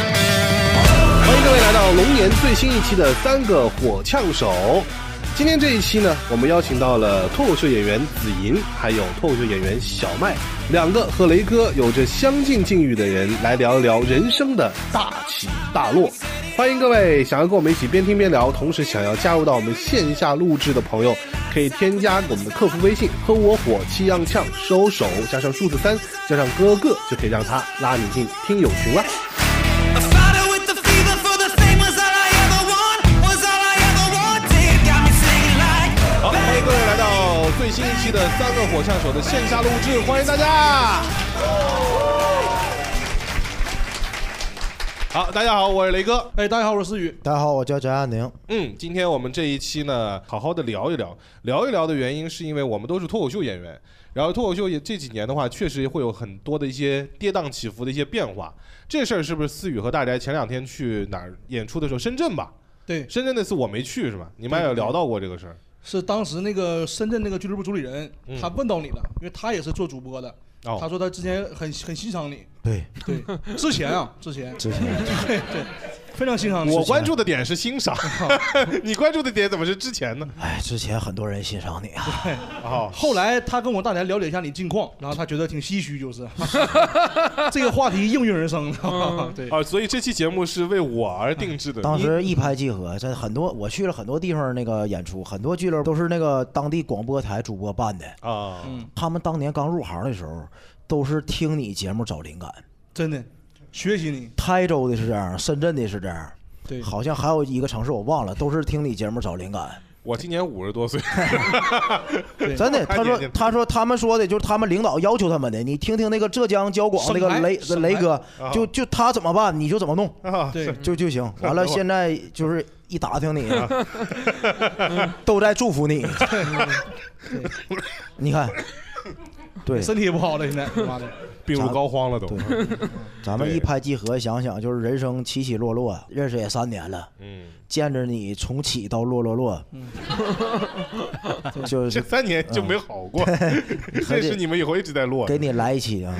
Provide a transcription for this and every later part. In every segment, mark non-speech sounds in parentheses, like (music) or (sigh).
欢迎各位来到龙岩最新一期的三个火枪手。今天这一期呢，我们邀请到了脱口秀演员子莹，还有脱口秀演员小麦，两个和雷哥有着相近境遇的人，来聊一聊人生的大起大落。欢迎各位想要跟我们一起边听边聊，同时想要加入到我们线下录制的朋友，可以添加我们的客服微信“和我火气样呛”，收手加上数字三加上哥哥，就可以让他拉你进听友群了。 I started with the fever for the thing was all I ever want, was all I ever wanted. Got me singing like 好，欢迎各位来到最新一期的《三个火枪手》的线下录制，欢迎大家！好，大家好，我是雷哥。哎，大家好，我是思雨。大家好，我叫翟亚宁。嗯，今天我们这一期呢，好好的聊一聊，聊一聊的原因是因为我们都是脱口秀演员，然后脱口秀也这几年的话，确实会有很多的一些跌宕起伏的一些变化。这事儿是不是思雨和大宅前两天去哪儿演出的时候，深圳吧？对，深圳那次我没去是吧？你们还有聊到过这个事儿？是当时那个深圳那个俱乐部主理人，嗯他问到你了，因为他也是做主播的。哦他说他之前很很欣赏你，对对，之前啊，之前，之前 (laughs) 对对，非常欣赏你。我关注的点是欣 (laughs) 赏，你关注的点怎么是之前呢？哎，之前很多人欣赏你啊，哦，后来他跟我大家了解一下你近况，然后他觉得挺唏 (laughs) 嘘，就是这个话题应运而生，知道嗯吧？对，啊，所以这期节目是为我而定制的。哎当你时一拍即合，这很多我去了很多地方那个演出，很多俱乐部都是那个当地广播台主播办的。哦啊，他们当年刚入行的时候，都是听你节目找灵感。真的学习你，台州的是这样，深圳的是这样，对，好像还有一个城市我忘了，都是听你节目找灵感。我今年五十多岁，对 (laughs) 真的，还他说年轻他说他们说的就是他们领导要求他们的，你听听那个浙江交广那省台个雷省台雷哥啊，就就他怎么办你就怎么弄。啊，对，就就 (laughs) 行。完了，等会儿现在就是一打听你，都在祝福 (laughs) 你。你看， (laughs) 对， (laughs) 身体也不好了，现在妈的，病入膏肓了都。咱们对一拍即合，想想就是人生起起落落，认识也三年了，嗯，见着你从起到落落落，就这是嗯三年就没好过， (laughs) (laughs) 这是你们以后一直在落的。给你来一期啊！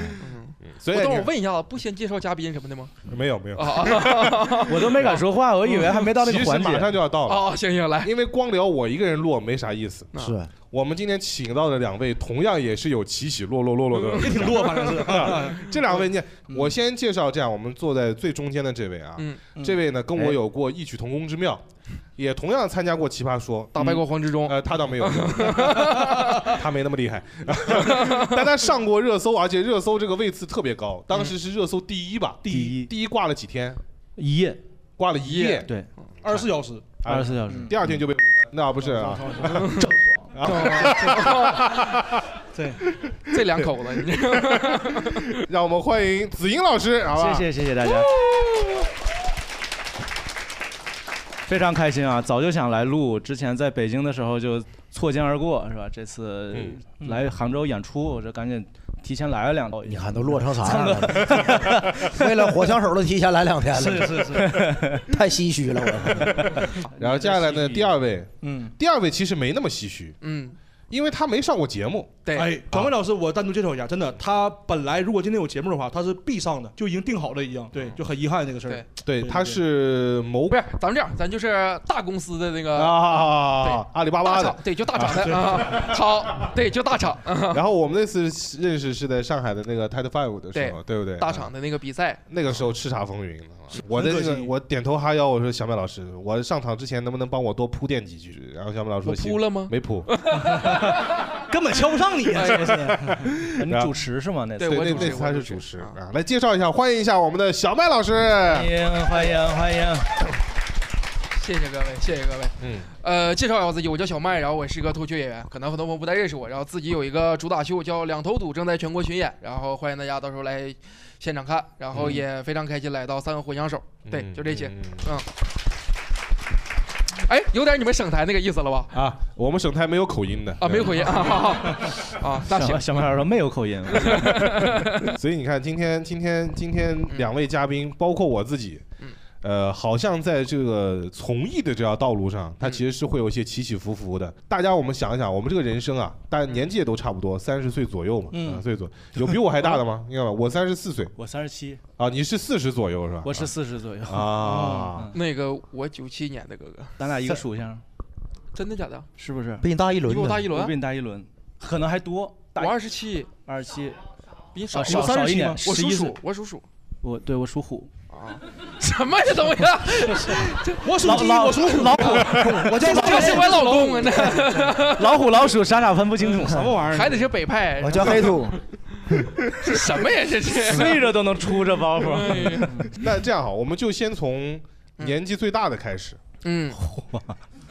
所以我等你会儿问一下，不先介绍嘉宾什么的吗？没有没有，啊 (laughs) 我都没敢说话，我以为还没到那其个实环马上节。哦就要到了，啊！行行，来，因为光聊我一个人落没啥意思。嗯啊是我们今天请到的两位同样也是有起起落落落落嗯的也挺多，反正是啊。 (laughs) 这两位，你看，我先介绍这样，我们坐在最中间的这位啊，嗯，这位呢跟我哎有过异曲同工之妙，也同样参加过《奇葩说》，打败过黄志忠，呃，他倒没有， (laughs) 他没那么厉害， (laughs) 但他上过热搜，而且热搜这个位次特别高，当时是热搜第一吧，第嗯一第一挂了几天，一夜，挂了一夜，对，二十四小时，二十四小时。嗯第二天就被，那不是啊， (laughs) 对，这两口子，你 (laughs) 让我们欢迎子英老师，好吧？谢谢谢谢大家，非常开心啊！早就想来录，之前在北京的时候就错肩而过，是吧？这次嗯来杭州演出，我这赶紧提前来了两道。 (laughs) 你看都落成啥样了？ (laughs) 为了火枪手都提前来两天了，是是是， (laughs) 太唏嘘了我。 (laughs) 然后接下来呢，第二位，嗯， (laughs) 第二位其实没那么唏嘘，嗯，因为他没上过节目，对，哎，转位老师，我单独介绍一下，真的，他本来如果今天有节目的话，他是必上的，就已经定好了一样，对，就很遗憾这个事儿嗯对。对，对他是某不是，咱们这样，咱就是 (laughs) 大公司的那个啊，阿里巴巴大的厂，。对，就大厂的啊，好，对，就大厂， (laughs) 然后我们那次认识是在上海的那个 Tide Five 的时候，对不对？大厂的那个比赛，那个时候叱咤风云呢我的很那可个惜我点头哈腰，我说小麦老师，我上场之前能不能帮我多铺垫几句？然后小麦老师说我行扑了吗？没铺， (laughs) 哎根本瞧不上你啊，这是你主持是吗？那次对对，我那主持那次他我主是持主持啊啊。来介绍一下，欢迎一下我们的小麦老师。欢迎欢迎欢迎！谢谢各位，谢谢各位。嗯，呃，介绍一下我自己，我叫小麦，然后我是一个脱口秀演员，可能很多朋友不太认识我。然后自己有一个主打秀叫《两头堵》，正在全国巡演，然后欢迎大家到时候来现场看。然后也非常开心来到三个火枪手，对，就这些。嗯哎，有点你们省台那个意思了吧？啊。我们省台没有口音的啊，没有 (laughs) 口音啊，好好啊，那行小，小麦老师说没有口音，所以你看，今天今天今天两位嘉宾，包括我自己嗯，呃，好像在这个从艺的这条道路上，它其实是会有一些起起伏伏的。大家我们想一想，我们这个人生啊，大家年纪也都差不多，三十岁左右嘛，嗯嗯，岁左有比我还大的吗？你看吧，我三十四岁我三十七，啊，你是四十左右是吧？嗯我是四十左右啊，那个我九七年的哥哥，咱俩一个属相，真的假的？是不是？比你大一轮你比我大一轮我比你大一轮，可 (laughs) 能还多。我二十七，二十七，比你少啊少我少一点37吗11我属岁鼠，我属鼠。我对我属虎，什么这东西啊？我属鸡，老我属虎，老我叫这是我老公啊，那 (laughs) 老虎老鼠傻傻分不清楚，什么玩意还儿？得是北派，我叫黑土，这什么呀？这 (laughs) 是。睡着都能出这包袱。哎 (laughs) 那这样好，我们就先从年纪最大的开始 (laughs) 嗯，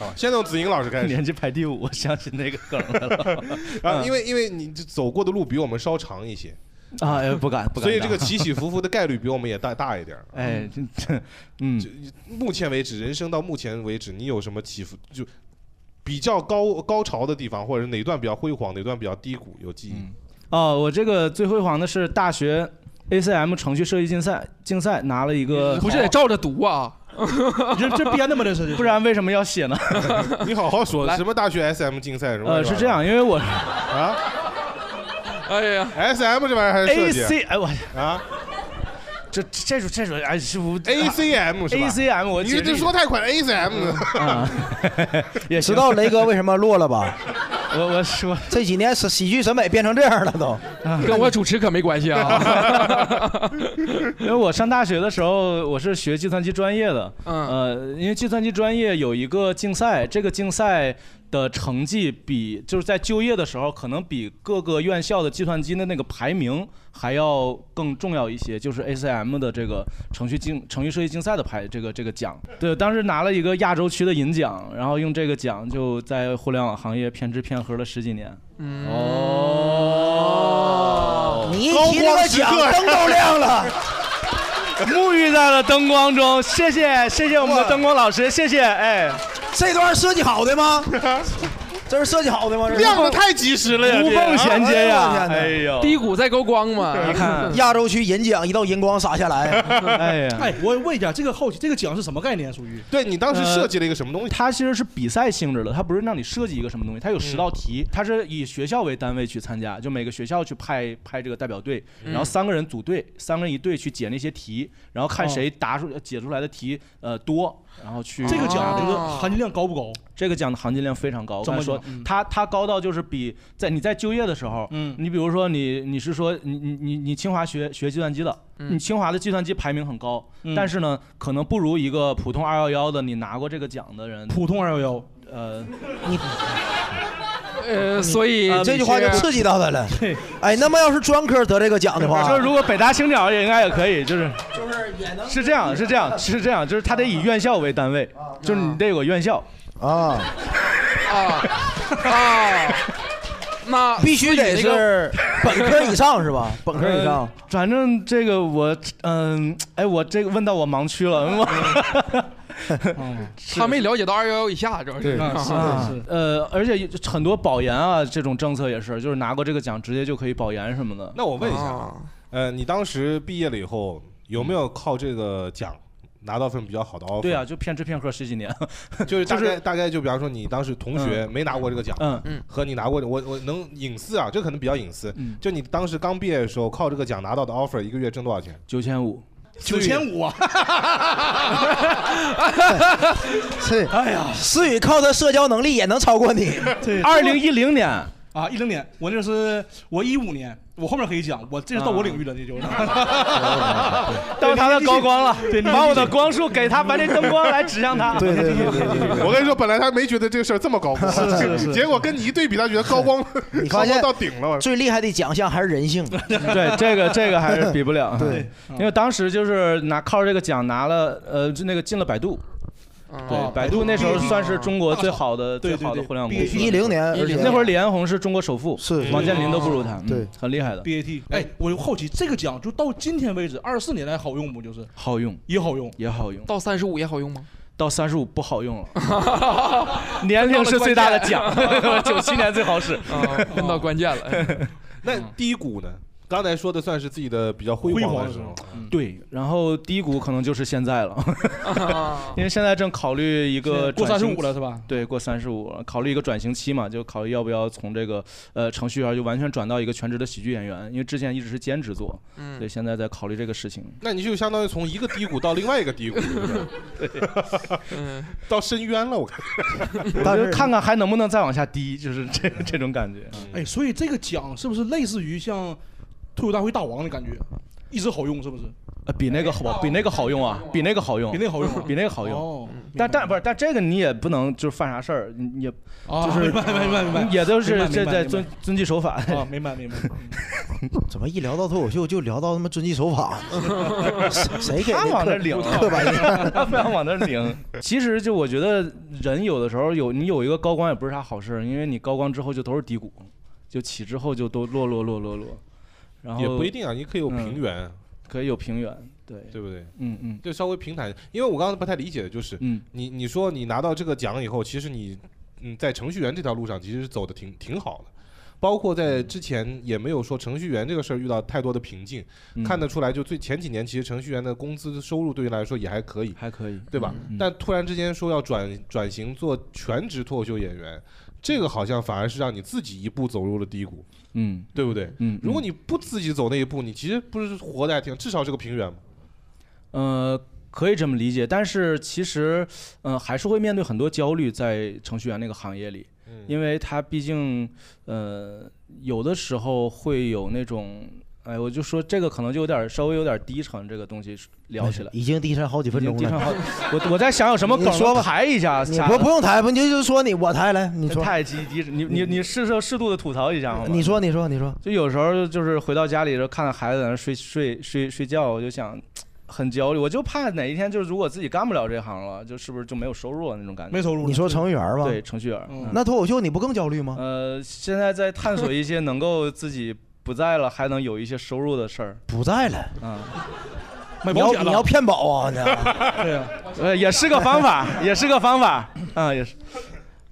啊，先从子英老师开始年纪排第五，我想起那个梗来了 (laughs) 啊，嗯因为因为你这走过的路比我们稍长一些，啊！哎不敢不敢当。所以这个起起伏伏的概率比我们也大大一点儿。 (laughs) 哎，这这嗯，目前为止，人生到目前为止，你有什么起伏就比较高高潮的地方，或者哪段比较辉煌，哪段比较低谷，有记忆？哦，我这个最辉煌的是大学 ACM 程序设计竞赛竞赛拿了一个，不是得照着读 (laughs) 啊，这这编的吗？这是不然为什么要写呢？ (laughs) 你好好说，来什么大学 SM 竞赛什么？呃，是这样，因为我啊哎呀， ，SM 这玩意儿还是设 A 计 C (laughs) 哎我啊这这这这种哎是不，ACM 是吧 A C M 我你解这释说太快了，ACM 啊，也行知道雷哥为什么落了吧？我我说这几年是喜剧审美变成这样了都。跟我主持可没关系 (laughs) 啊。 (laughs) 因为我上大学的时候，我是学计算机专业的，嗯呃，因为计算机专业有一个竞赛，这个竞赛的成绩比就是在就业的时候，可能比各个院校的计算机的那个排名还要更重要一些，就是 ACM 的这个程序竞程序设计竞赛的排这个这个奖。对，当时拿了一个亚洲区的银奖，然后用这个奖就在互联网行业偏吃偏喝了十几年。哦你一提这个奖，灯都 (laughs) 亮了。沐浴在了灯光中，谢谢谢谢我们的灯光老师，谢谢哎，这段设计好的吗？这是设计好的吗？这是亮的太及时了呀，无这缝衔接呀，哎哎呦呦，低谷在高光嘛，你看，亚洲区银奖一道银光洒下 (laughs) 来，哎呀，哎，我问一下，这个好奇，这个奖是什么概念？属于对你当时呃设计了一个什么东西？它其实是比赛性质的，它不是让你设计一个什么东西，它有十道嗯题，它是以学校为单位去参加，就每个学校去派派这个代表队，嗯然后三个人组队，三个人一队去解那些题，然后看哦谁答出解出来的题呃多，然后去这个奖啊哦这个含金量高不高？这个奖的含金量非常高。我怎刚么才说讲嗯，它它高到就是比在你在就业的时候，嗯你比如说你你是说你你你你清华学学计算机的，嗯你清华的计算机排名很高，嗯但是呢，可能不如一个普通二幺幺的你拿过这个奖的人，普通二幺幺，呃， (laughs) 呃，所以嗯这句话就这刺激到 (laughs) 他了。哎，那么要是专科得这个奖的我话，说如果北大青鸟也应该也可以，就是就是也能是这样是这样是这样，就是他得以院校为单位，就是你得有个院校，啊，啊啊，那必须得思雨那个是本科以上是吧？本科以上呃，反正这个我嗯、哎我这个问到我盲区了，(laughs) 嗯我。嗯他没了解到二幺幺以下，主要是啊啊是是呃，而且很多保研啊，这种政策也是，就是拿过这个奖直接就可以保研什么的。那我问一下，啊呃，你当时毕业了以后，有没有靠这个奖拿到份比较好的 offer？对啊，，就骗吃骗喝十几年。 (laughs) 就是大概大概就比方说你当时同学没拿过这个奖，嗯，和你拿过我我能隐私啊，这可能比较隐私嗯。就你当时刚毕业的时候，靠这个奖拿到的 offer，一个月挣多少钱？九千五。九千五 (laughs) 啊！是。哎呀，思雨靠他社交能力也能超 (laughs) 过你。二零一零年，啊，一零年，我那是我一五年，我后面可以讲，我这是到我领域了，这 (laughs) 就是。到他的高光了，对把我的光束给他，把这灯光来指向 (laughs) 他。对对对对对，啊我跟你说，本来他没觉得这个事儿这么高光，是是结果跟你一对比，他觉得高光，你高发光现到顶了。最厉害的奖项还是人 (laughs) 性。对这个这个还是比不 (laughs) 了。 (laughs) 对，因为当时就是拿靠着这个奖拿了，呃，就那个进了百度。哦对，百度那时候算是中国最好的最对对对好的互联网公必司须。一零年，而且10那会儿李彦宏是中国首富，是王健林都不如他，嗯对很厉害的， BAT，哎，我就好奇这个奖就到今天为止，二四年来好用不？就是好用也好用，也好用。到三十五也好用吗？到三十五不好用了， (laughs) 年龄是最大 (laughs) 的奖，九七年最好使。啊，问到关键了。那低谷呢？刚才说的算是自己的比较辉辉煌煌的的时时候嗯啊候，对，然后低谷可能就是现在了，因为现在正考虑一个是过转型35了是吧？对，过三十五了，考虑一个转型期嘛，就考虑要不要从这个呃程序员就完全转到一个全职的喜剧演员，因为之前一直是兼职做，嗯所以现在在考虑这个事情。那你就相当于从一个低谷到另外一个低谷，对不对？ (laughs) 到深渊了，我看。 (laughs) 我就看看还能不能再往下低，就是这这种感觉。哎，所以这个奖是不是类似于像脱口大会大王的感觉？一直好用是不是？呃，比那个好，比那个好用啊，比那个好用，比那个好用啊比那个好哦用。但但不是，但这个你也不能就是犯啥事儿，你也啊就是明白明白明白也都明是白这明白在明白遵遵纪守法。啊，明白明白。 (laughs) 怎么一聊到脱口秀就聊到他妈遵纪 (laughs) 守法？谁谁给他那往刻那领 (laughs) 刻板印象？他 (laughs) 非要往那领。其实就我觉得人有的时候有你有一个高光也不是啥好事儿，因为你高光之后就都是低谷，就起之后就都落落落落落。然后也不一定啊，你可以有平嗯原，可以有平原，对对不对？嗯嗯，就稍微平坦。因为我刚才不太理解的就是，嗯，你你说你拿到这个奖以后，其实你嗯在程序员这条路上其实是走的挺挺好的。包括在之前也没有说程序员这个事儿遇到太多的瓶颈，嗯看得出来，就最前几年其实程序员的工资收入对于来说也还可以，还可以，嗯对吧？但突然之间说要转转型做全职脱口秀演员，这个好像反而是让你自己一步走入了低谷，嗯对不对？嗯，如果你不自己走那一步，你其实不是活得还挺，至少是个平原嘛。呃，可以这么理解，但是其实，呃，还是会面对很多焦虑在程序员那个行业里，嗯因为他毕竟，呃，有的时候会有那种，哎，我就说这个可能就有点儿稍微有点儿低沉，这个东西聊 (laughs) 起来。已经低沉好几分钟已经低沉好了。我我在想有什么你梗说吧能抬一下，你掐不不用抬，不你就就说你，我抬来，你说，太低低，你你你适适适度的吐槽一下好吗？你说，你说，你说，就有时候就是回到家里的时候，看到孩子在那睡睡睡睡觉，我就想很焦虑，我就怕哪一天就是如果自己干不了这行了，就是不是就没有收入了那种感觉。没收入你说程序员吗？对，程序员。嗯那脱口秀你不更焦虑吗？呃，现在在探索一些能够自己不在了还能有一些收入的 (laughs) 事儿。不在了，嗯，你要你要骗保啊？你对呀，呃，也是个方 (laughs) 法，也是个方法。啊，也是。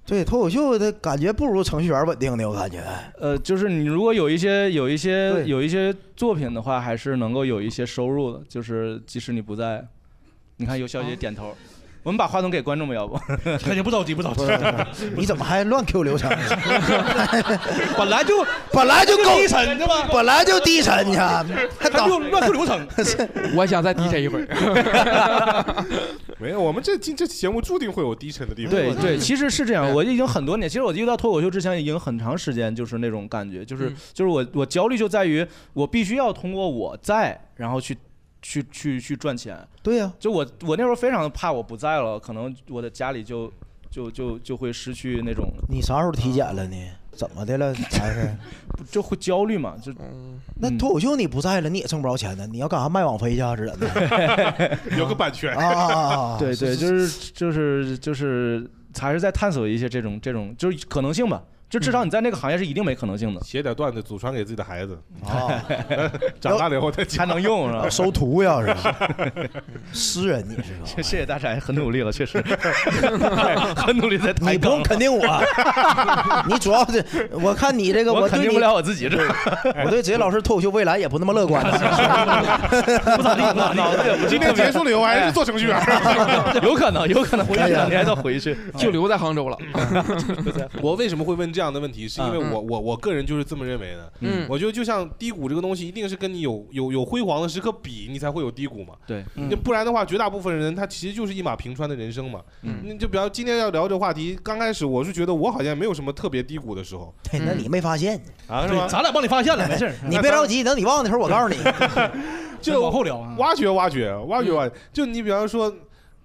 对，脱口秀的感觉不如程序员稳定的，我感觉。呃，就是你如果有一些有一些有一些作品的话，还是能够有一些收入的，就是即使你不在。你看尤小啊姐点啊头，我们把话筒给观众吧， (laughs) 要不？肯定不着急，哦不着急。 (laughs) 你 (laughs) 怎么还乱 Q 流程？本来就本来就够低沉对吧？本来就低沉，你看还还搞就乱 Q 流程。我想再低沉一会儿。 (laughs) 没有，我们这今这期节目注定会有低沉的地 (laughs) 方。对对，其实是这样。我已经很多年，其实我遇到脱口秀之前已经很长时间，就是那种感觉，就是、嗯就是我我焦虑就在于我必须要通过我在，然后去去去去赚钱。对呀、就我我那时候非常怕我不在了，可能我的家里就就就就会失去那种， (laughs) 你啥时候体检了呢？怎么的了？还 (laughs) 是就会焦虑嘛，就那脱口秀你不在了，你也挣不着钱呢。你要干啥卖网飞去啊？是怎 (laughs) 的？ (laughs) 有个版权啊啊啊啊！ (laughs) 对对，就是就是就是还是在探索一些这种这种就是可能性吧。就至少你在那个行业是一定没可能性的，哦写点段子祖传给自己的孩子，啊， (laughs) 长大了以后再讲还。能用是 (laughs) 吧？ (laughs) 收徒呀是吧？诗人你是吧？ (laughs) 谢谢大家，很努力了，确实，很努力在抬你不杠用肯定我，你主要是我看你这个，我肯对定你，不了我自己，这我对职业老师脱口秀未来也不那么 (laughs) 乐观。不咋地，脑子也不是今特天别结束了以后还是做程序员。 (laughs) 有可能，有可能，我这两天再回去。 (laughs) 就留在杭州了。我为什么会问这样的问题？是因为嗯我我我个人就是这么认为的。嗯我觉得就像低谷这个东西，一定是跟你有有有辉煌的时刻比，你才会有低谷嘛。对，嗯那不然的话，绝大部分人他其实就是一马平川的人生嘛。嗯那就比方今天要聊这个话题，刚开始我是觉得我好像没有什么特别低谷的时候嘿那你没发现？啊，是对，吧？咱俩帮你发现了，没事儿。 (laughs) 你别着急，等你忘的时候我告 (laughs) 诉你。就往后聊啊。嗯挖掘挖掘挖掘挖掘，就你比方说。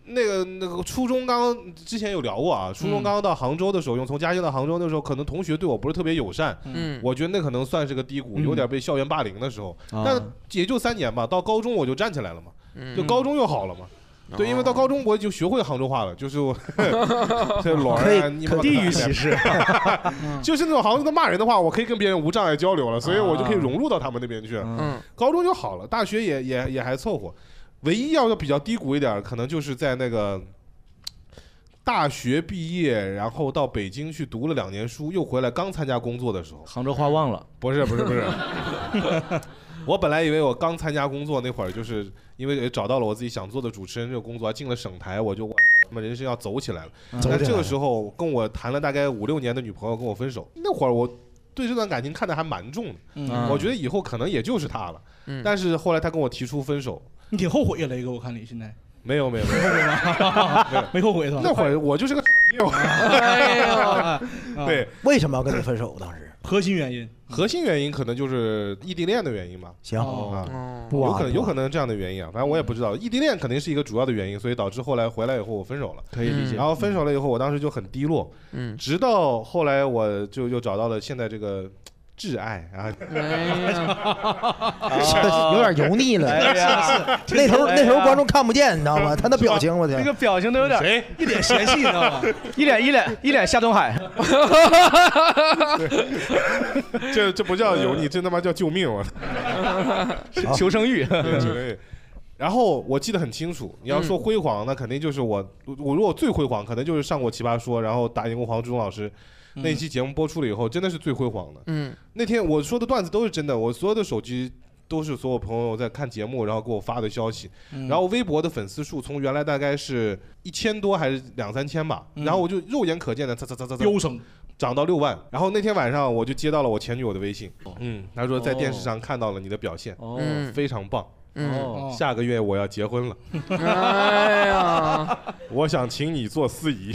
那个那个初中刚之前有聊过啊，嗯初中刚到杭州的时候，用从嘉兴到杭州的时候，可能同学对我不是特别友善，嗯，我觉得那可能算是个低谷，嗯有点被校园霸凌的时候，啊但也就三年吧。到高中我就站起来了嘛，嗯哦就高中又好了嘛。对，因为到高中我就学会杭州话了，就 (laughs) 是我这卵可以儿啊，你妈地域歧 (laughs) 视，嗯就是那种杭州的骂人的话，我可以跟别人无障碍交流了，所以我就可以融入到他们那边去。嗯高中就好了，大学也也也还凑合。唯一要比较低谷一点儿，可能就是在那个大学毕业，然后到北京去读了两年书，又回来刚参加工作的时候，杭州话忘了，不是不是不是，我本来以为我刚参加工作那会儿，就是因为找到了我自己想做的主持人这个工作，还进了省台，我就我他妈人生要走起来了。嗯走但起来啊这个了时候跟我谈了大概五六年的女朋友跟我分手，那会儿我对这段感情看得还蛮重的，嗯我觉得以后可能也就是她了。嗯但是后来她跟我提出分手，你挺后悔呀，雷哥，我看你现在没有没有没有， (laughs) 没后悔是吧？那会儿我就是个 (laughs) 六，哎呀，啊对，为什么要跟你分手？当时核心原因，核心原因可能就是异地恋的原因吧。行，哦啊，嗯不有挖可了能不有挖可能这样的原因啊，反正我也不知道。异地恋肯定是一个主要的原因，所以导致后来回来以后我分手了。可以理解。然后分手了以后，我当时就很低落，嗯，直到后来我就又找到了现在这个挚爱啊， (laughs) 哎 (laughs) 呀，有点油腻了。哦哎呀，那头哎呀那头观众看不见，你知道吗？他那表情，我那天个，表情都有点谁一脸嫌弃，你知道吗？一脸一脸一脸夏东海，这这不叫油腻，这他妈叫救命啊！ (laughs) 求生欲。 (laughs) 对这个然后我记得很清楚，你要说辉煌，那肯定就是我，我如果最辉煌，可能就是上过《奇葩说》，然后打赢过黄志忠老师嗯那一期节目播出了以后，真的是最辉煌的。嗯那天我说的段子都是真的，我所有的手机都是所有朋友在看节目，然后给我发的消息。嗯然后微博的粉丝数从原来大概是一千多还是两三千吧，嗯然后我就肉眼可见的，擦擦擦擦擦，优生，涨到六万。然后那天晚上我就接到了我前女友的微信，嗯，她说在电视上看到了你的表现，哦嗯非常棒，嗯，哦，哦下个月我要结婚了，哎呀，我想请你做 (laughs) 司仪。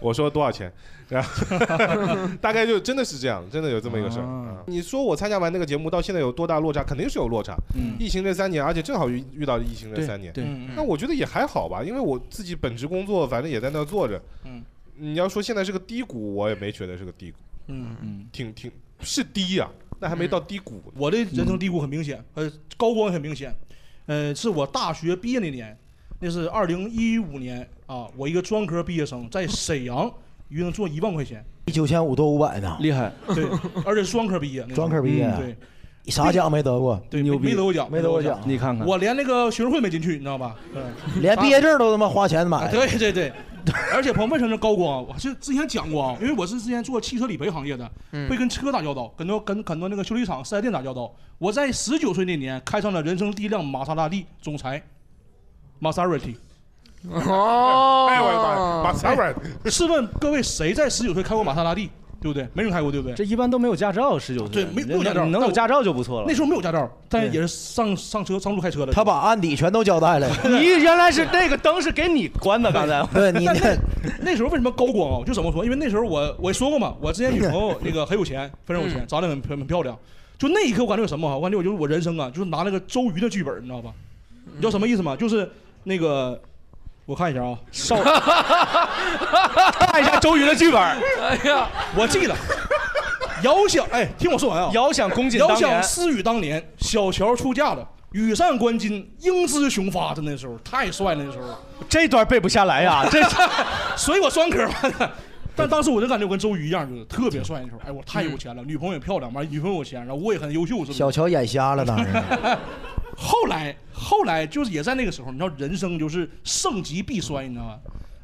我说多少钱？然后 (laughs) 大概就真的是这样，真的有这么一个事儿。啊嗯你说我参加完那个节目到现在有多大落差？肯定是有落差。嗯疫情这三年，而且正好遇遇到疫情这三年，对，嗯那我觉得也还好吧，因为我自己本职工作反正也在那儿做着。嗯，你要说现在是个低谷，我也没觉得是个低谷，嗯，嗯，挺挺是低呀、但还没到低谷呢。我的人嗯生低谷很明显，呃，高光也很明显，呃，是我大学毕业那年，那是二零一五年啊，我一个专科毕业生在沈阳一个人做一万块钱，九千五多五百呢，厉害， (laughs) 对，而且是专科毕业，那时候专科毕业啊，对啥奖没得过，对，牛没逼没得过奖，没得过奖，你看看，啊我连那个学生会没进去，你知道吧？对。 (laughs) 连毕业证都他妈花钱啊，买。 (laughs) 对对对，而且朋友为什么高光？我是之前讲过啊，因为我是之前做汽车理赔行业的，嗯会跟车打交道，跟多跟很多那个修理厂、四 S 店打交道。我在十九岁那年开上了人生第一辆玛莎拉蒂总裁，玛莎 (laughs) 拉蒂。哦，哎我的妈！把啥玩意儿？ (laughs) 试问各位，谁在十九岁开过玛莎拉蒂？对不对？没人开过，对不 (laughs) 对？这一般都没有驾照，十九岁对没没有驾照能有驾照就不错了那。时候没有驾照，但对也是上上车上路开车了。他把案底全都交代了。 (laughs) 你原来是那个灯是给你关的，刚才 (laughs) 对你但那那那时候为什么高光啊？我就怎么说？因为那时候我我也说过嘛，我之前女朋友那个很有钱，非常有嗯钱，长得很很很漂亮。就那一刻，我感觉有什么啊？我感觉我就是我人生啊，就是拿那个周瑜的剧本，你知道吧？你知道什么意思嗯吗？就是那个，我看一下啊， (laughs) (laughs) 少看一下周瑜的剧本，哎呀，我记了。 (laughs) 遥想，哎，听我说完啊。遥想公瑾遥当想年，思雨当年，小乔出嫁了，羽扇纶巾，英姿雄发，真的那时候太帅了，那时候。这段背不下来 (laughs) 呀，这所以我双科嘛。 (laughs) 但当时我就感觉我跟周瑜一样，就是特别帅那时候。哎，我太有钱了，女朋友也漂亮，完女朋友有钱，然后我也很优秀，是不是小？乔眼瞎了，当 (laughs) 时 (laughs) 后来后来就是也在那个时候，你知道人生就是盛极必衰，你知道吗？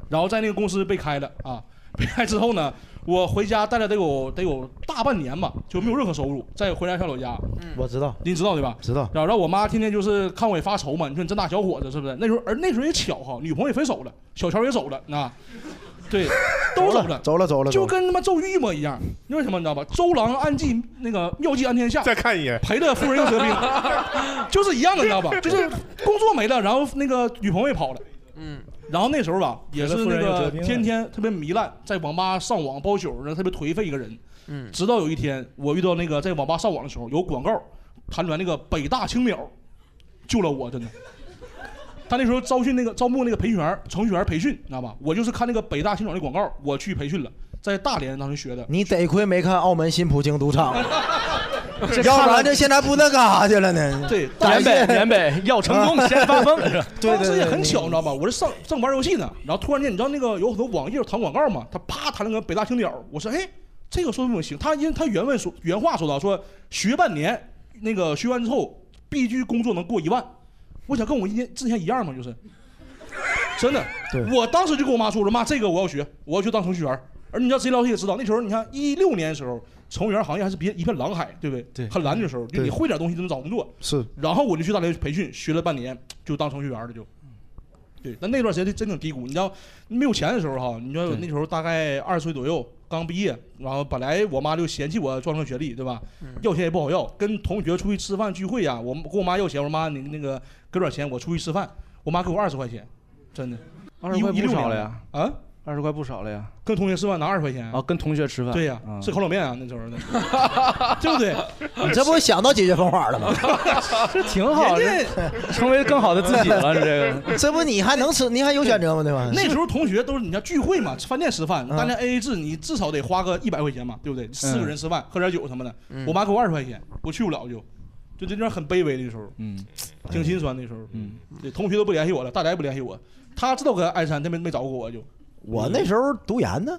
然后在那个公司被开了啊， (laughs) 被开之后呢，我回家待了得有得有大半年吧，就没有任何收入。再回来上老家，我知道您知道对吧？嗯知道，然后让我妈天天就是看我也发愁嘛，你说你这大小伙子是不是？那时候而那时候也巧哈，女朋友也分手了，小乔也走了啊， (laughs) 对，都走了，走了走了，就走了跟他妈周瑜一模一样。因为什么你知道吧？周郎暗记那个妙计安天下，再看一眼，赔了夫人又折兵，就是一样的，你知道吧？就是工作没了，然后那个女朋友也跑了。嗯然后那时候吧，也是赔那了夫人又折个兵了天天特别糜烂，在网吧上网包宿，然后特别颓废一个人。嗯直到有一天，我遇到那个在网吧上网的时候，有广告弹出来那个北大青鸟，救了我，真的。他那时候招训那个招募那个培训员，程序员培训，你知道吧？我就是看那个北大青鸟的广告，我去培训了，在大连当时学的。你得亏没看澳门新葡京赌场， (laughs) 这要看不了然这现在不知道干啥去 (laughs) 了呢。对，大南连北南 (laughs) 北要成功先发疯，是吧啊对当时也对很对巧，你知道吧？我这上正玩游戏呢，然后突然间，你知道那个有很多网页弹广告嘛，他啪弹了个北大青鸟，我说哎，这个说不定行。他因为他原问说原话说到说学半年，那个学完之后必须工作能过一万。我想跟我一年之前一样嘛，就是真的。我当时就跟我妈说，我说妈，这个我要学，我要去当程序员。而你知道，谁了解也知道，那时候你看一六年的时候，程序员行业还是别一片蓝海，对不对？对，很蓝的时候，就对你会点东西就能找工作。 (laughs) 是然后我就去大连培训，学了半年，就当程序员了就。对，但那段时间真挺低谷。你知道，没有钱的时候哈，你知道对那时候大概二十岁左右，刚毕业，然后本来我妈就嫌弃我专科学历，对吧？嗯嗯要钱也不好要，跟同学出去吃饭聚会呀、我跟我妈要钱，我说妈，你那个给点钱，我出去吃饭。我妈给我二十块钱，真的，二十块一不少了呀！啊，二十块不少了呀！跟同学吃饭拿二十块钱啊，跟同学吃饭，对呀、啊吃烤冷面啊，那时候的，对不对？你这不想到解决方法 (laughs) 了吗？ (laughs) 这挺好，人 (laughs) 这成为更好的自己了。这个这不你还能吃，你还有选择吗？对吧？那时候同学都是你像聚会嘛，吃饭店吃饭，大家 A A 制，你至少得花个一百块钱嘛，对不对？四个人吃饭，喝点酒什么的。嗯嗯我妈给我二十块钱，我去不了就，就那段很卑微那时候，嗯，挺心酸那时候。嗯，对，同学都不联系我了，大家也不联系我。他知道我跟鞍山，他没没找过我就，我那时候读研呢，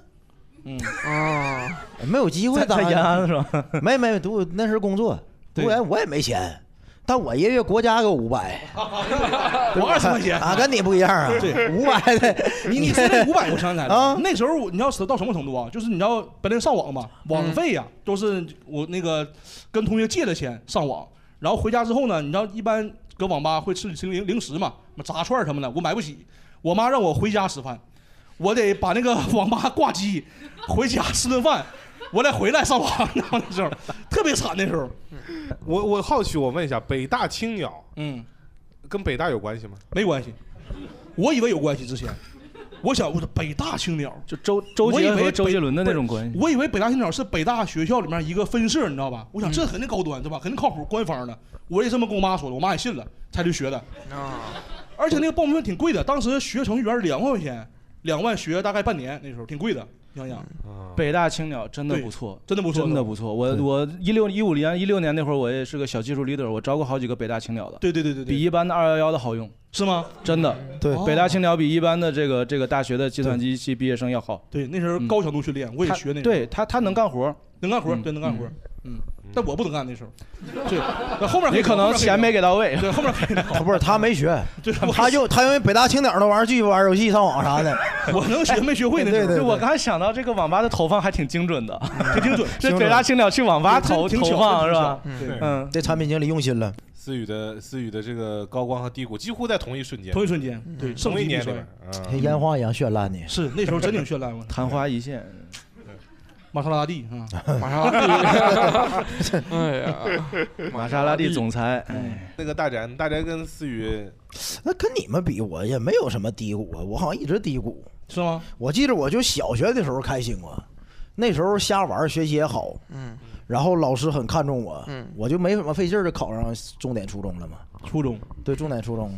嗯，啊，没有机会在当在然延安是吧？ (laughs) 没没读那是工作，读对研我也没钱，但我一个月国家给我五百，啊我二十块 (laughs) 钱啊，跟你不一样啊， (laughs) 对，五百的，你你说那五百，我想起来了。啊那时候我你知道到什么程度啊？就是你知道本来上网嘛，网嗯费呀、都是我那个跟同学借的钱上网，然后回家之后呢，你知道一般搁网吧会吃吃零零食嘛，什么炸串儿什么的，我买不起，我妈让我回家吃饭，我得把那个 (laughs) 网吧挂机，回家吃顿饭。我再回来上网，然后那时候特别啊惨，那时候，我我好奇，我问一下，北大青鸟嗯，跟北大有关系吗？没关系，我以为有关系。之前，我想我说北大青鸟，就周周我以杰为和周北杰伦的不那是种关系。我以为北大青鸟是北大学校里面一个分社，你知道吧？我想嗯这肯定高端，对吧？肯定靠谱，官方的。我也这么跟我妈说的，我妈也信了，才去学的。啊，而且那个报名费挺贵的，当时学程序员两万块钱，两万学大概半年，那时候挺贵的。想想北大青鸟真的对不错，真的不错，真的不错。我我一六一五年一六年那会儿，我也是个小技术 leader，我招过好几个北大青鸟的，对对对对比对，一般的二幺幺的好用，是吗？真的。对哦北大青鸟比一般的这个这个大学的计算机系毕业生要好。对，那时候高强度训练，我也嗯他学那个，对他他能干活儿，能干活，嗯对，能干活嗯，嗯，但我不能干那时候，对，那后面你可能钱没给，给到位。对，后面可以聊，他不是他 (laughs) 没学，对，我他就他因为北大青鸟那玩意儿继续玩游戏、上网 (laughs) 啥的， (laughs) 我能学没学会那时候， (laughs) 对对就我刚才想到这个网吧的投放还挺精准的，挺精准，这北大青鸟去网 (laughs) 吧投挺投放是吧？？挺巧对，嗯，这产品经理用心了，思雨的思雨的这个高光和低谷几乎在同一瞬间，同一瞬间，同对，一盛极年一里衰边。像嗯，烟花一样绚烂的。是那时候真挺绚 (laughs) 烂嘛，昙花一现，玛莎拉蒂啊， (laughs) 玛莎拉蒂， (laughs) 哎 (laughs) 呀，玛莎拉蒂总裁，哎，那个大宅，大宅跟思雨那跟你们比，我也没有什么低谷啊，我好像一直低谷。是吗？我记得我就小学的时候开心过，那时候瞎玩儿，学习也好， (laughs) 嗯然后老师很看重我，嗯我就没怎么费劲儿就考上重点初中了嘛。初中，对，重点初中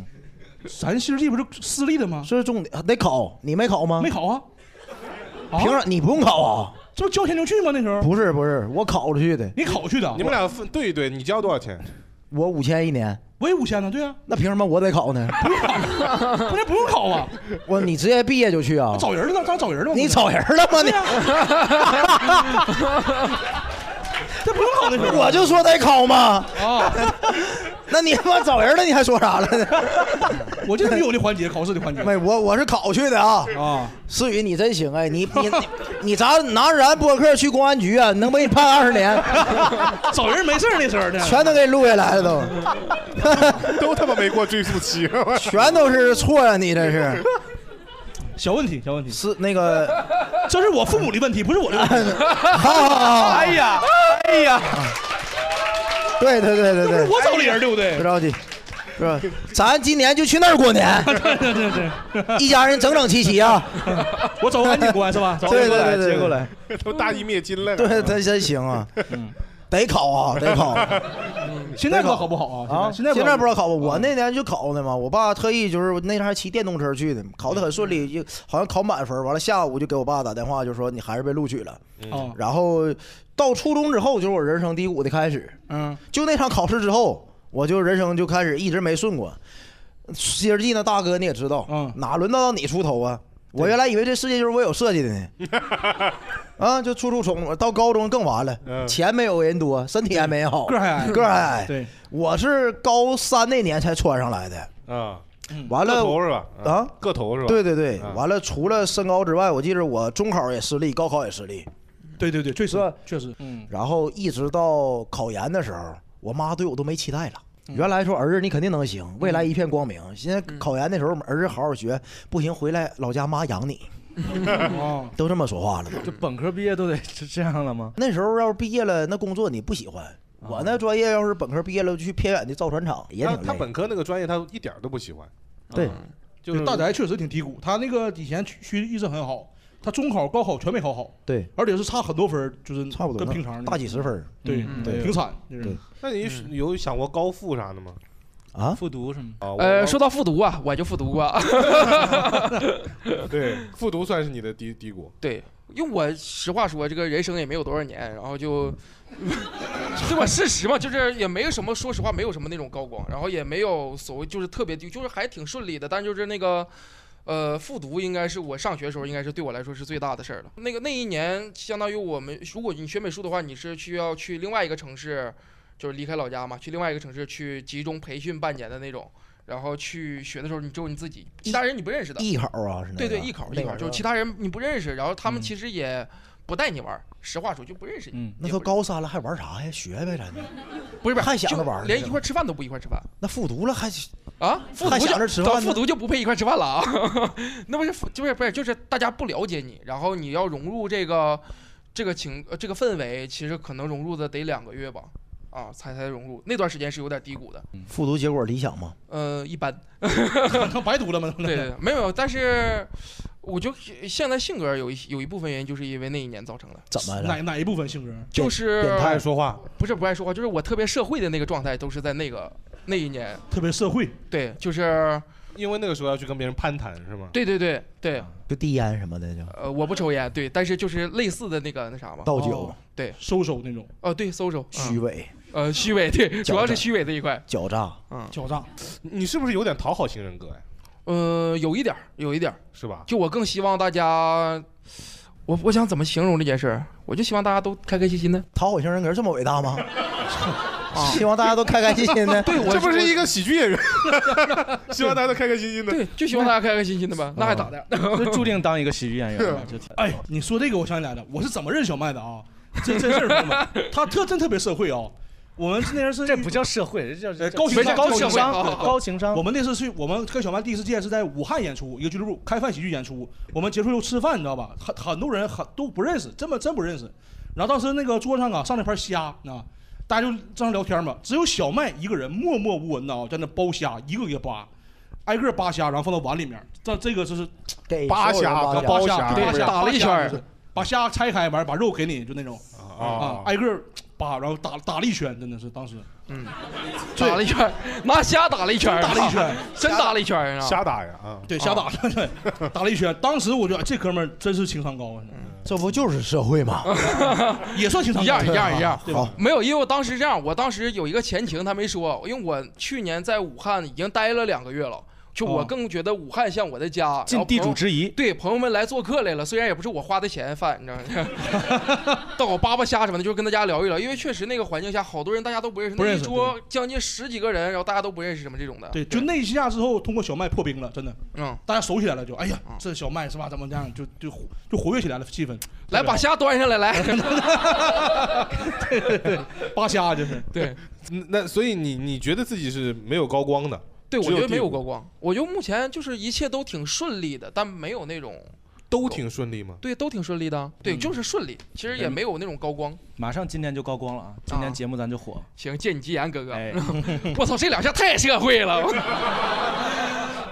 咱西直系不是私立的吗？是重点得考，你没考吗？没考啊？啊凭啥？你不用考啊？这不交钱就去吗？那时候不是不是，我考出去的，你考去的，你们俩分对一对，你交多 (laughs) 少钱？我五千一年，我也五千呢，对啊，那凭什么我得考呢？ (laughs) 不是不用考啊，我你直接毕业就去啊？找人呢，当找人呢吗？你找人了吗？对啊呀你，这不用考那时候 (laughs) 我就说得考嘛，啊， (laughs) 那你他妈找人了，你还说啥了呢？ (laughs) 我这没有那环节，考试的环节没，我我是考去的啊。哦嗯啊，思雨，你真行哎！你你你你咋拿咱播客去公安局啊？能被你判二十 (laughs) 年，找人没事儿那时候呢，全都给你录下来了都， (laughs) 都他妈没过追溯期。全都是错呀、你这是小问题，小问题，是那个， (laughs) 这是我父母的问题，不是我的问题， (laughs) 好好好好，哎呀，哎呀， (laughs) 对对对对不是对，我找的人，对不对不？着急，是吧？咱今年就去那儿 (laughs) 过年，对对对， (laughs) 一家人整整齐齐啊！ (laughs) 我找个安检官是吧？找对对对对，接过 (laughs) 来，都大义灭亲了。嗯对他真行啊，得考啊，得考 (laughs) 现在不知道好不好啊？啊！现在现在不知道道考吧？我那年就考呢嘛，我爸特意就是那天还骑电动车去的，考得很顺嗯利，就好像考满分。完了下午就给我爸打电话，就说你还是被录取了。啊，然后到初中之后，就是我人生低谷的开始。嗯，就那场考试之后，我就人生就开始一直没顺过。新世纪那大哥你也知道，嗯哪轮得到你出头啊？我原来以为这世界就是我有设计的 (laughs) 呢，啊，就处处冲。到高中更完了，嗯钱没有人多，身体还没好，个儿还矮个儿还矮。对，我是高三那年才穿上来的，啊，嗯完了个头是吧？啊，个头是吧？嗯对对对，完了除了身高之外，我记着我中考也失利，高考也失利。对对对，确实确实，嗯，然后一直到考研的时候，我妈对我都没期待了。嗯原来说儿子你肯定能行，未来一片光明。现在考研的时候，儿子好好学，不行回来老家妈养你，嗯哦，都这么说话了都。就本科毕业都得是这样了吗？那时候要是毕业了，那工作你不喜欢。啊我那专业要是本科毕业了，就去偏远的造船厂也他挺他累。本嗯科那个专业他一点儿都不喜欢，对，就是大宅确实挺低谷，他那个以前学习一直很好，他中考、高考全没考好，对，而且是差很多分儿，就是差不多跟平常大几十分儿对嗯，对对挺惨，对就是那你是有想过高复啥的吗？啊，复读什么？啊，呃，我说到复读啊，我就复读过。 (laughs) 对，复读算是你的低低谷。对，因为我实话说，这个人生也没有多少年，然后就， (laughs) 对吧？事实嘛，就是也没有什么，说实话，没有什么那种高光，然后也没有所谓就是特别低，就是还挺顺利的，但就是那个。呃，复读应该是我上学时候，应该是对我来说是最大的事儿了。那个那一年，相当于我们，如果你学美术的话，你是需要去另外一个城市，就是离开老家嘛，去另外一个城市去集中培训半年的那种。然后去学的时候，你只有你自己，其他人你不认识的。艺考啊是那个嗯对对，艺考那艺会考，儿就是其他人你不认识，然后他们其实也不带你玩儿，实话说就不认识嗯你。那都高三了还玩啥呀？学呗，咱不是不嗯是，还想就着玩儿呢连一块儿吃饭都不一块儿吃饭那复读了还啊？复还读想就着吃饭到呢复读就不配一块儿吃饭了啊？ (laughs) 那不是复就是不是就是大家不了解你，然后你要融入这个这个情呃这个氛围，其实可能融入的得两个月吧，啊才才融入。那段时间是有点低谷的，嗯复读结果理想吗？呃，一 (laughs) 般。白读了吗？对对，没有没有，但是我就现在性格有一有一部分原因就是因为那一年造成的。怎么哪哪一部分性格？就是不爱说话，不是不爱说话，就是我特别社会的那个状态，都是在那个那一年。特别社会，对，就是因为那个时候要去跟别人攀谈是吗？对对对对，就递烟什么的就呃，我不抽烟，对，但是就是类似的那个那啥嘛，倒酒哦，对，收手那种，哦对，搜搜 (laughs) 虚，伪、嗯呃，虚伪，对，矫主要是正虚伪这一块，狡诈。嗯，狡诈，你是不是有点讨好型人格呀？呃，有一点儿，有一点儿，是吧？就我更希望大家，我我想怎么形容这件事儿，我就希望大家都开开心心的， (laughs) 讨好型人格这么伟大 (laughs) 吗？啊希望大家都开开心心的。对我这不是一个，个喜剧演员， (laughs) 希望大家都开开心心的。对，就希望大家开开心心的啊呗，嗯那还 (laughs) 咋 (laughs) 的？就注定当一个喜剧演员了，就挺哎，你说这个我想起来了，我是怎么认小麦的啊？这真事儿，朋 (laughs) 友们，他特真特别社会啊。我们那人是呃这不叫社会，这叫这叫哦高情没商，高事这情社会商，好好对好高情商我。们那次去，我们跟小曼第一次见是在武汉演出，一个俱乐部开饭喜剧演出。我们结束以后吃饭，你知道吧？很很多人很都不认识，真的真不认识。然后当时那个桌上啊上了盘虾啊，大家就这样聊天嘛，只有小麦一个人默默无闻的啊，在那剥虾，一个一个扒，挨个扒虾，然后放到碗里面。这这个就是给扒所有人瞎扒子瞎包扒虾虾，对扒虾打了一圈儿，就是把虾拆开，完把肉给你，就那种啊啊，挨个扒，然后打打了一圈，真的是当时嗯打了一圈儿，拿虾打了一圈儿，打了一圈儿真打了一圈儿啊！瞎打呀啊！对瞎打的，打了一圈。当时我觉得哎这哥们儿真是情商高啊。嗯嗯这不就是社会吗？也算情商一高样一样一样。对好吧？没有，因为我当时这样，我当时有一个前情，他没说，因为我去年在武汉已经待了两个月了，就我哦更觉得武汉像我的家。然后尽地朋主友之谊，对朋友们来做客来了，虽然也不是我花的钱，饭你知道吗？但我扒扒虾什么的，就是跟大家聊一聊，因为确实那个环境下，好多人大家都不认识，不认识那一桌将近十几个人，然后大家都不认识什么这种的。 (laughs) 对，就那一下之后，通过小麦破冰了，真的，嗯，大家熟起来了，就哎呀，嗯这小麦是吧？怎么这样，就就活就活跃起来了气氛。来把虾端上来，来， (laughs) 扒虾就是，对。嗯那所以你你觉得自己是没有高光的，对，我只有觉得没第有五高光， (laughs) 我就目前就是一切都挺顺利的，但没有那种都挺顺利吗？对都挺顺利的，嗯对，就是顺利，其实也没有那种高光。马上今天就高光了啊！今啊天节目咱就火，行，借你吉言，哥哥，哎，我操，这两下太社会了， (laughs)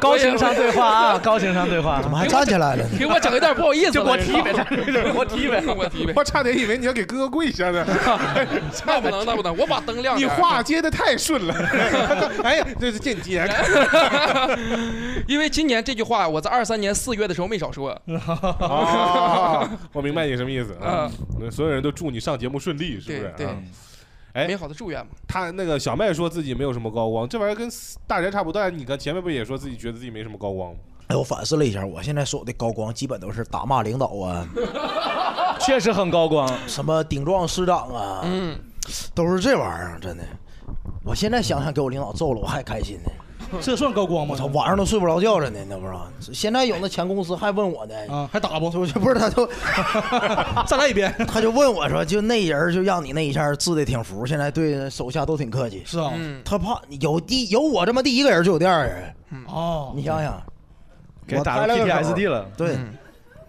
高情商对话啊，高情商对话怎。么 (laughs) 还站起来了呢？ (laughs) 给我整 (laughs) 有点不好意思了。就给我踢呗呗，给我踢呗， (laughs) 我踢呗， (laughs) 我差点以为你要给哥哥跪下呢， (laughs) 那不能，那不能，我把灯亮你点儿。话接的太顺了。 (laughs) 哎呀，这是间接。因为今年这句话我在二三年四月的时候没 (laughs) 少说，啊，我明白你什么意思啊啊。那所有人都祝你上节目顺利，是不对是？对啊，哎美好的祝愿嘛。他那个小麦说自己没有什么高光，这玩意儿跟大宅差不多。但你看前面不也说自己觉得自己没什么高光吗？哎，我反思了一下，我现在所有的高光基本都是打骂领导啊，确实很高光。什么顶撞师长啊，嗯，都是这玩意儿，真的。我现在想想，给我领导揍了，我还开心呢。这算高光吗？我操，晚上都睡不着觉着呢，那 (laughs) 不是？现在有那前公司还问我呢，啊，还打不？不是不是，他就 (laughs) 再来一遍，他就问我说，就那人就让你那一下治的挺服，现在对手下都挺客气。是啊，他怕有第有我这么第一个人，就有第二个人，哦，嗯你想想，给我打开了了个 PTSD 头了。对，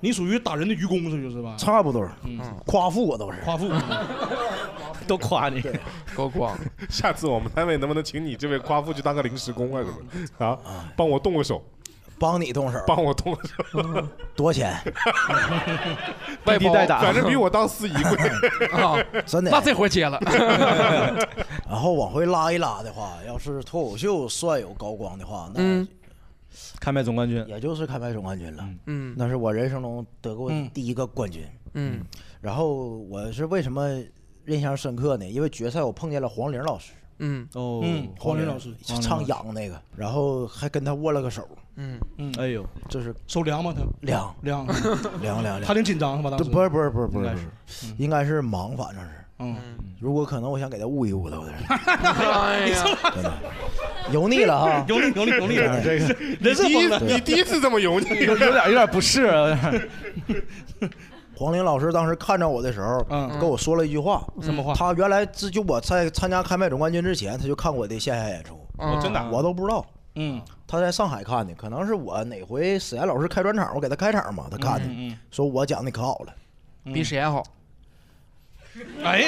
你属于打人的愚公， (laughs) 这就是吧？差不多，嗯夸父我都是。夸父，都夸你，高光， (laughs) 下次我们单位能不能请你这位夸父去当个临时工 (laughs) 啊什么的啊？帮我动个手，帮你动手，帮我动个手，多 (laughs) 钱？外地包带打反正比我当司仪 (laughs) 贵。啊，真的那。这活接了， (laughs) 然后往回拉一拉的话，要是脱口秀算有高光的话，那嗯开麦总冠军，也就是开麦总冠军了。嗯那是我人生中得过嗯第一个冠军。嗯然后我是为什么印象深刻呢？因为决赛我碰见了黄龄老师，嗯哦，嗯，黄龄老师，黄龄唱老《师痒》那个，然后还跟他握了个手，嗯，嗯，哎呦，就是手凉吗？他 (laughs) 凉凉，凉凉凉。他挺紧张是吧？当对，时不是不是不是不应是该不是，应该是忙，反正是。嗯，如果可能，我想给他捂一捂他，我这哎呀，是油腻了哈。有理有理有理， (laughs) 这个人设第崩一了，你第一次这么油腻，有有点有点不适啊， (laughs) 黄龄老师当时看着我的时候，嗯跟我说了一句话，什么话他原来自就我在参加开麦总冠军之前，他就看我的线下演出，啊真的啊我都不知道。嗯他在上海看的，可能是我哪回史岩老师开专场，我给他开场嘛，他看的，嗯说我讲的可好了。比史岩好，嗯，哎，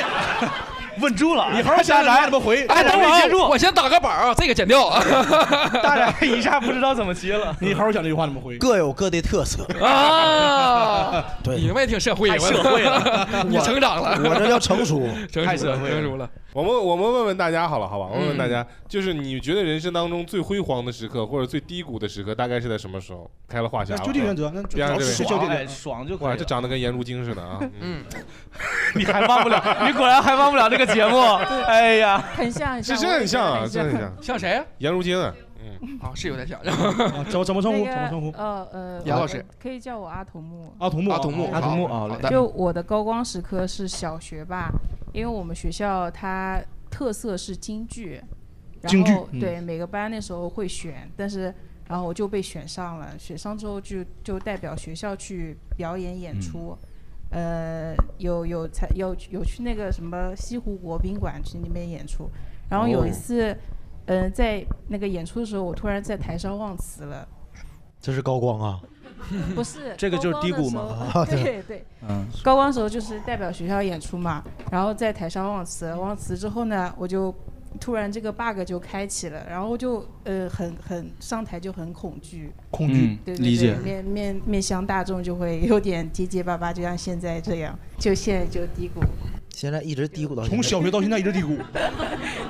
问住了，你好好想想怎么回？哎，等没会接住儿我先打个板儿啊，这个剪掉啊， (laughs) (laughs) 大家一下不知道怎么接了，你好好想这句话怎么回？各有各的特 (laughs) 色， (laughs) 啊，对你们也挺社会，太社会了， (laughs) 你成长了，我这叫成熟。成太熟了社，会了成熟了，我们我们问问大家好了，好吧？我问问大家，就是你觉得人生当中最辉煌的时刻或者最低谷的时刻，大概是在什么时候？开了话匣那子，就地原则，那就别让老这位实就爽地哎原则。爽就可哇，以这了，长得跟颜如晶似的啊！嗯，嗯，你还忘不了， (laughs) 你果然还忘不了这个节目，哎呀，很像，很是像，真的很像我啊，也真觉得的很很像。像像谁啊？颜如晶啊。嗯，啊，是有点 (laughs) 像，啊怎么怎么称呼？怎么那称呼个？呃呃，杨我老师可以叫我阿童木。阿童木，阿童木，阿童木好啊好的，就我的高光时刻是小学吧，因为我们学校它特色是京剧，京然剧后嗯对每个班那时候会选，但是然后我就被选上了，选上之后就就代表学校去表演演出。呃，有有才有有去那个什么西湖国宾馆去那边演出，然后有一哦次，嗯、在那个演出的时候，我突然在台上忘词了，这是高光啊！不是，这个就是高低光谷的时嘛啊候对对，嗯，高光时候就是代表学校演出嘛，然后在台上忘词，忘词之后呢，我就突然这个 bug 就开启了，然后就呃很很上台就很恐惧，恐惧，对对对，嗯理解，面面面向大众就会有点结结巴巴，就像现在这样，就现在就低谷，现在一直嘀咕到现在从小学到现在一直低谷。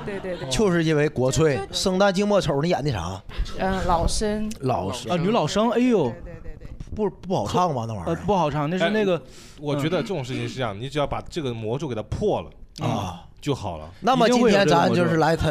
对对对，就是因为国粹生旦净末丑，你演的啥？嗯、老生，老实啊，女老生，哎呦对，对对对，不不好唱吗？那玩意呃，儿不好唱，那是那个哎我觉得这种事情是这样，你只要把这个魔咒给它破了啊。就好了。那么一定今会有天这种咱魔就是咒来他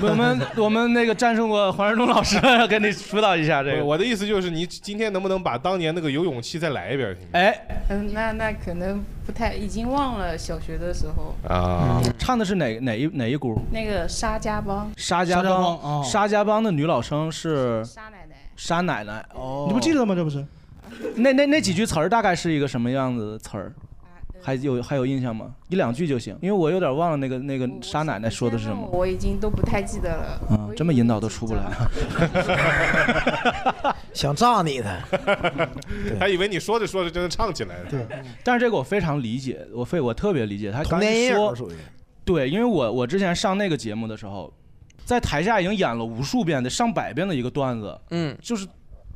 我 (laughs) 们我们那个战胜过黄仁忠老师， (laughs) 给你辅导一下这个，我的意思就是，你今天能不能把当年那个有勇气再来一遍？行吗哎，嗯，那那可能不太，已经忘了小学的时候啊，唱的是哪哪一哪一股？那个沙家浜，沙家沙家浜浜，哦沙家浜的女老生是沙奶奶。沙奶奶哦，你不记得吗？这不是那那那几句词儿大概是一个什么样子的词儿？啊呃还有还有印象吗？一两句就行，因为我有点忘了那个那个我沙奶奶说的是什么。我已经都不太记得 (laughs) 了。嗯我，已这么经引导都出不来啊了。 (laughs) 想炸你的，还以为你说着说着真的唱起来了。对，但是这个我非常理解，我非我特别理解。他童刚年一阴说影，属于。对，因为我我之前上那个节目的时候，在台下已经演了无数遍的、上百遍的一个段子，嗯就是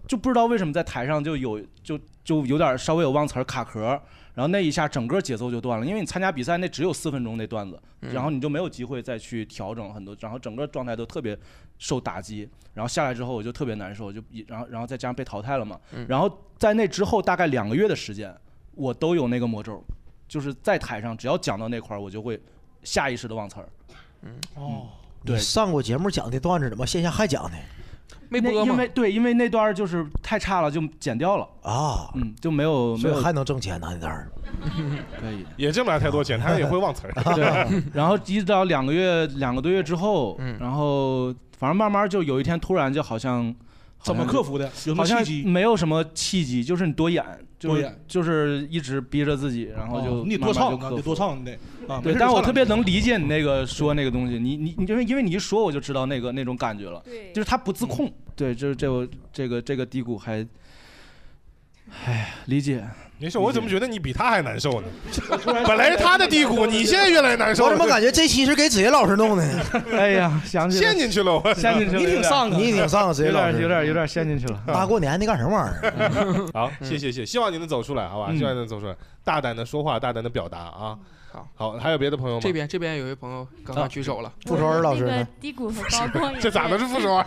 就不知道为什么在台上就有就就有点稍微有忘词儿卡壳儿，然后那一下整个节奏就断了，因为你参加比赛那只有四分钟那段子，然后你就没有机会再去调整很多，然后整个状态都特别受打击，然后下来之后我就特别难受，就一然后然后再加上被淘汰了嘛，嗯然后在那之后大概两个月的时间，我都有那个魔咒，就是在台上只要讲到那块儿，我就会下意识的忘词儿。嗯嗯哦，对你上过节目讲的段子，怎么线下还讲呢？没那播因吗为？对，因为那段儿就是太差了，就剪掉了，啊，嗯，就没有没所有以还能挣钱呢，那当然。可以。啊也挣不了太 (laughs) 多钱，他也会忘词儿。对，然后一直到两个月、两个多月之后，然后反正慢慢就有一天突然就好像怎么克服的有什么好像契机没有什么契机，就是你多演，就多是演就是一直逼着自己，然后就 (laughs) 哦你得多慢慢唱就啊，克服得多唱，你得啊。对，但是我特别能理解你那个说那个东西，你你你就是因为你一说我就知道那个那种感觉了，对就是他不自嗯控，对，就是这我这个这个低谷还，哎，理解。没事，我怎么觉得你比他还难受呢？然本来是 (laughs) 他的低谷，你现在越来越难受了。我怎么感觉这期是给子怡老师弄的？ (laughs) 哎呀，想陷进去了， (laughs) 我陷进去了，有点你挺上啊，子怡有老点师，有点有点陷进去了。大过年的干什么玩 (laughs) 意儿？好，谢谢谢，希望你能走出来，好吧？嗯希望你能走出来，大胆的说话，大胆的表达啊。嗯好，好，还有别的朋友吗？这边这边有一位朋友刚啊刚举手了，傅首尔老师那个呢？低谷和高 (laughs) 光也这咋能是副手啊？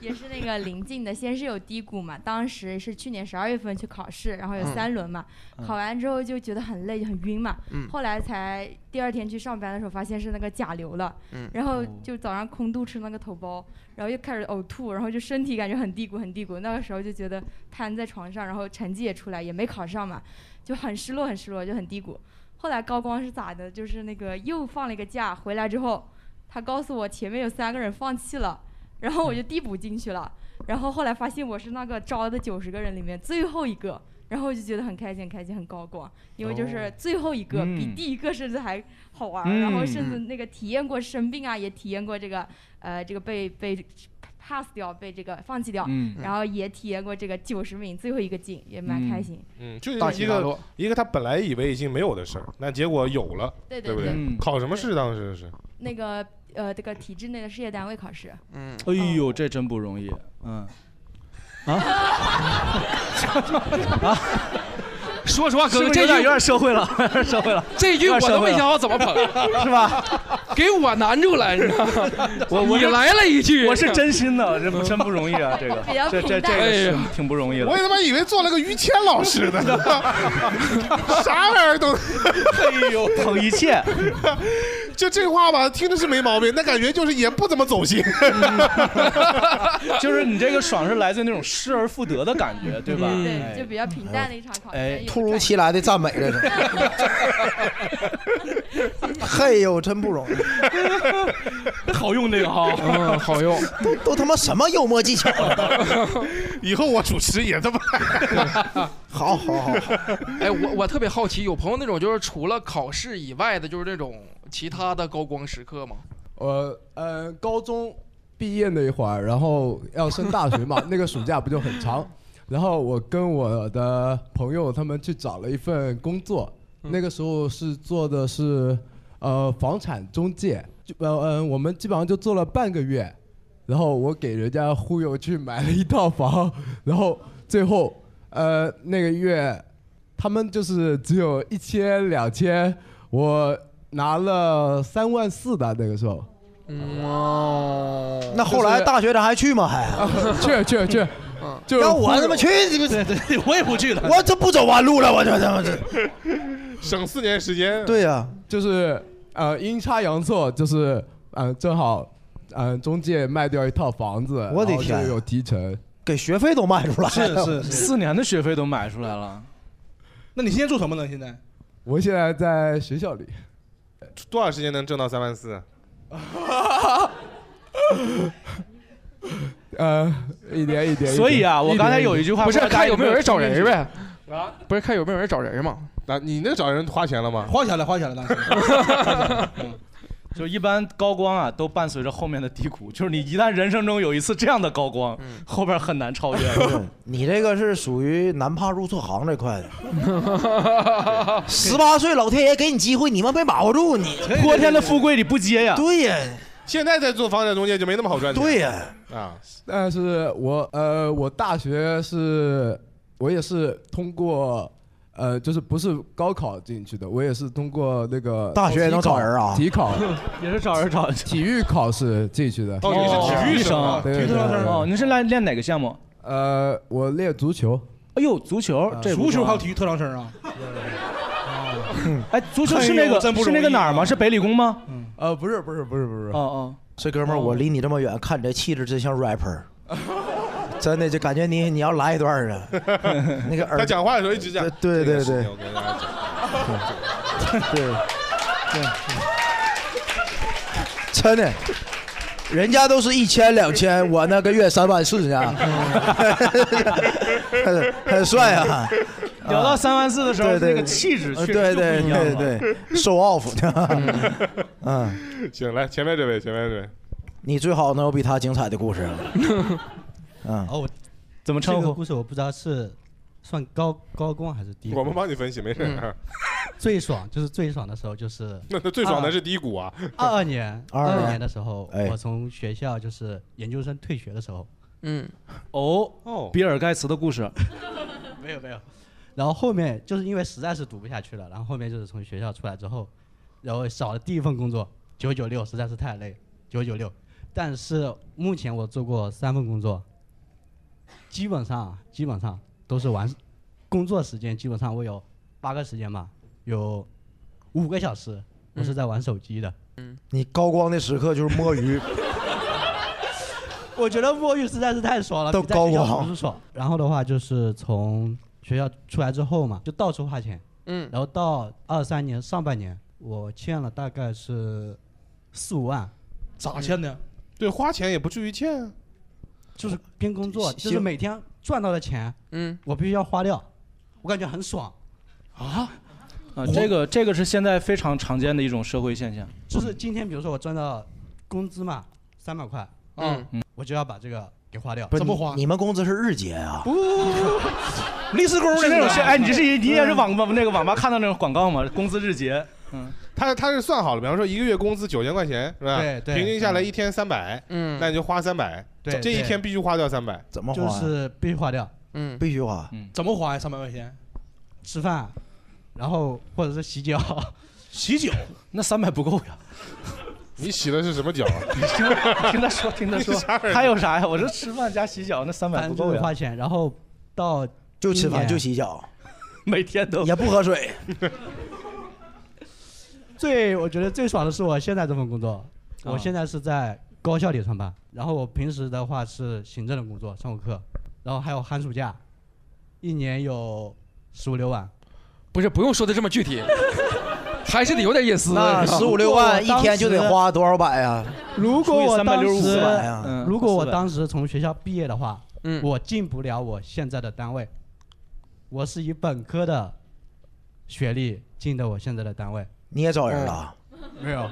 也是那个临近的，先是有低谷嘛，当时是去年十二月份去考试，然后有三轮嘛，嗯考完之后就觉得很累，就很晕嘛，嗯后来才第二天去上班的时候发现是那个甲流了，嗯然哦后就早上空肚吃那个头孢，然后又开始呕吐，然后就身体感觉很低谷很低谷，那个时候就觉得瘫在床上，然后成绩也出来也没考上嘛，就很失落很失落就很低谷。后来高光是咋的？就是那个又放了一个假，回来之后，他告诉我前面有三个人放弃了，然后我就递补进去了。然后后来发现我是那个招的九十个人里面最后一个，然后我就觉得很开心，很开心，很高光，因为就是最后一个、嗯比第一个甚至还好玩儿，嗯然后甚至那个体验过生病啊，也体验过这个呃这个被被 pass 掉，被这个放弃掉，嗯然后也体验过这个九十名最后一个进，也蛮开心。嗯，就是大一起大个落。一个他本来以为已经没有的事儿，那结果有了，对对对不对嗯？考什么试当时是？那个呃这个体制内的事业单位考试，嗯，哎呦，这真不容易，嗯。说实话，哥哥，这有点有句点社会了，有点社会了，这句我都没想好怎么捧， (laughs) 是 (laughs) 吧？ (laughs) 给我难住了，你知道吗？ (laughs) 我我你是来了一句，我是真心的，这真不容易啊，这个比较这这平淡这个哎是呀挺不容易的我。他妈以为做了个于谦老 (laughs) 师呢，啥玩意儿都，哎 (laughs) 呦，捧一切，就这话吧，听着是没毛病，但感觉就是也不怎 (laughs) 么走心。就是你这个爽是来自那种失而复得的感觉，对吧？嗯对，哎就比较平淡的一场考试。哎但是有突如其来的赞美这是。 (laughs) 嘿呦，真 (laughs) 不容易，好用这个哈，嗯，(laughs) 好用，都都他妈什么幽默技巧啊？ (laughs) 以后我主持也这么，好好好，好 (laughs) 哎，我我特别好奇，有朋友那种就是除了考试以外的，就是那种其他的高光时刻吗？我呃，高中毕业那会儿，然后要升大学嘛， (laughs) 那个暑假不就很长？然后我跟我的朋友他们去找了一份工作，那个时候是做的是呃房产中介，就呃呃，我们基本上就做了半个月，然后我给人家忽悠去买了一套房， (laughs) 然后最后呃那个月他们就是只有一千两千，我拿了三万四的那个时候。嗯哦，那后来大学咱还去吗？还啊去去去， (laughs) 就让我他妈去，你们对对，我也不去了。我这不走弯路了，我这他妈这。省四年时间。对呀、就是呃阴差阳错，就是嗯、呃正好嗯、呃中介卖掉一套房子，我的然后就天啊有提成，给学费都卖出来了。 (laughs) 是是，四年的学费都买出来了，那你现在做什么呢？现 (laughs) 在我现在在学校里，多少时间能挣到三万四？嗯呃 (laughs) 一年一年，所以啊，一年我刚才有一句话，不是知道大家看有没有人找人听进去，呗？啊，不是看有没有人找人嘛？那啊你那找人花钱了吗？花钱了，花钱了，当时。就一般高光啊，都伴随着后面的低谷，就是你一旦人生中有一次这样的高光，后边很难超越了。你这个是属于男怕入错行 (laughs) 这块的。十八岁老天爷给你机会，你们没把握住你。泼天的富贵你不接呀？对呀、现在在做房产中介就没那么好赚钱。对呀、啊，但是我呃，我大学是，我也是通过，呃，就是不是高考进去的，我也是通过那个大学也能找人啊体考、 (laughs) 也是找人找人。体育考呃试进去的。哦，你是体育生哦啊？对对对对对哦，你是来练哪个项目？呃，我练足球，啊哎呦，足球，这足球还有体育？育特长生啊？哎，足球是那哎呦真个不是容易那个哪儿吗？是北理工吗？啊呃，不是不是不是不是，哦哦，这哥们儿，我离你这么远，看你这气质真像 rapper，真的就感觉你你要来一段儿 (laughs) 啊，那个他耳讲话的时候一直讲。对对对这个事情对我跟大家讲 (laughs) 对，真的，人家都是一千两千，我那个月三万四呢， (laughs) 很很 (laughs) 帅啊！聊到三万四的时候对对那个气质确实对对就不一样对了对对，show off，嗯， (laughs) 行，来前面这位，前面这位，你最好能有比他精彩的故 (laughs) 事。啊嗯，哦，我怎么这称个呼故事我不知道是算高高光还是低谷。我们帮你分析，没事啊。 (laughs) 最爽就是最爽的时候就是 (laughs) 那那最爽的是低谷啊。二二年， 22二年年的时候哎，我从学校就是研究生退学的时候，嗯，哦哦， (laughs) 比尔盖茨的故事，没有 (laughs) 没有，然后后面就是因为实在是读不下去了，然后后面就是从学校出来之后，然后找了第一份工作九九六，实在是太累，九九六。但是目前我做过三份工作，基本上啊基本上都是完工作时间，基本上我有八个时间吧，有五个小时我是在玩手机的。嗯你高光的时刻就是摸鱼，我觉得摸鱼实在是太爽了，都比在学校高光读书爽。然后的话就是从学校出来之后嘛，就到处花钱。嗯然后到二三年上半年，我欠了大概是四五万。嗯咋欠的？对，花钱也不至于欠啊。就是边工作，行就是每天赚到的钱，嗯，我必须要花掉，我感觉很爽。啊，啊，这个这个是现在非常常见的一种社会现象。就是今天比如说我赚到工资嘛，三百块，嗯，我就要把这个给花掉。不是你你 (laughs) 们工资是日结啊？历史工的那种是是，吧哎，你这是你也是网吧那个网吧看到那种广告吗？工资日结，嗯，他他是算好了，比方说一个月工资九千块钱是吧？对对平均下来一天三百，嗯那你就花三百，对这一对天必须花掉三百，怎么啊就是必须花掉，嗯，必须花。怎么花呀？三百块钱？吃饭，然后或者是洗脚，喜酒？那三百不够 (laughs) 呀。你洗的是什么脚啊？听他说，听他说你啥 (laughs) 人，还有啥呀？我这吃饭加洗脚，那三百反不正够就是花呀。钱，然后到就吃今饭年就洗脚，每天都也不喝水。 (laughs) 最我觉得最爽的是我现在这份工作，啊我现在是在高校里上班，然后我平时的话是行政的工作，上过课，然后还有寒暑假，一年有十五六万。 (laughs) 不是不用说的这么具体，还是得有点隐私。那是吧十五六万一天就得花啊多少百呀？如果我除当以时365万啊嗯如果我400当时从学校毕业的话，嗯我进不了我现在的单位，我是以本科的学历进的我现在的单位，你也找人了没有，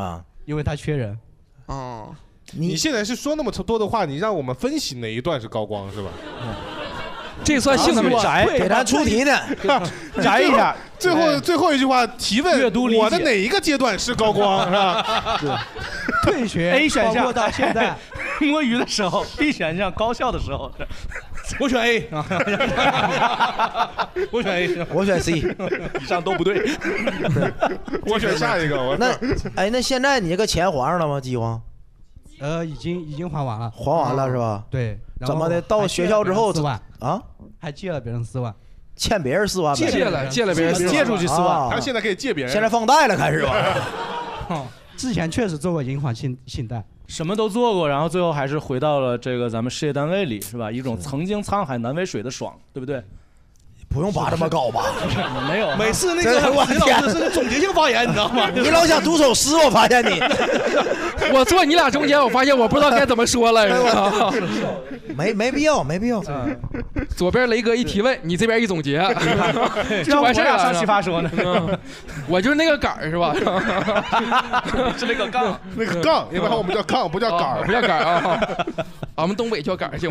啊？因为他缺人。哦，你现在是说那么多的话，你让我们分析哪一段是高光是吧？这算性格宅给咱出题呢？ (laughs) 宅一下，最后最后一句话提问，阅读理解我的哪一个阶段是高光 (laughs) 是吧？ (laughs) 退学 A 选包项括到现在， (laughs) 摸鱼的时候，B 选项高效的时候，我选 A 啊， (laughs) 我选 A。 (laughs) 我 (laughs) 选 C。以上都不对。我选下一个，我那哎，那现在你这个钱还上了吗？饥荒呃，已经已经还完了。还完了是吧？对，然后怎么的？到还学校之后借了别人四万，啊，还借了别人四万，欠别人四万呗借了借了别人私借出去四万，啊他现在可以借 (laughs) 别人，现在放贷了开始吧？ (laughs) 之前确实做过银行信信贷， (laughs) 什么都做过，然后最后还是回到了这个咱们事业单位里，是吧？一种曾经沧海难为水的爽，对不对？不用拔这么高吧？没有，每次那个真 (laughs) 的我李老师是总结性发 (laughs) 言，你知道吗？你老想读首诗，我发现你 (laughs) 我坐你俩中间，我发现我不知道该怎么说了，你知道吗？啊 (laughs) 没没必要，没必要。 (laughs) 嗯左边雷哥一提问，你这边一总结， (laughs) 就让我完事儿俩了上是奇吧。葩说呢，嗯，我就是那个杆儿是吧？是那个 (laughs) 杠。那个 (laughs) 杠，一般我们叫杠，不叫杆嗯哦儿不。叫杆儿啊， (laughs) 啊我们东北叫杆儿行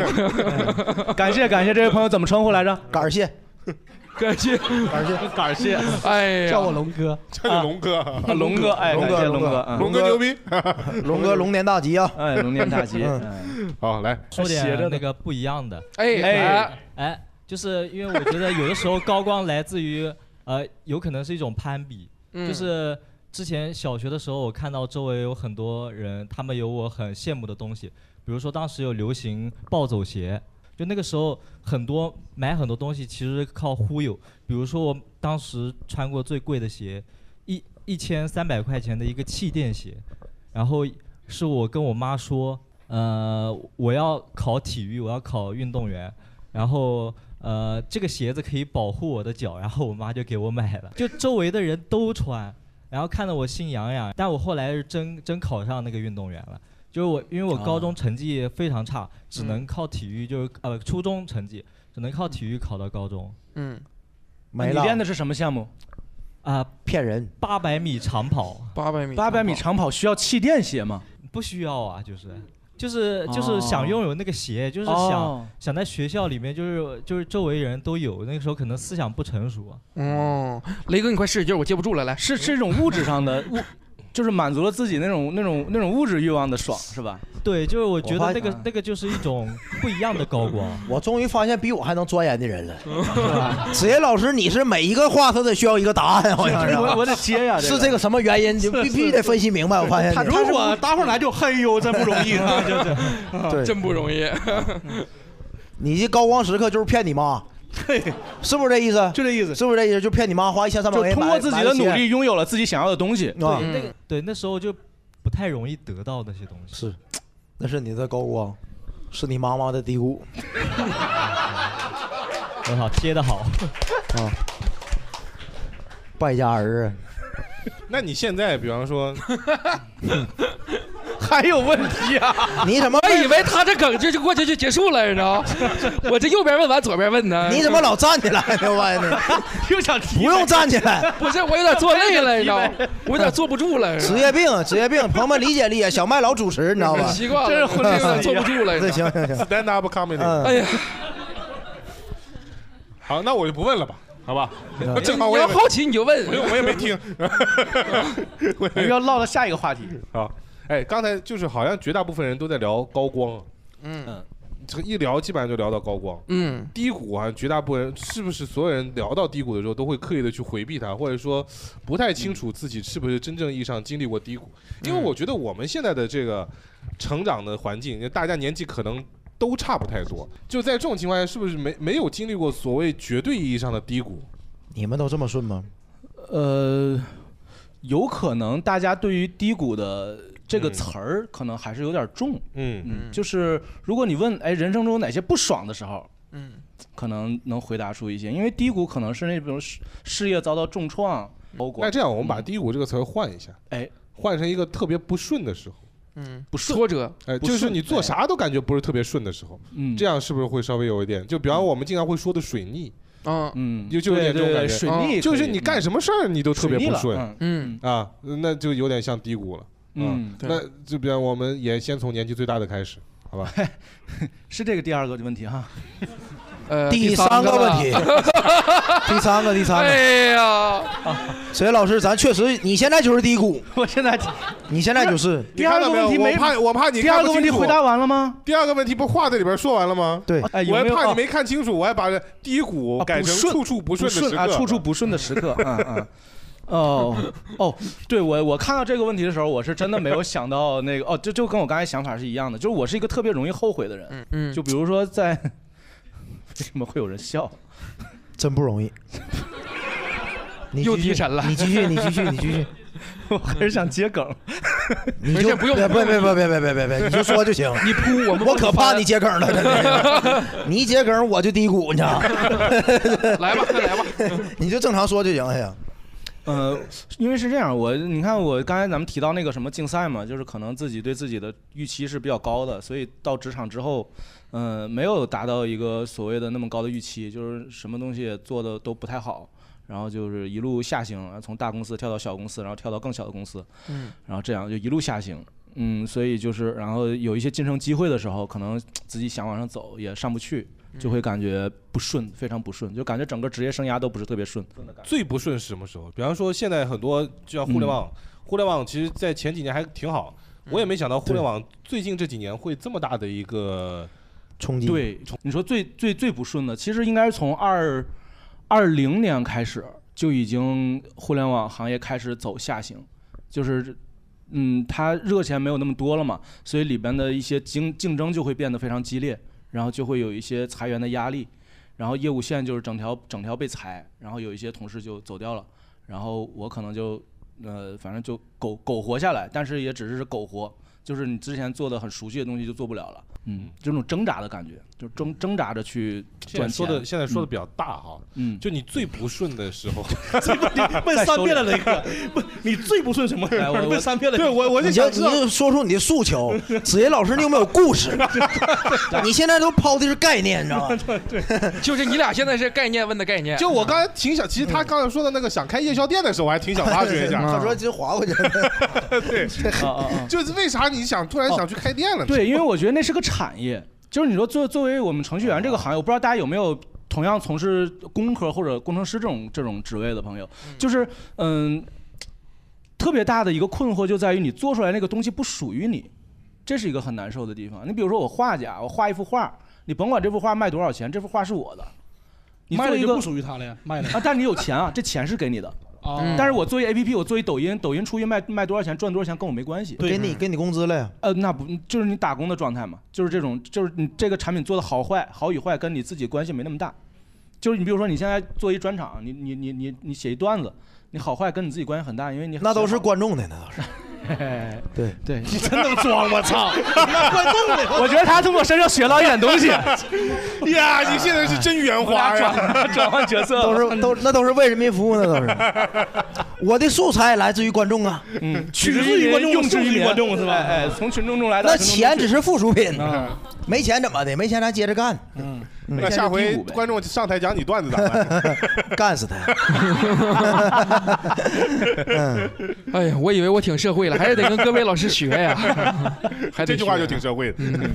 (laughs) 吗？感谢感谢这位朋友怎么称呼来着？感谢 (laughs) 感谢，感谢，感 (laughs) 谢哎呀，叫我龙哥。叫你龙哥，啊龙哥，哎，龙感哥谢龙龙哥哥，嗯龙哥牛逼。 (laughs) 龙哥龙年大吉啊！哎，龙年大吉。嗯好，来，说斜着点的那个不一样的。哎哎哎，呃就是因为我觉得有的时候高光来自于呃，有可能是一种攀比，嗯就是之前小学的时候，我看到周围有很多人，他们有我很羡慕的东西，比如说当时有流行暴走鞋。就那个时候，很多买很多东西其实靠忽悠。比如说，我当时穿过最贵的鞋，一一千三百块钱的一个气垫鞋，然后是我跟我妈说，呃，我要考体育，我要考运动员，然后呃，这个鞋子可以保护我的脚，然后我妈就给我买了，就周围的人都穿，然后看得我心痒痒，但我后来是真真考上那个运动员了。就是我，因为我哦高中成绩非常差，只嗯能靠体育，就是呃初中成绩只能靠体育考到高中。嗯，那没了你练的是什么项目？啊，骗人！八百米长跑。八百米八百米长跑需要气垫鞋吗？不需要啊，就是。就是就是哦想拥有那个鞋，就是想、哦想在学校里面，就是就是周围人都有，那个时候可能思想不成熟啊。哦，雷哥，你快试一句，我接不住了，来。是是一种物质上 (laughs) 的物，就是满足了自己那种那种那种物质欲望的爽，是吧？对，就是我觉我发得那个那个就是一种不一样的高 (laughs) 光。我终于发现比我还能钻研的人了。 (laughs) 子妍老师，你是每一个话他都需要一个答案，啊好像是。我我得接呀这个是这个什么原因？你必必须得分析明白。我发现你如果大伙儿来就嘿呦，真不容易 (laughs) 啊，就是对 (laughs) 真不容易。你这高光时刻就是骗你妈，对，是不是这意思？就这意思，是不是这意思？就骗你妈花一千三百就块钱通过买自己的努力，买拥有了自己想要的东西。啊对，那个对那时候就不太容易得到那些东西。是，那是你的高光，是你妈妈的低谷。我操，接的好啊！败家儿啊！那你现在，比方说， (laughs) 还有问题啊？ (laughs) 你怎么？我以为他这梗就就过去就结束了，你 (laughs) 知道？我这右边问完，左边问呢。你怎么老站起来呢？ (laughs) 我呢？又想不用站起来，不是，我有点坐累了，(laughs) 你知道吗？我有点坐不住 (laughs) 了。职业病，职业病，朋友们理解理解。小麦老主持，你知道吧？习惯了真是婚礼有 (laughs) 点坐不住了对，哎行行行，stand up comedy。哎呀，好，那我就不问了吧，好吧嗯？ (laughs) 正好我也你要好奇你就问我也我也没听，我们要唠到下一个话题好，哎，刚才就是好像绝大部分人都在聊高光啊，嗯这个一聊基本上就聊到高光，嗯，低谷啊，绝大部分人是不是所有人聊到低谷的时候都会刻意的去回避它，或者说不太清楚自己是不是真正意义上经历过低谷？因为我觉得我们现在的这个成长的环境，大家年纪可能。都差不太多，就在这种情况下，是不是没没有经历过所谓绝对意义上的低谷？你们都这么顺吗？呃，有可能大家对于低谷的这嗯个词儿可能还是有点重。嗯嗯，就是如果你问，哎，人生中有哪些不爽的时候，嗯，可能能回答出一些，因为低谷可能是那种事事业遭到重创。嗯包括嗯那这样，我们把低谷这个词儿换一下，哎，换成一个特别不顺的时候，嗯，不顺挫折，哎，不就顺是你做啥都感觉不是特别顺的时候，嗯，这样是不是会稍微有一点？就比方我们经常会说的水逆， (laughs) 嗯嗯就就有点这种对感觉，对对水逆可以嗯就是你干什么事儿你都特别不水逆顺了，嗯啊，那就有点像低谷了，嗯啊对那就比方我们也先从年纪最大的开始，(laughs) 好吧？是这个第二个问题哈。呃第三个问题，第三个，第三个。哎呀， (laughs) 所以老师，咱确实，你现在就是低谷， (laughs) 我现在， (laughs) 你现在就是你看到没有我怕我怕你第看二不个问题清楚 (laughs) 回答完了吗？第二个问题不话在里边说完了吗？对哎有我还没有怕啊你没看清楚，我还把低谷啊改成不顺处处不顺的时刻啊，处处不顺的时 (laughs) 刻，嗯嗯。哦哦，对我我看到这个问题的时候，我是真的没有想到那个哦，就就跟我刚才想法是一样的，就是我是一个特别容易后悔的人，嗯就比如说在 (laughs) 为什么会有人笑？真不 (laughs) 容易。你又继续提神了你继续，你继续，你继续， (laughs) 我还是想接梗，你就不用别不别用别别别别别别哎别，(laughs) 你就说 (laughs) 就行。你扑我们，我可怕你接梗了，真的。你一接梗我就低谷，你知 (laughs) 道吗？来吧，快来吧。你就正常说就行。哎呀，呃，因为是这样，我你看我刚才咱们提到那个什么竞赛嘛，就是可能自己对自己的预期是比较高的，所以到职场之后，呃，没有达到一个所谓的那么高的预期，就是什么东西也做的都不太好，然后就是一路下行，然后从大公司跳到小公司，然后跳到更小的公司，嗯然后这样就一路下行。嗯，所以就是，然后有一些晋升机会的时候，可能自己想往上走也上不去，就会感觉不顺，非常不顺，就感觉整个职业生涯都不是特别顺。最不顺是什么时候？比方说现在很多就像互联网，互联网其实在前几年还挺好，我也嗯没想到互联网最近这几年会这么大的一个冲击。对，你说最最最不顺的，其实应该是从二二零年开始就已经互联网行业开始走下行，就是嗯，它热钱没有那么多了嘛，所以里边的一些竞竞争就会变得非常激烈，然后就会有一些裁员的压力，然后业务线就是整条整条被裁，然后有一些同事就走掉了，然后我可能就呃，反正就苟苟活下来，但是也只是苟活，就是你之前做的很熟悉的东西就做不了了，嗯，这种挣扎的感觉，就挣挣扎着去现赚在钱。说的现在说的比较。较大哈，嗯，就你最不顺的时候，问三遍了， (laughs) 雷哥，不，你最不顺什么？ (laughs) 问三遍了。你就你就说出你的诉求，子怡老师，你有没有故 (laughs) 事？你现在都抛的是概念，你知道吗？ (laughs) 就是你俩现在是概念问的概 (laughs) 念。就我刚才挺想，其实他刚才说的那个想开夜宵店的时候，我还挺想挖掘一下。他说直接划过去。 (laughs) (laughs) 对，就是为啥你想突然想去开店了呢？对，因为我觉得那是个产业，就是你说作作为我们程序员这个行业，我不知道大家有没有同样从事工科或者工程师这种这种职位的朋友，就是嗯，特别大的一个困惑就在于你做出来那个东西不属于你，这是一个很难受的地方。你比如说我画家，我画一幅画，你甭管这幅画卖多少钱，这幅画是我的，你卖做了一就个不属于他了呀，卖了啊，但你有钱啊，这钱是给你的。啊嗯但是我做一 A P P，我做一抖音，抖音出去卖卖多少钱，赚多少钱跟我没关系。给你给你工资了呀？呃，那不就是你打工的状态嘛？就是这种，就是你这个产品做的好坏、好与坏，跟你自己关系没那么大。就是你比如说，你现在做一专场，你你你你你写一段子，你好坏跟你自己关系很大，因为你那都是观众的，那都 (laughs) 是。对对，你真能装我操那观众的我觉得他从我身上学到一点东西。哎呀，你现在是真圆滑呀！转换角色都是都那都是为人民服务，那都 (laughs) 是。我的素材来自于观众啊，嗯 (laughs) 取之于观众用之用之于民观众是吧哎，哎从群众中来的。那钱只是附属品啊嗯，没钱怎么的？没钱咱接着干，嗯，那下回观众上台讲你段子咋办？ (laughs) 干死他！ (laughs) 哎呀，我以为我挺社会了，还是得跟各位老师学呀。 (laughs) 还得这句话学就挺社会的，嗯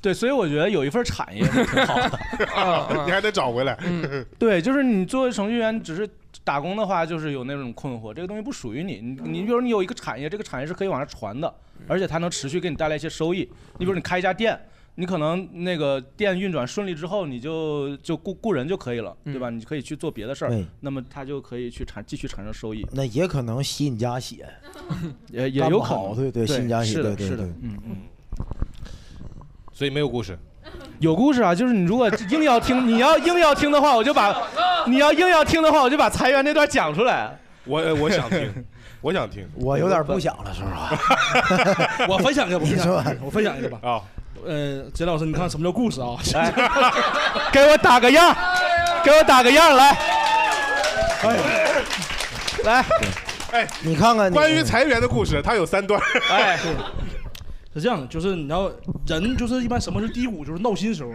对，所以我觉得有一份产业是挺好的。 (laughs) 你还得找回来。嗯对，就是你作为程序员，只是打工的话，就是有那种困惑，这个东西不属于你。你你比如你有一个产业，这个产业是可以往上传的，而且它能持续给你带来一些收益。你比如你开一家店，你可能那个店运转顺利之后，你就就雇雇人就可以了，对吧？你可以去做别的事儿对，那么它就可以去产继续产生收益。那也可能吸你家 (laughs) 血，也也干不有可好能对对，对吸你家血，是的对对是的对嗯嗯。所以没有故事。有故事啊，就是你如果硬要听，你要硬要听的话，我就把你要硬要听的话，我就把裁员那段讲出来。我呃我想听，我想听。我有点不想了，是吧？ (laughs) 我分享一个吧，我分享一你个，我分享一个吧。啊，呃，简老师，你看什么叫故事啊？哎 (laughs) 给我打个样，给我打个样来。哎来，哎，你看看关于裁员的故事，它有三段。 (laughs) 哎，是这样的，就是你知道，人就是一般什么是低谷，就是闹心时候，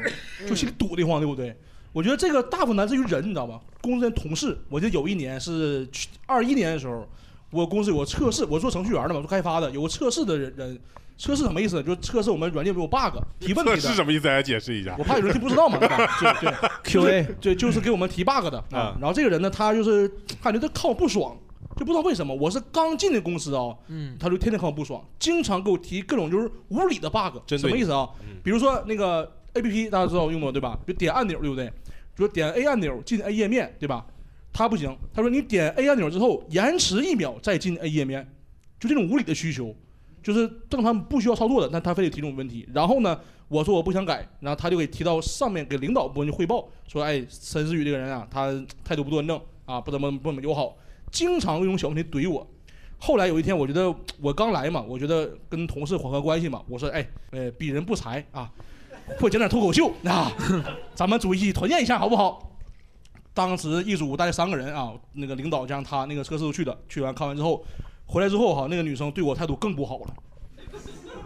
就心里堵得慌，对不对？我觉得这个大部分来自于人，你知道吧？公司的同事，我记得有一年是二一年的时候，我公司有个测试，我做程序员的嘛，我做开发的，有个测试的人人，测试什么意思呢？就是测试我们软件有没有 bug，提问题的。测试什么意思？来解释一下。我怕有人听不知道嘛，对吧？对对 QA 对，就是给我们提 bug 的啊。然后这个人呢，他就是感觉他看我不爽，就不知道为什么。我是刚进的公司啊，嗯，他就天天看我不爽，经常给我提各种就是无理的 bug，针对你嗯什么意思啊？比如说那个 A P P 大家知道用过对吧？就点按钮对不对？就点 A 按钮进 A 页面对吧？他不行，他说你点 A 按钮之后延迟一秒再进 A 页面，就这种无理的需求，就是正常不需要操作的，但他非得提这种问题。然后呢，我说我不想改，然后他就给提到上面给领导部门去汇报，说哎，陈思宇这个人啊，他态度不端正啊，不怎么不怎么友好，经常用这种小问题怼我。后来有一天，我觉得我刚来嘛，我觉得跟同事缓和关系嘛，我说哎，呃，鄙人不才啊，会讲点脱口秀 (laughs) 啊，咱们组一起团建一下好不好？当时一组大概三个人啊，那个领导加上他那个车师傅去的，去完看完之后，回来之后哈、那个女生对我态度更不好了，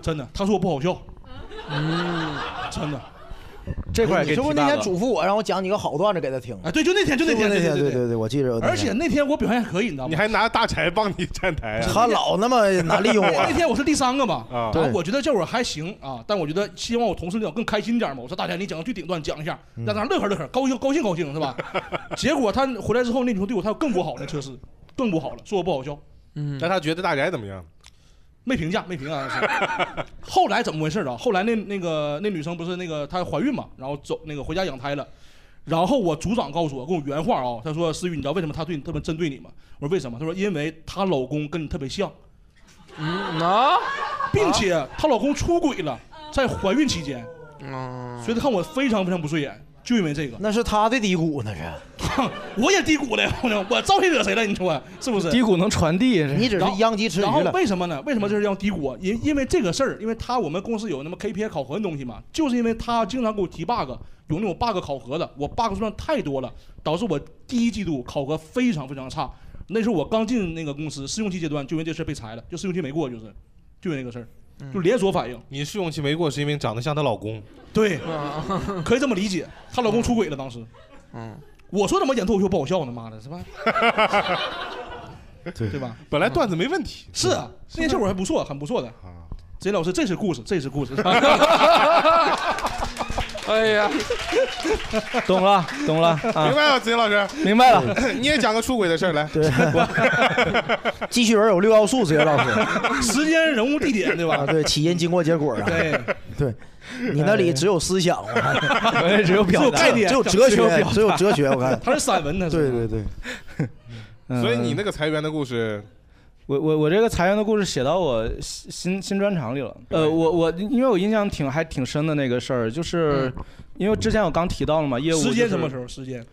真的，她说我不好笑，嗯，真的，这块儿也你给是不是提那大天了嘱咐我让我讲几个好段子给他听？哎，对，就那天，就那天，对对对对，我记着。而且那天我表现还可以，你知道吗？你还拿大柴帮你站台啊？他老 (laughs) 那么拿利用那我，天我是第三个嘛，啊然后对我觉得这会儿还行啊，但我觉得希望我同事领导更开心点嘛。我说大家你讲的最顶端，讲一下，嗯让咱乐呵乐呵，高兴高兴高 (laughs) 兴是吧？结果他回来之后，那女生对我态度更不好了，测试更不好了，说我不好笑，嗯那他觉得大宅怎么样？没评价，没评价。是 (laughs) 后来怎么回事啊？后来那那个那女生不是那个她怀孕嘛，然后走那个回家养胎了。然后我组长告诉我，跟我原话啊、他说：“思雨，你知道为什么他对你特别针对你吗？”我说：“为什么？”他说：“因为她老公跟你特别像。”嗯啊，并且她老公出轨了，在怀孕期间，嗯，所以她看我非常非常不顺眼。就因为这个，那是他的低谷，那是。 (laughs) 我也低谷了，我呢我招谁惹谁了？你说啊是不是？嗯低谷能传递，然后然后为什么呢？为什么这是叫低谷啊？因因为这个事儿，因为他我们公司有那么 KPI 考核的东西嘛，就是因为他经常给我提 bug，有那种 bug 考核的，我 bug 数量太多了，导致我第一季度考核非常非常差。那时候我刚进那个公司试用期阶段，就因为这事儿被裁了，就试用期没过，就是就因为那个事儿，就连锁反应。嗯你试用期没过是因为长得像她老公，对，啊 (laughs) 可以这么理解，她老公出轨了当时。嗯，我说怎么演脱口秀不好笑呢？妈的，是吧？对对吧？本来段子没问题，是啊，那件事我还不错，很不错的。贼老师，这是故事，这是故事。哎呀， (laughs) 懂了，懂了，啊明白了，子英老师，明白了 (laughs) 你也讲个出轨的事儿来，对，记叙文有六要素，职业老师， (laughs) 时间、人物、地点，对吧？啊对，起因、经过、结果啊。对对，你那里只有思想，我看 (laughs) 哎只有表达只有概念只有哲只有表学达，只有哲学，我看他是散文，他对对对， (laughs) 所以你那个裁员的故事，嗯我我我这个裁员的故事写到我新新新专场里了。呃，我我因为我印象挺还挺深的那个事儿，就是因为之前我刚提到了嘛，业务时就间是什么时候？时间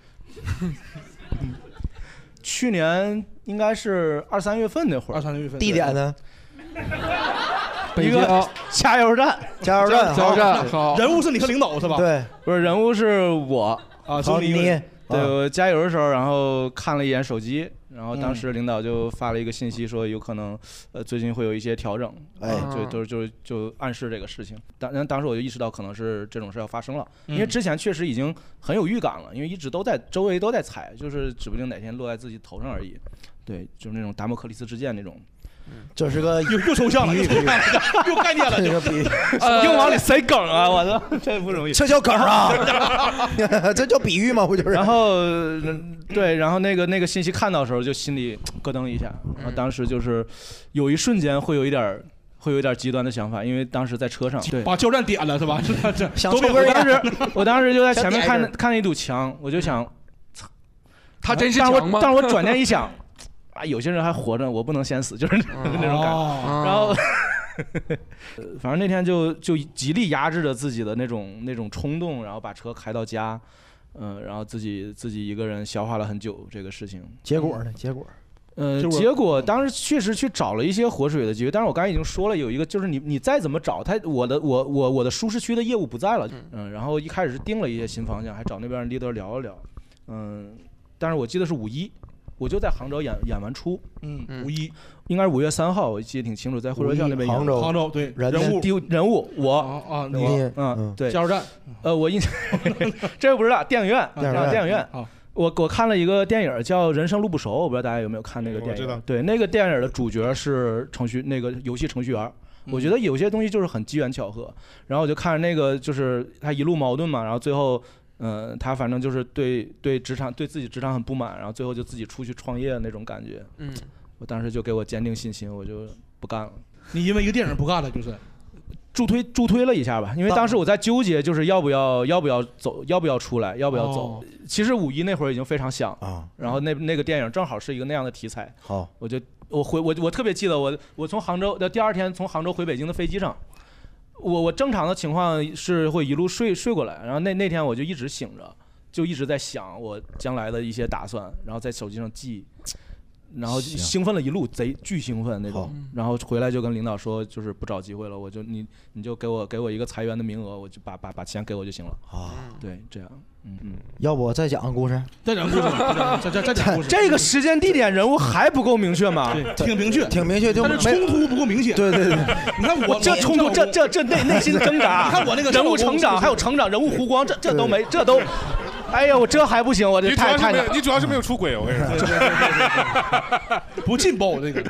去年应该是二三月份那会儿。二三月份地点呢？一啊个加油站，加 (laughs) 油站加油站好人物是你和领导是吧？对，不是人物是我啊是好你一个你人对，啊我加油的时候，然后看了一眼手机，然后当时领导就发了一个信息说有可能，呃，最近会有一些调整，哎啊就就就就暗示这个事情。当然当时我就意识到可能是这种事要发生了，嗯因为之前确实已经很有预感了，因为一直都在周围都在踩，就是指不定哪天落在自己头上而已。对，就是那种达摩克里斯之剑那种。这是个又又抽象了，又抽象了，又概 (laughs) 念了，这就个比又往里塞梗啊！我操，这不容易，这叫梗啊， (laughs) 这叫比喻吗？不就是？然后呃对，然后那个那个信息看到的时候，就心里咯噔一下，然后当时就是有一瞬间会有一点儿。会有一点儿极端的想法，因为当时在车上，对，把胶站点了是吧？这这都被我当时，我当时就在前面想点一看下看了一堵墙，我就想，他真是嗯但我墙吗但我转念一 (laughs) 想，啊，有些人还活着，我不能先死，就是 (laughs) 那那种感哦觉。然后，呃反正那天就就极力压制着自己的那种那种冲动，然后把车开到家，嗯，然后自己自己一个人消化了很久这个事情。结果呢？结果呃，结果结果当时确实去找了一些活水的机会，但是我刚才已经说了，有一个就是你你再怎么找，他我的我我我的舒适区的业务不在了，嗯，然后一开始是定了一些新方向，还找那边 leader 聊了聊，嗯，但是我记得是五一，我就在杭州演演完出，嗯，五一应该是五月三号，我记得挺清楚，在惠五州一巷那边演杭州杭州对人物丢人物我啊你我嗯嗯对加油站呃我印象 (laughs) 这个不知道电影院电影啊院电影院好我我看了一个电影叫《人生路不熟》，我不知道大家有没有看那个电影。哎我知道对，那个电影的主角是程序那个游戏程序员。嗯我觉得有些东西就是很机缘巧合。然后我就看着那个，就是他一路矛盾嘛，然后最后，嗯，他反正就是对对职场对自己职场很不满，然后最后就自己出去创业那种感觉。嗯，我当时就给我坚定信心，我就不干了。你因为一个电影不干了，就是助推助推了一下吧，因为当时我在纠结，就是要不要要不要走，要不要出来，要不要走。哦其实五一那会儿已经非常想啊，然后那那个电影正好是一个那样的题材，好，我就我回我我特别记得我我从杭州的呃第二天从杭州回北京的飞机上，我我正常的情况是会一路睡睡过来，然后那那天我就一直醒着，就一直在想我将来的一些打算，然后在手机上记，然后行兴奋了一路，贼巨兴奋那种，然后回来就跟领导说，就是不找机会了，我就你你就给我给我一个裁员的名额，我就把把把钱给我就行了啊，对，这样，嗯嗯。要不我再讲个故事？再讲故事，再讲再 (laughs) 讲故事，这个时间地点人物还不够明确吗？对挺明确挺明确，就但是冲突不够明显。对对对， (laughs) 你看我这冲突，这这这内内心挣扎，啊你看我那个人物小老成公长，还有成长，人物弧光，这这都没，这都，哎呀，我这还不行，我这你主要太是太没难有，你主要是没有出轨，我跟你说，不劲爆 (laughs) 这个，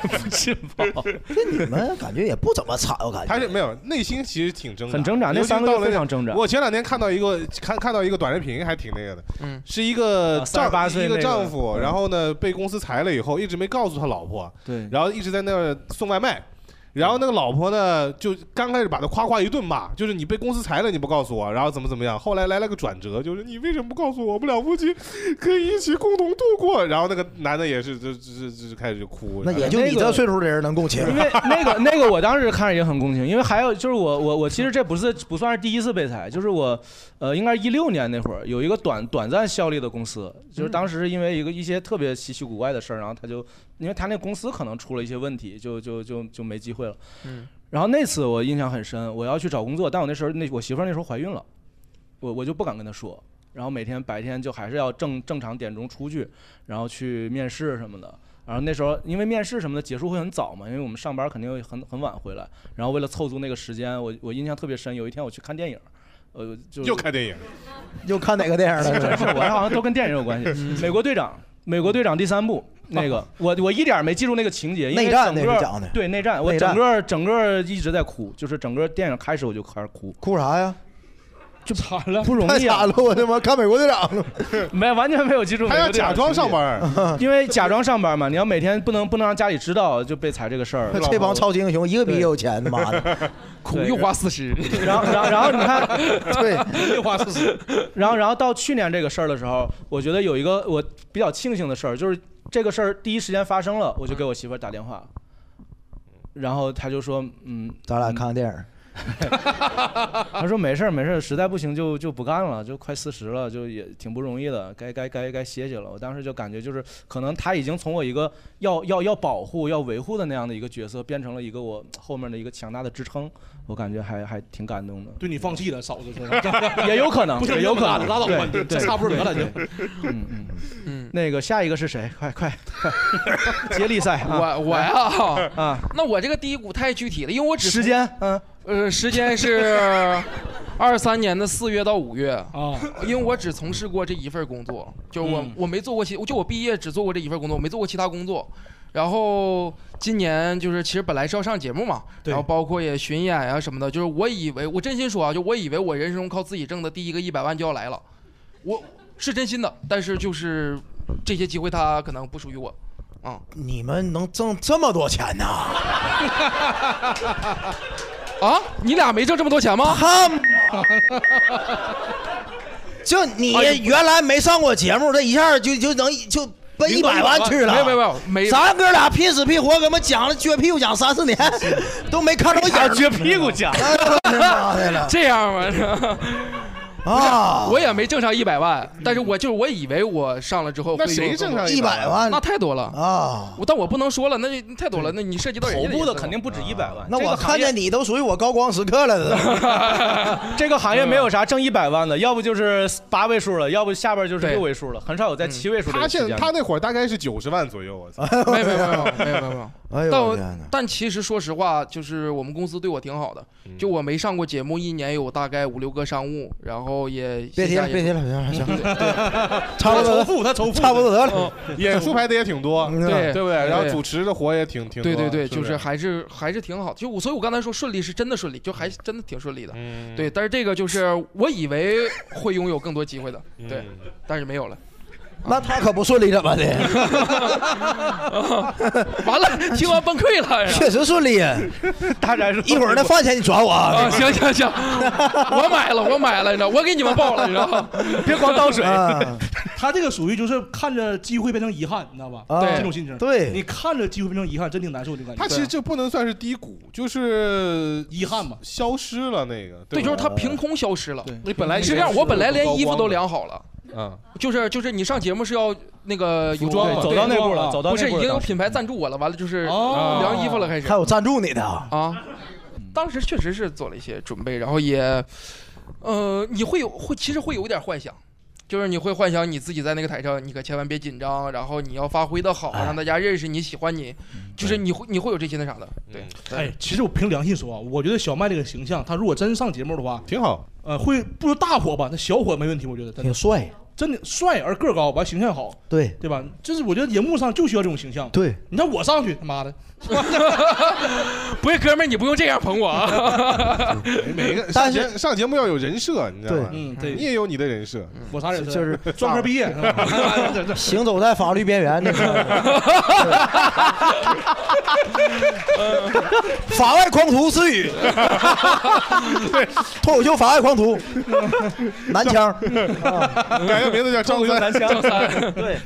不劲爆。那你们感觉也不怎么惨，我感觉。他是没有内心其实挺挣扎，很挣扎那尤其三个到字了非常挣扎我前两天看到一个看看到一个短视频，还挺那个的，嗯，是一个啊丈、 38岁一个那个丈夫，嗯然后呢被公司裁了以后，一直没告诉他老婆，对，然后一直在那儿送外卖。然后那个老婆呢，就刚开始把他夸夸一顿骂，就是你被公司裁了，你不告诉我，然后怎么怎么样。后来来了个转折，就是你为什么不告诉我？我们两夫妻可以一起共同度过。然后那个男的也是，就就就就开始就哭。那也就你这岁数的人能共情。因为那个那个我当时看着也很共情，因为还有就是我我我其实这不是不算是第一次被裁，就是我呃应该是一六年那会儿有一个短短暂效力的公司，就是当时是因为一个一些特别稀奇古怪的事儿，然后他就因为他那公司可能出了一些问题，就就就就没机会了。嗯然后那次我印象很深，我要去找工作，但我那时候那我媳妇儿那时候怀孕了，我我就不敢跟她说。然后每天白天就还是要正正常点钟出去，然后去面试什么的。然后那时候因为面试什么的结束会很早嘛，因为我们上班肯定会很很晚回来。然后为了凑足那个时间，我我印象特别深，有一天我去看电影，呃，就又看电影，又看哪个电影了？嗯真 (laughs) 是我好像都跟电影有关系。嗯美国队长，美国队长第三部那个，我我一点儿没记住那个情节，因为内战整那个是讲的对内战，我内战整个整个一直在哭，就是整个电影开始我就开始哭，哭啥呀？就惨了，不容太易啊惨了，我他妈看美国队长了。 (laughs) 没完全没有记住美还要国队长假的情装节，上班因为假装上班嘛，你要每天不能不能让家里知道就被裁这个事儿。 (laughs) 这帮超级英雄一个比一个有钱，(laughs) 他妈的，苦又花四十， (laughs) 然后然后然后你 (laughs) 看，对，又花四十， (laughs) 然后然后到去年这个事儿的时候，我觉得有一个我比较庆幸的事儿，就是这个事儿第一时间发生了，我就给我媳妇儿打电话，然后她就说，嗯，咱俩看个电影。她说没事儿没事儿，实在不行就就不干了，就快四十了，就也挺不容易的，该该该该歇歇了。我当时就感觉就是，可能她已经从我一个要要要保护、要维护的那样的一个角色，变成了一个我后面的一个强大的支撑，我感觉还还挺感动的。对你放弃了，嫂子说 (laughs) 也有可能不是也有可能拉倒吧，对你这对差不多得了，对就对嗯嗯嗯，那个下一个是谁？ (laughs) 快快快，接力赛啊，我我呀 (laughs) 啊，那我这个低谷太具体了，因为我只时间，嗯，呃，时间 (laughs) 是二三年的四月到五月啊，因为我只从事过这一份工作，就我、嗯我没做过其，就我毕业只做过这一份工作，我没做过其他工作。然后今年就是其实本来是要上节目嘛，然后包括也巡演啊什么的，就是我以为我真心说啊，就我以为我人生中靠自己挣的第一个一百万就要来了，我是真心的，但是就是这些机会它可能不属于我，啊、你们能挣这么多钱呢？啊，你俩没挣这么多钱啊吗？他，就你原来没上过节目，这一下就就能就奔一明白百万去了。没有没有没有没咱哥俩拼死拼活，给我们讲了撅屁股讲三四 (laughs) 年，都没看着影儿。撅屁股讲哎呦我的妈呀了这样吗？啊，我也没挣上一百万，但是我就是我以为我上了之后会那有谁更多，挣上100万那太多了啊！我但我不能说了，那就太多了，那你涉及到人家头部的啊的肯定不止一百万。那我看见你都属于我高光时刻了， (laughs) 都这个行业没有啥挣一百万的，要不就是八位数了，要不下边就是六位数了，很少有在七位数这他个区现间的。他那会儿大概是九十万左右，我操！没 (laughs) 有没有没有没有没有没有。 (laughs) 哎但呦我我的天哪！但其实说实话，就是我们公司对我挺好的，就我没上过节目，一年有大概五六个商务，然后也嗯别提了，别提了，，行了，行了，差不多得他重复他重复差不多得了。 (laughs) 嗯演出排的也挺多，嗯哦对对不对？然后对主持的活也挺挺多对的，对对，不就是还是还是挺好的，就我所以，我刚才说顺利是真的顺利，就还真的挺顺利的，嗯对。但是这个就是我以为会拥有更多机会的，对，但是没有了。 (laughs) 那他可不顺利，怎么的？完了，听完崩溃了。确实 (laughs) 顺利啊！大然一会儿那饭钱你转我啊啊！行行行，我买了，我买了，你知道，我给你们报了，你知道吗？别光倒水 (laughs) 啊他这个属于就是看着机会变成遗憾，你知道吧？啊这种心情。对你看着机会变成遗憾，真挺难受，就感觉。啊他其啊实这不能算是低谷，就是遗憾嘛，消失了那个。对，吧就是它凭空消失了。你本来是这样，我本来连衣服都量量好了。嗯，就是就是你上节目是要那个有服装对嘛对走到那步了啊走到那不是步了已经有当时品牌赞助我了，完了就是哦量衣服了，开始还有赞助你的啊？啊，当时确实是做了一些准备，然后也，呃，你会有会其实会有点幻想，就是你会幻想你自己在那个台上，你可千万别紧张，然后你要发挥的好，让大家认识你、喜欢你，就是你会你会有这些那啥的，对，哎，其实我凭良心说啊，我觉得小麦这个形象，他如果真上节目的话，挺好。呃，会不如大火吧？那小火没问题，我觉得真的挺帅。真的帅而个儿高，完形象好， (laughs) 对对吧？就是我觉得荧幕上就需要这种形象。对，你看我上去，他妈的，不是哥们儿，你不用这样捧我 (laughs) 啊！ (laughs) 每个但上是节上节目要有人设，你知道吗？对嗯对你也有你的人设，我啥人设就是专科哎毕业是吧行走在法律边缘那个法外狂徒思 (laughs) 雨，脱口秀法外狂徒，南腔， (laughs) 改个名字叫张三，张三对，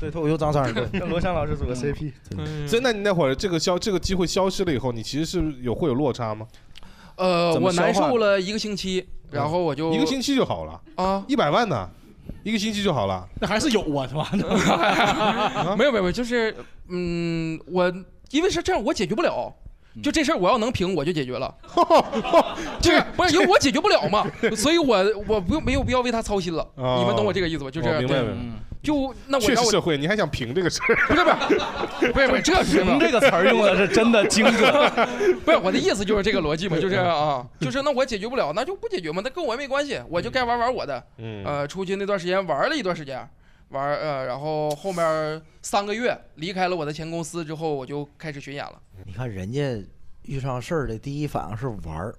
对，脱口秀张三儿，对，跟罗翔老师组个 CP，所以那你那会儿这个消这个机会消失了以后，你其实是有会有落差吗？呃，怎么我难消化受了一个星期，然后我就一个星期就好了啊，一百万呢，一个星期就好了。那还是有啊，是吧？ (laughs) 没有没有，没有，就是嗯，我因为是这样，我解决不了。嗯就这事儿，我要能平，我就解决 (laughs) 了。就是不是因为我解决不了嘛，所以我我不用没有必要为他操心了。哦你们懂我这个意思吧？就这我样，明白对明白嗯就那我确让实我社会，你还想评这个事儿？不是不是不是不是这是啊评这个词儿用的是真的精准。不是我的意思就是这个逻辑嘛，就是啊，就是那我解决不了，那就不解决嘛，那跟我也没关系，我就该玩玩我的。嗯呃，出去那段时间玩了一段时间，玩儿呃，然后后面三个月离开了我的前公司之后，我就开始巡演了。你看人家遇上事儿的第一反应是玩儿，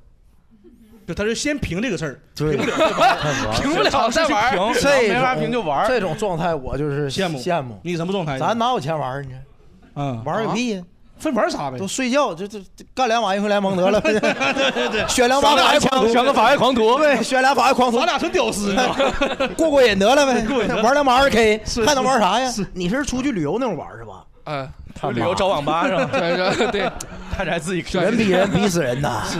就他是先评这个事儿，对，评不了 (laughs) 再玩评不了尝再玩试去评这没法种评就玩这种状态我就是羡慕羡慕。你什么状态？咱哪有钱玩儿呢？嗯，玩儿个屁呀！分玩啥呗？都睡觉，就就就干两把英雄联盟得了。对对对 (laughs) 选两把法外狂徒，选个法外狂徒对， (laughs) 选俩法外狂徒。咱俩纯屌丝， (laughs) 过过瘾得了呗。玩两把二 K，是还能玩啥呀？你是出去旅游那种玩儿是吧？呃，？他妈啊旅游找网吧是吧 (laughs) 对对，他这还自己是人比人比死人 (laughs) 呐是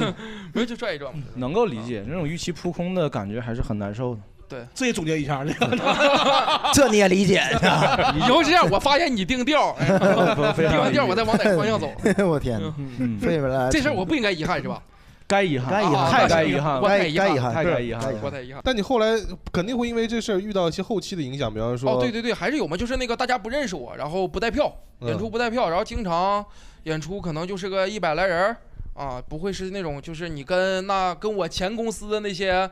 没有就转一 (laughs) 转嘛。能够理解那种预期扑空的感觉还是很难受的。对，自己总结一下， (laughs) 这你也理 (laughs) 解？以后这样，我发现你定调，哎非常定完调我再往哪个方向 (laughs) 走。啊嗯走？ (laughs) 我天哪， (laughs) 费本来这事儿我不应该遗啊憾是吧？该遗该遗憾啊太该该遗遗憾憾，我太遗憾太对该遗该憾遗，我太遗憾但你后来肯定会因为这事儿遇到一些后期的影响，比方说，哦，对对对，还是有嘛，就是那个大家不认识我，然后不带票，嗯演出不带票，然后经常演出可能就是个一百来人儿啊，不会是那种就是你跟那跟我前公司的那些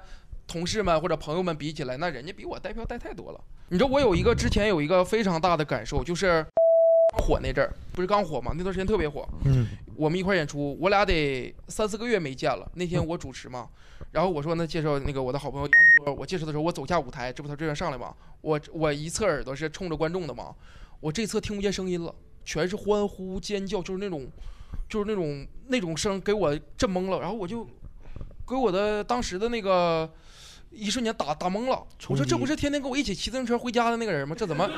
同事们或者朋友们比起来，那人家比我带票带太多了。你知道我有一个之前有一个非常大的感受，就是 (coughs) 火那阵儿不是刚火嘛，那段时间特别火，嗯，我们一块儿演出，我俩得三四个月没见了。那天我主持嘛，然后我说那介绍那个我的好朋友杨波，我介绍的时候我走下舞台，这不他这边上来嘛，我我一侧耳朵是冲着观众的嘛，我这侧听不见声音了，全是欢呼尖叫，就是那种就是那种那种声给我震懵了，然后我就给我的当时的那个。一瞬间打打懵了，我说击这不是天天跟我一起骑自行车回家的那个人吗？这怎么，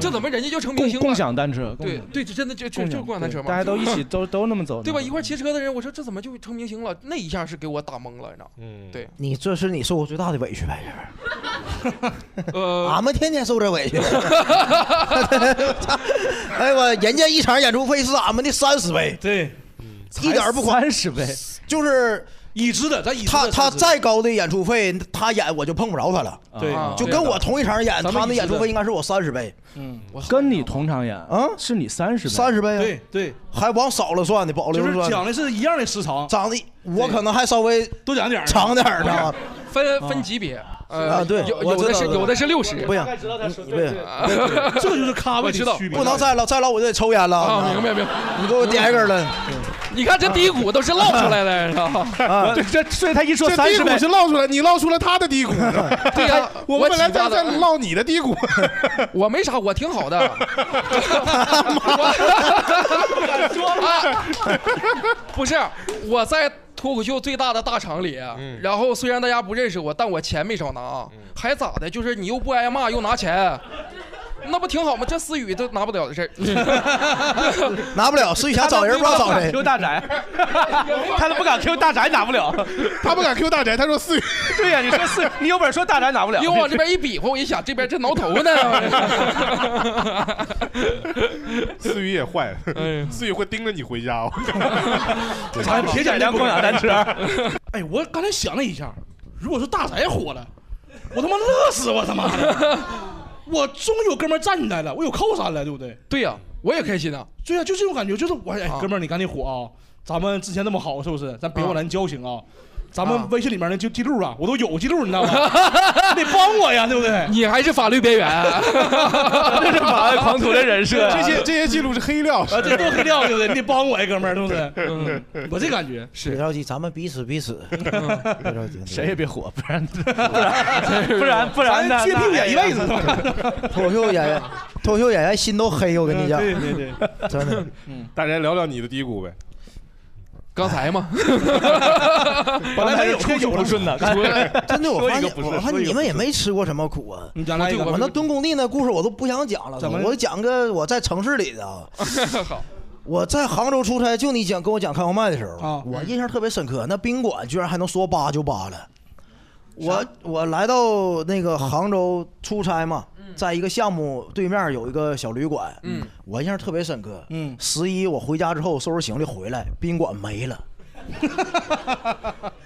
这怎么人家就成明共星了？共享单车，共对享对，这真的就就共就享共享单车对嘛，大家都一起 (laughs) 都都那么走，对吧？一块儿骑车的人，我说这怎么就成明星了？那一下是给我打懵了，你知道吗？嗯，对，你这是你受过最大的委屈呗？ (laughs) 呃，俺们天天受这委屈。 (laughs) 哎我人家一场演出费是俺们的三十倍，嗯对，一点儿不夸，三十倍，就是已知的，咱已知他的他30再高的演出费，他演我就碰不着他了。对啊就跟我同一场演，咱们他的一致演出的费应该是我三十倍，嗯，跟你同场演啊，是你三十倍，三十倍啊。对对，还往少了算的，保留就着是算。讲的是一样的时长，长得我可能还稍微多讲点儿长点儿呢。分分级别，啊，呃，对，有我有的知道是了有的是六十，啊不行，嗯行对对 (laughs) 这就是咖位的我知道区别不能再唠，再啊唠我就得抽烟了。啊明白明白，你给我点一根了。你看这低谷都是唠出来的，你知道 (laughs) 吗？啊对这所以他一这低谷是唠出来，你唠出来他的低谷。对 (laughs) 呀，我本来起大在的在唠你的低谷， (laughs) 我没啥，我挺好 (laughs) 的。 (laughs) (laughs) 不是，我在脱口秀最大的大厂里，嗯然后虽然大家不认识我，但我钱没少拿，啊还咋的？就是你又不挨骂，又拿钱。那不挺好吗？这思雨都拿不了的事儿， (laughs) 哦拿不了思雨想找人不知道找谁 Q 大宅， (laughs) 他都不敢 Q 大宅拿不了， (laughs) 他不敢 Q 大宅，他说四。对呀，你说四，你有本事说大宅拿不了，因为往这边一比划，我一想这边正挠头 (laughs) 呢。思雨也坏，哎思雨会盯着你回 (laughs) 家哦。咱别讲这个共享单车。 (laughs) 哎，我刚才想了一下，如果说大宅火了，我他妈乐死我他妈的！我终于有哥们儿站起来了，我有靠山了，对不对？对呀、我也开心啊。对呀、就这种感觉，就是我哎，哥们儿你赶紧火啊！咱们之前那么好，是不是？咱别忘咱交情啊！咱们微信里面那记记录啊，我都有记录，你知道吗？你得帮我呀，对 (laughs) 不对？你还是法律边缘、啊这是法律狂徒的人设这些这些记录是黑料，啊，这都黑料，对不对？你得帮我呀，哥们儿， (laughs) 对不对？嗯，我这感觉嗯是。别着急，咱们彼此彼此，别着急，谁也别火，不 (laughs) 然不然不然呢咱那倔命哎呀演一辈子脱口秀演员，脱口秀演员心都黑，我跟你讲，对对对，真的。嗯大家聊聊你的低 (laughs) 谷呗。刚才嘛，本来还有出手不顺呢， (laughs) 刚哎才哎真的，我说发一个现，不顺我发说现一个你不们也没吃过什么苦啊。你讲来一个我那蹲工地那故事我都不想讲了，怎么我讲个我在城市里的啊。 (laughs) 好，我在杭州出差，就你讲跟我讲开放麦的时候，啊我印象特别深刻。那宾馆居然还能说扒就扒了。我我来到那个杭州出差嘛，在一个项目对面有一个小旅馆， (laughs) 嗯，我印象特别深刻。嗯，十一我回家之后收拾行李回来，宾馆没了，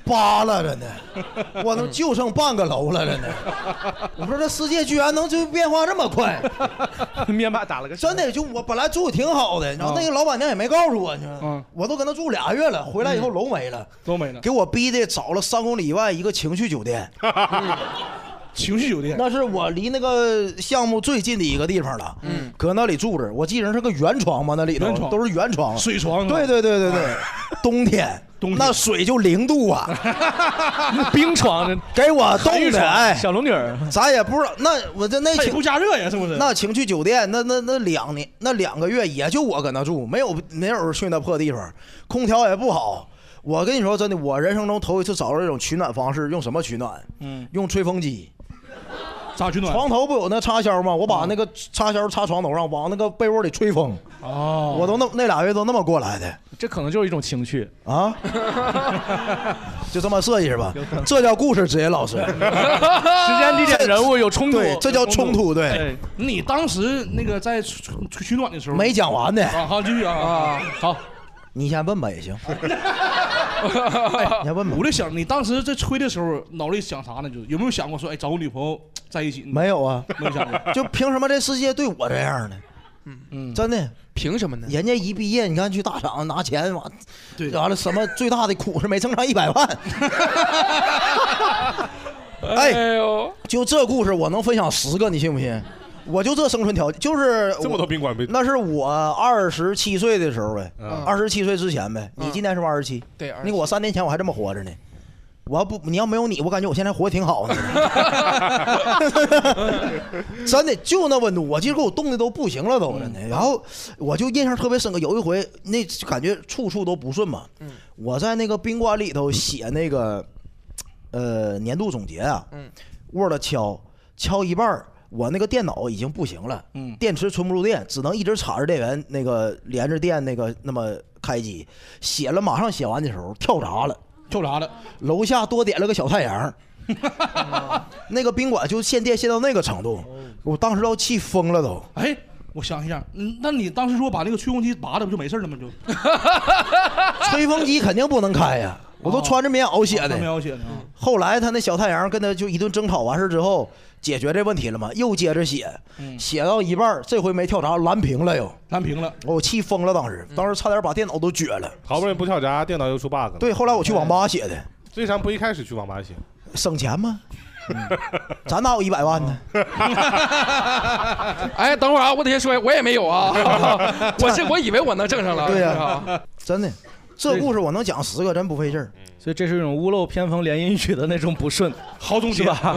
扒了真的，我能就剩半个楼了真的。我说这世界居然能就变化这么快，面霸打了个真的就我本来住挺好的，然后啊那个老板娘也没告诉我，你知道吗？我都搁那住俩月了，回来以后楼没了，都没了，给我逼的找了三公里以外一个情趣酒店。情绪酒店，那是我离那个项目最近的一个地方了。嗯，搁那里住着，我记着是个圆床嘛，那里头圆床都是圆床，水啊床是吧对对对 (laughs) 对对，冬天，冬那水就零度啊，冰床给我寒冻玉的，床哎，小龙女儿咱也不知道，那我这那它也情不加热呀是不是那情趣酒店，那那那两年，那两个月也就我搁那住，没有没有人去那破地方，空调也不好。我跟你说真的，我人生中头一次找到这种取暖方式，用什么取暖？嗯，用吹风机。咋取暖？床头不有那插销吗？我啊把那个插销插床头上，往那个被窝里吹风。哦，我都那那俩月都那么过来的这可能就是一种情趣啊， (laughs) 就这么设计是吧？这叫故事，职业老师。 (laughs) 时间、地点、人物有冲突，对这叫冲突对对。你当时那个在取取暖的时候没讲完呢啊，好，继续啊啊， (laughs) 好，你先问吧也 (laughs) 行。哎你先问吧我就想，你当时在吹的时候，脑子里想啥呢？就是有没有想过说，哎，找个女朋友在一起？没有啊，没有想过。 (laughs) 就凭什么这世界对我这样呢？嗯，真的，凭什么呢？人家一毕业，你看去大厂拿钱，完，完了什么最大的苦是没挣上一百万。哎呦，就这故事我能分享十个，你信不信？我就这生存条件，就是这么我多宾馆被那是我二十七岁的时候呗嗯，二十七岁之前呗。你今年是不是二十七？对27那个我三年前我还这么活着呢。我要不你要没有你，我感觉我现在活得挺好的。真的就那温度，我记得给我冻的都不行了都真的。然后我就印象特别深刻，有一回那感觉处处都不顺嘛。我在那个宾馆里头写那个呃年度总结啊嗯，Word 敲敲一半儿我那个电脑已经不行了，嗯电池存不住电，只能一直插着电源那个连着电那个那么开机。写了马上写完的时候跳闸了，跳闸了，楼下多点了个小太 (laughs) 阳。那个宾馆就限电限到那个程哦度，我当时都气疯 (laughs) 了都。哎，我想一下，嗯，那你当时说把那个吹风机拔了，不就没事了吗？就吹风机肯定不能开呀、哦我都穿着棉袄写的。没有写的啊。后来他那小太阳跟他就一顿争吵完事之后，解决这问题了嘛，又接着写，嗯写到一半儿这回没跳闸，蓝屏了又，蓝屏了，我气疯了，当时，当时差点把电脑都撅了。嗯好不容易不跳闸，电脑又出 bug 了。哎对，后来我去网吧写的，为啥不一开始去网吧写？省钱吗？嗯 (laughs) 咱哪有一百万 (laughs) 呢？哎，等会儿啊，我得先说，我也没有啊，我是我以为我能挣上了，对呀、呀、真的，这故事我能讲十个，真不费劲儿。所以这是一种屋漏偏逢连阴雨的那种不顺，好总结 (laughs) 吧？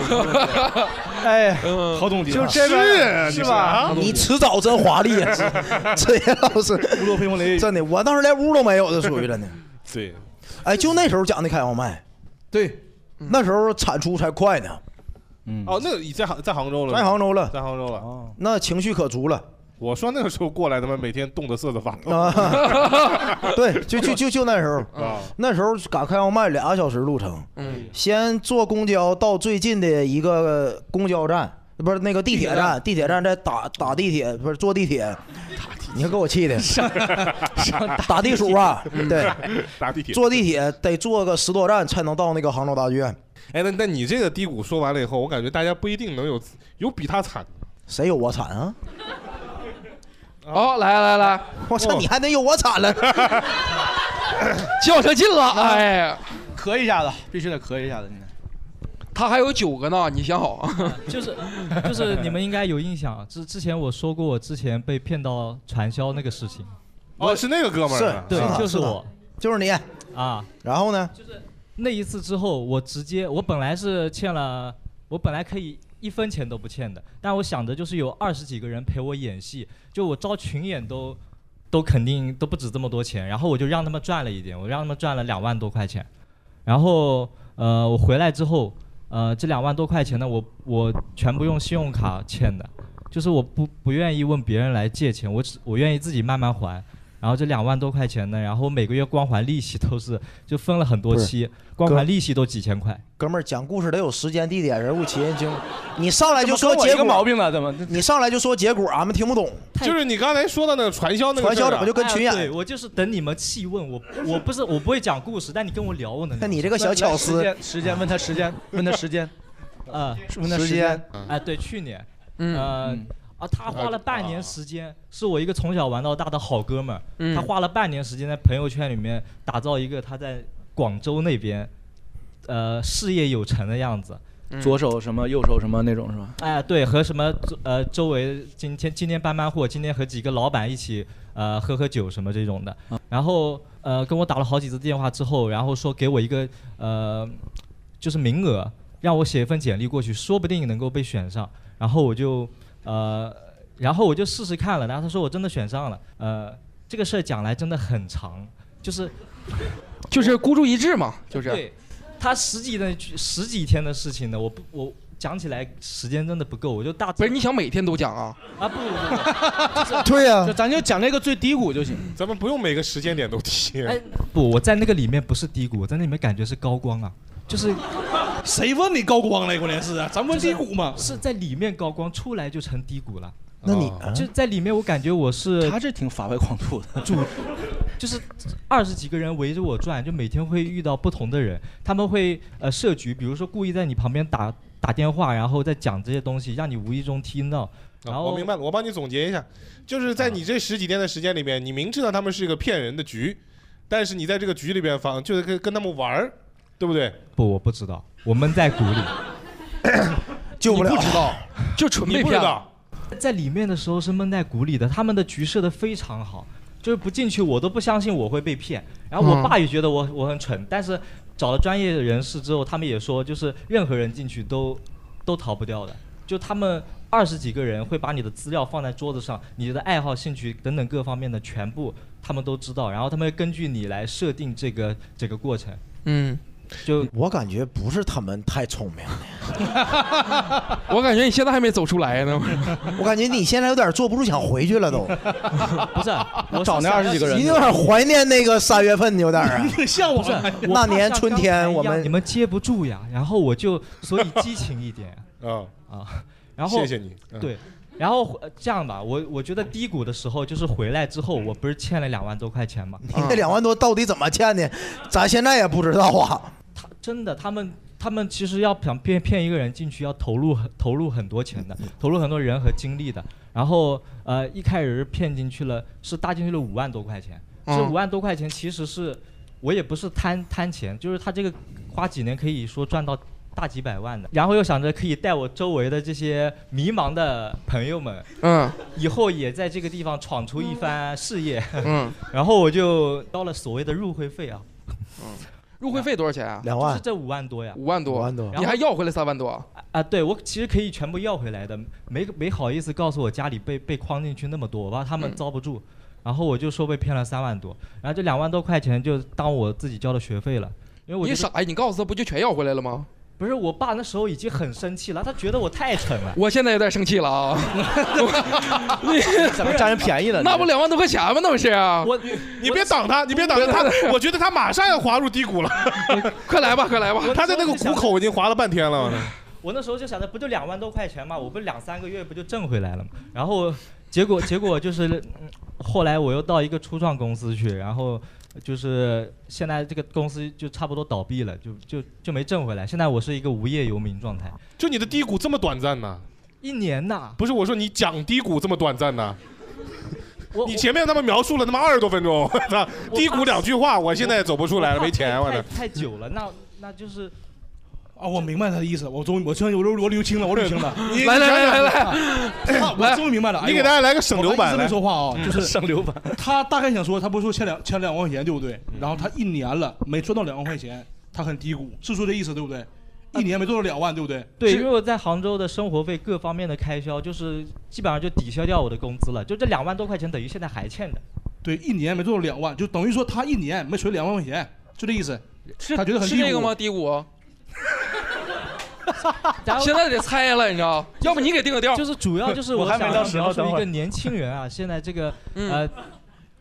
哎，好总结，啊就这边是啊是吧？你迟早真华丽呀， (laughs) 这些老师，屋漏偏逢连阴雨。真的，我当时连屋都没有，这属于 (laughs) 真的。对，哎，就那时候讲的开放麦，对，那时候产出才快呢，哦，那个已在杭在杭州了，嗯在杭州了，在杭州了。那情绪可足了。我说那个时候过来，他妈每天冻得瑟瑟发抖 (laughs) 啊， (laughs) 对，就就就就那时候，啊！那时候赶开放麦俩小时路程，嗯，先坐公交到最近的一个公交站，不是那个地铁站，地铁站再打打地铁，不是坐地铁，你看给我气的，打地鼠啊，对，嗯打地铁。坐地铁得坐个十多站才能到那个杭州大剧院，哎，那那你这个低谷说完了以后，我感觉大家不一定能有有比他惨的。谁有我惨啊？哦，来来来，啊我操，你还能有我惨了？较上劲了，哎，咳一下子，必须得咳一下子。你看，他还有九个呢，你想好啊？就是嗯 (laughs) 就是你们应该有印象，啊之之前我说过，我之前被骗到传销那个事情。哦，是那个哥们儿啊，对啊，就是我，就是你啊。然后呢？就是那一次之后，我直接，我本来是欠了，我本来可以一分钱都不欠的，但我想着就是有二十几个人陪我演戏，就我招群演都都肯定都不止这么多钱，然后我就让他们赚了一点，我让他们赚了两万多块钱，然后呃，我回来之后，呃，这两万多块钱呢，我我全部用信用卡欠的，就是我不不愿意问别人来借钱，我只我愿意自己慢慢还。然后这两万多块钱呢，然后每个月光还利息都是就分了很多不是期，光哥还利息都几千块。哥们儿讲故事得有时间、地点、人物、起因、经历。你上来就说怎么跟我结一个果，毛病了，怎么？你上来就说结果，俺们听不懂。就是你刚才说的那个传销那个传销事儿怎啊么就跟群演哎呀对我就是等你们气问我，我不是我不会讲故事，但你跟我聊我能聊。那你这个小巧思来来时间问他时间，问他时间， (laughs) 呃，问他时时间哎，对，去年，呃嗯，啊，他花了半年时间，是我一个从小玩到大的好哥们嗯儿，他花了半年时间在朋友圈里面打造一个他在广州那边，呃，事业有成的样子。左手什么，右手什么那种是吧？，哎，对，和什么周呃周围今天今天搬搬货，今天和几个老板一起呃喝喝酒什么这种的，然后呃跟我打了好几次电话之后，然后说给我一个呃就是名额，让我写一份简历过去，说不定能够被选上，然后我就呃然后我就试试看了，然后他说我真的选上了，呃这个事儿讲来真的很长，就是就是孤注一掷嘛，就是。对，他十几的十几天的事情呢，我不我讲起来时间真的不够，我就大不是你想每天都讲啊？啊不不不就是 (laughs) 对啊呀就咱就讲那个最低谷就行。咱们不用每个时间点都提。哎不，我在那个里面不是低谷，我在那里面感觉是高光啊，就是谁问你高光了？关键是啊，咱问低谷哦嘛，是在里面高光，出来就成低谷了。那你哦就在里面，我感觉我是啊他这挺法外狂徒的， (laughs) 主就是二十几个人围着我转，就每天会遇到不同的人，他们会呃设局，比如说故意在你旁边打打电话，然后再讲这些东西，让你无意中听到。然啊后我明白了，我帮你总结一下，就是在你这十几天的时间里面，你明知道他们是一个骗人的局，但是你在这个局里边放，就是跟跟他们玩儿，对不对？不，我不知道，我闷在鼓里，救不了，不知 (laughs) 道，就纯被骗了。在里面的时候是闷在鼓里的，他们的局设的非常好，就是不进去我都不相信我会被骗。然后我嗯爸也觉得我我很蠢，但是找了专业人士之后，他们也说就是任何人进去都都逃不掉的，就他们。二十几个人会把你的资料放在桌子上，你的爱好、兴趣等等各方面的全部，他们都知道，然后他们根据你来设定这个这个过程。嗯，就我感觉不是他们太聪明了， (laughs) 我感觉你现在还没走出来呢。 (laughs) 我感觉你现在有点坐不住，想回去了都。不是，啊我找是想要你有点怀念那个三月份，你有点啊。嗯像不是我那怕年像春刚才天一我样们你们接不住呀，然后我就所以 (laughs) (laughs) 激情一点啊啊，然后谢谢你嗯对，然后呃这样吧，我我觉得低谷的时候就是回来之后，我不是欠了两万多块钱吗？你那两万多到底怎么欠的？咱现在也不知道啊。他真的，他们他们其实要想骗骗一个人进去，要投入很投入很多钱嗯的，投入很多人和精力的。然后呃，一开始是骗进去了，是搭进去了五万多块钱。这嗯五万多块钱其实是我也不是贪贪钱，就是他这个花几年可以说赚到大几百万的。然后又想着可以带我周围的这些迷茫的朋友们，嗯，以后也在这个地方闯出一番事业。嗯，然后我就交了所谓的入会费啊，入会费多少钱啊？两就是这五万多呀。五万多，五万多你还要回来三万多？啊，对我其实可以全部要回来的，没没好意思告诉我家里被被框进去那么多，我怕他们遭不住，嗯然后我就说被骗了三万多，然后这两万多块钱就当我自己交的学费了，因为 (laughs) 我你觉傻得呀？你告诉他不就全要回来了吗？不是我爸那时候已经很生气了，他觉得我太蠢了，我现在有点生气了啊！ (laughs) 你怎么占人便宜了？那不两万多块钱吗？那不是啊？我你别挡他，你别挡他，他我觉得他马上要滑入低谷了。快来吧，快来吧！他在那个谷口已经滑了半天了。我那时候就想着不就两万多块钱嘛，我不两三个月不就挣回来了嘛，然后结果 (laughs) 结果就是、嗯后来我又到一个初创公司去，然后就是现在这个公司就差不多倒闭了，就就就没挣回来，现在我是一个无业游民状态。就你的低谷这么短暂呢？一年呐，不是我说你讲低谷这么短暂呢？你前面他妈描述了他妈二十多分钟，我操！ (laughs) 低谷两句话，我现在也走不出来了，没钱，啊我太操！太久了，那那 (laughs) 就是啊，我明白他的意思，我终于，我现在我我捋清了，我捋清了 (laughs) 。你来来来来来啊我终于明白了。哎呦你给大家来个省流版我刚一直来没说话啊，嗯就是省流版。 (laughs) 嗯他大概想说，他不是说欠两欠两万块钱，对不对？然后他一年了没赚到两万块钱，他很低谷，是说这意思对不对？一年没赚到两万，对不对？对，是因为我在杭州的生活费各方面的开销，就是基本上就抵消掉我的工资了，就这两万多块钱等于现在还欠着。对，一年没做到两万，就等于说他一年没存两万块钱，就这意思。他觉得很是低这个谷吗？？低谷。啊现在得猜了，你知道？要不你给定个调。就是主要 (laughs) 就是我想要描述一个年轻人啊，现在这个嗯呃，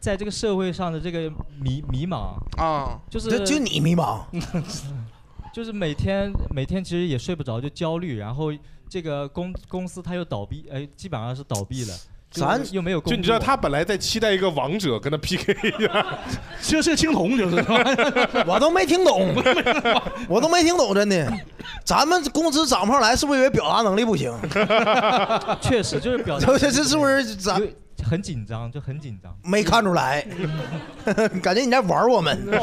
在这个社会上的这个迷迷茫啊，就是就你迷茫，就是每天每天其实也睡不着，就焦虑，然后这个公公司它又倒闭，哎，基本上是倒闭了，就又没有工作，就你知道他本来在期待一个王者跟他 PK 一 (laughs) 下，其实是青铜就是 (laughs) 我都没听懂，我都没听懂，真的。咱们工资涨不上来，是不是因为表达能力不行？ (laughs) (laughs) 确实就是表达 (laughs) 这这是不是咱很紧张，就很紧张。没看出来？ (laughs) 感觉你在玩我们。 (laughs)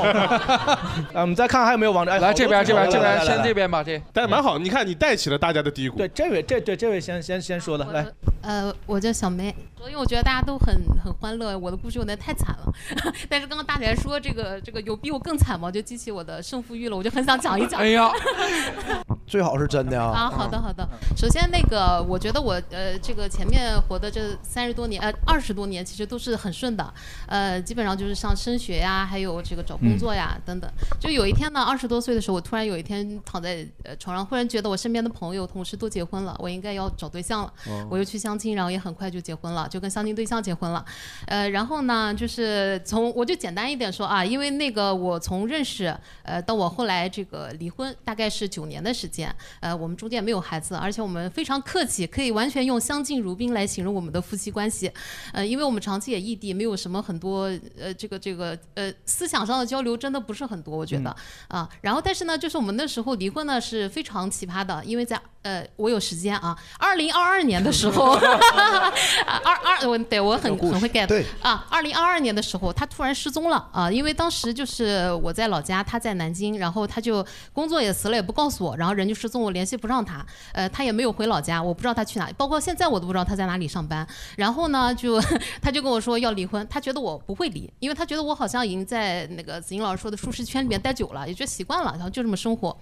啊，我们再看还有没有王者？哎来好多这边听众来这边这边来来先这边吧，这但是蛮好，你看你带起了大家的低谷。对，这位这对这位先先先说的，来，呃，我叫小梅，因为我觉得大家都很很欢乐，我的故事有点太惨了。 (laughs) 但是刚刚大姐说这个这个有比我更惨吗？就激起我的胜负欲了，我就很想讲一讲。哎呀最好是真的啊。啊，好的好的。首先那个，我觉得我呃这个前面活的这三十多年呃二十多年其实都是很顺的，呃基本上就是上升学呀，还有这个找工作呀、等等。就有一天呢，二十多岁的时候，我突然有一天躺在呃床上，忽然觉得我身边的朋友同事都结婚了，我应该要找对象了。哦我又去相亲，然后也很快就结婚了，就跟相亲对象结婚了。呃，然后呢，就是从我就简单一点说啊，因为那个我从认识呃到我后来这个离婚，大概是九年的时间。呃，我们中间没有孩子，而且我们非常客气，可以完全用相敬如宾来形容我们的夫妻关系。呃，因为我们长期也异地，没有什么很多呃这个这个呃思想上的交流，真的不是很多，我觉得、啊。然后但是呢，就是我们那时候离婚呢是非常奇葩的，因为在呃我有时间啊，二零二二年的时候， (laughs) 啊二二我对我很很会 get 啊，二零二二年的时候他突然失踪了啊，因为当时就是我在老家，他在南京，然后他就工作也辞了，也不告诉我，然后人就失踪，我联系不上他，呃，他也没有回老家，我不知道他去哪里，包括现在我都不知道他在哪里上班。然后呢，就 (laughs) 他就跟我说要离婚，他觉得我不会离，因为他觉得我好像已经在那个子英老师说的舒适圈里面待久了，也就习惯了，然后就这么生活。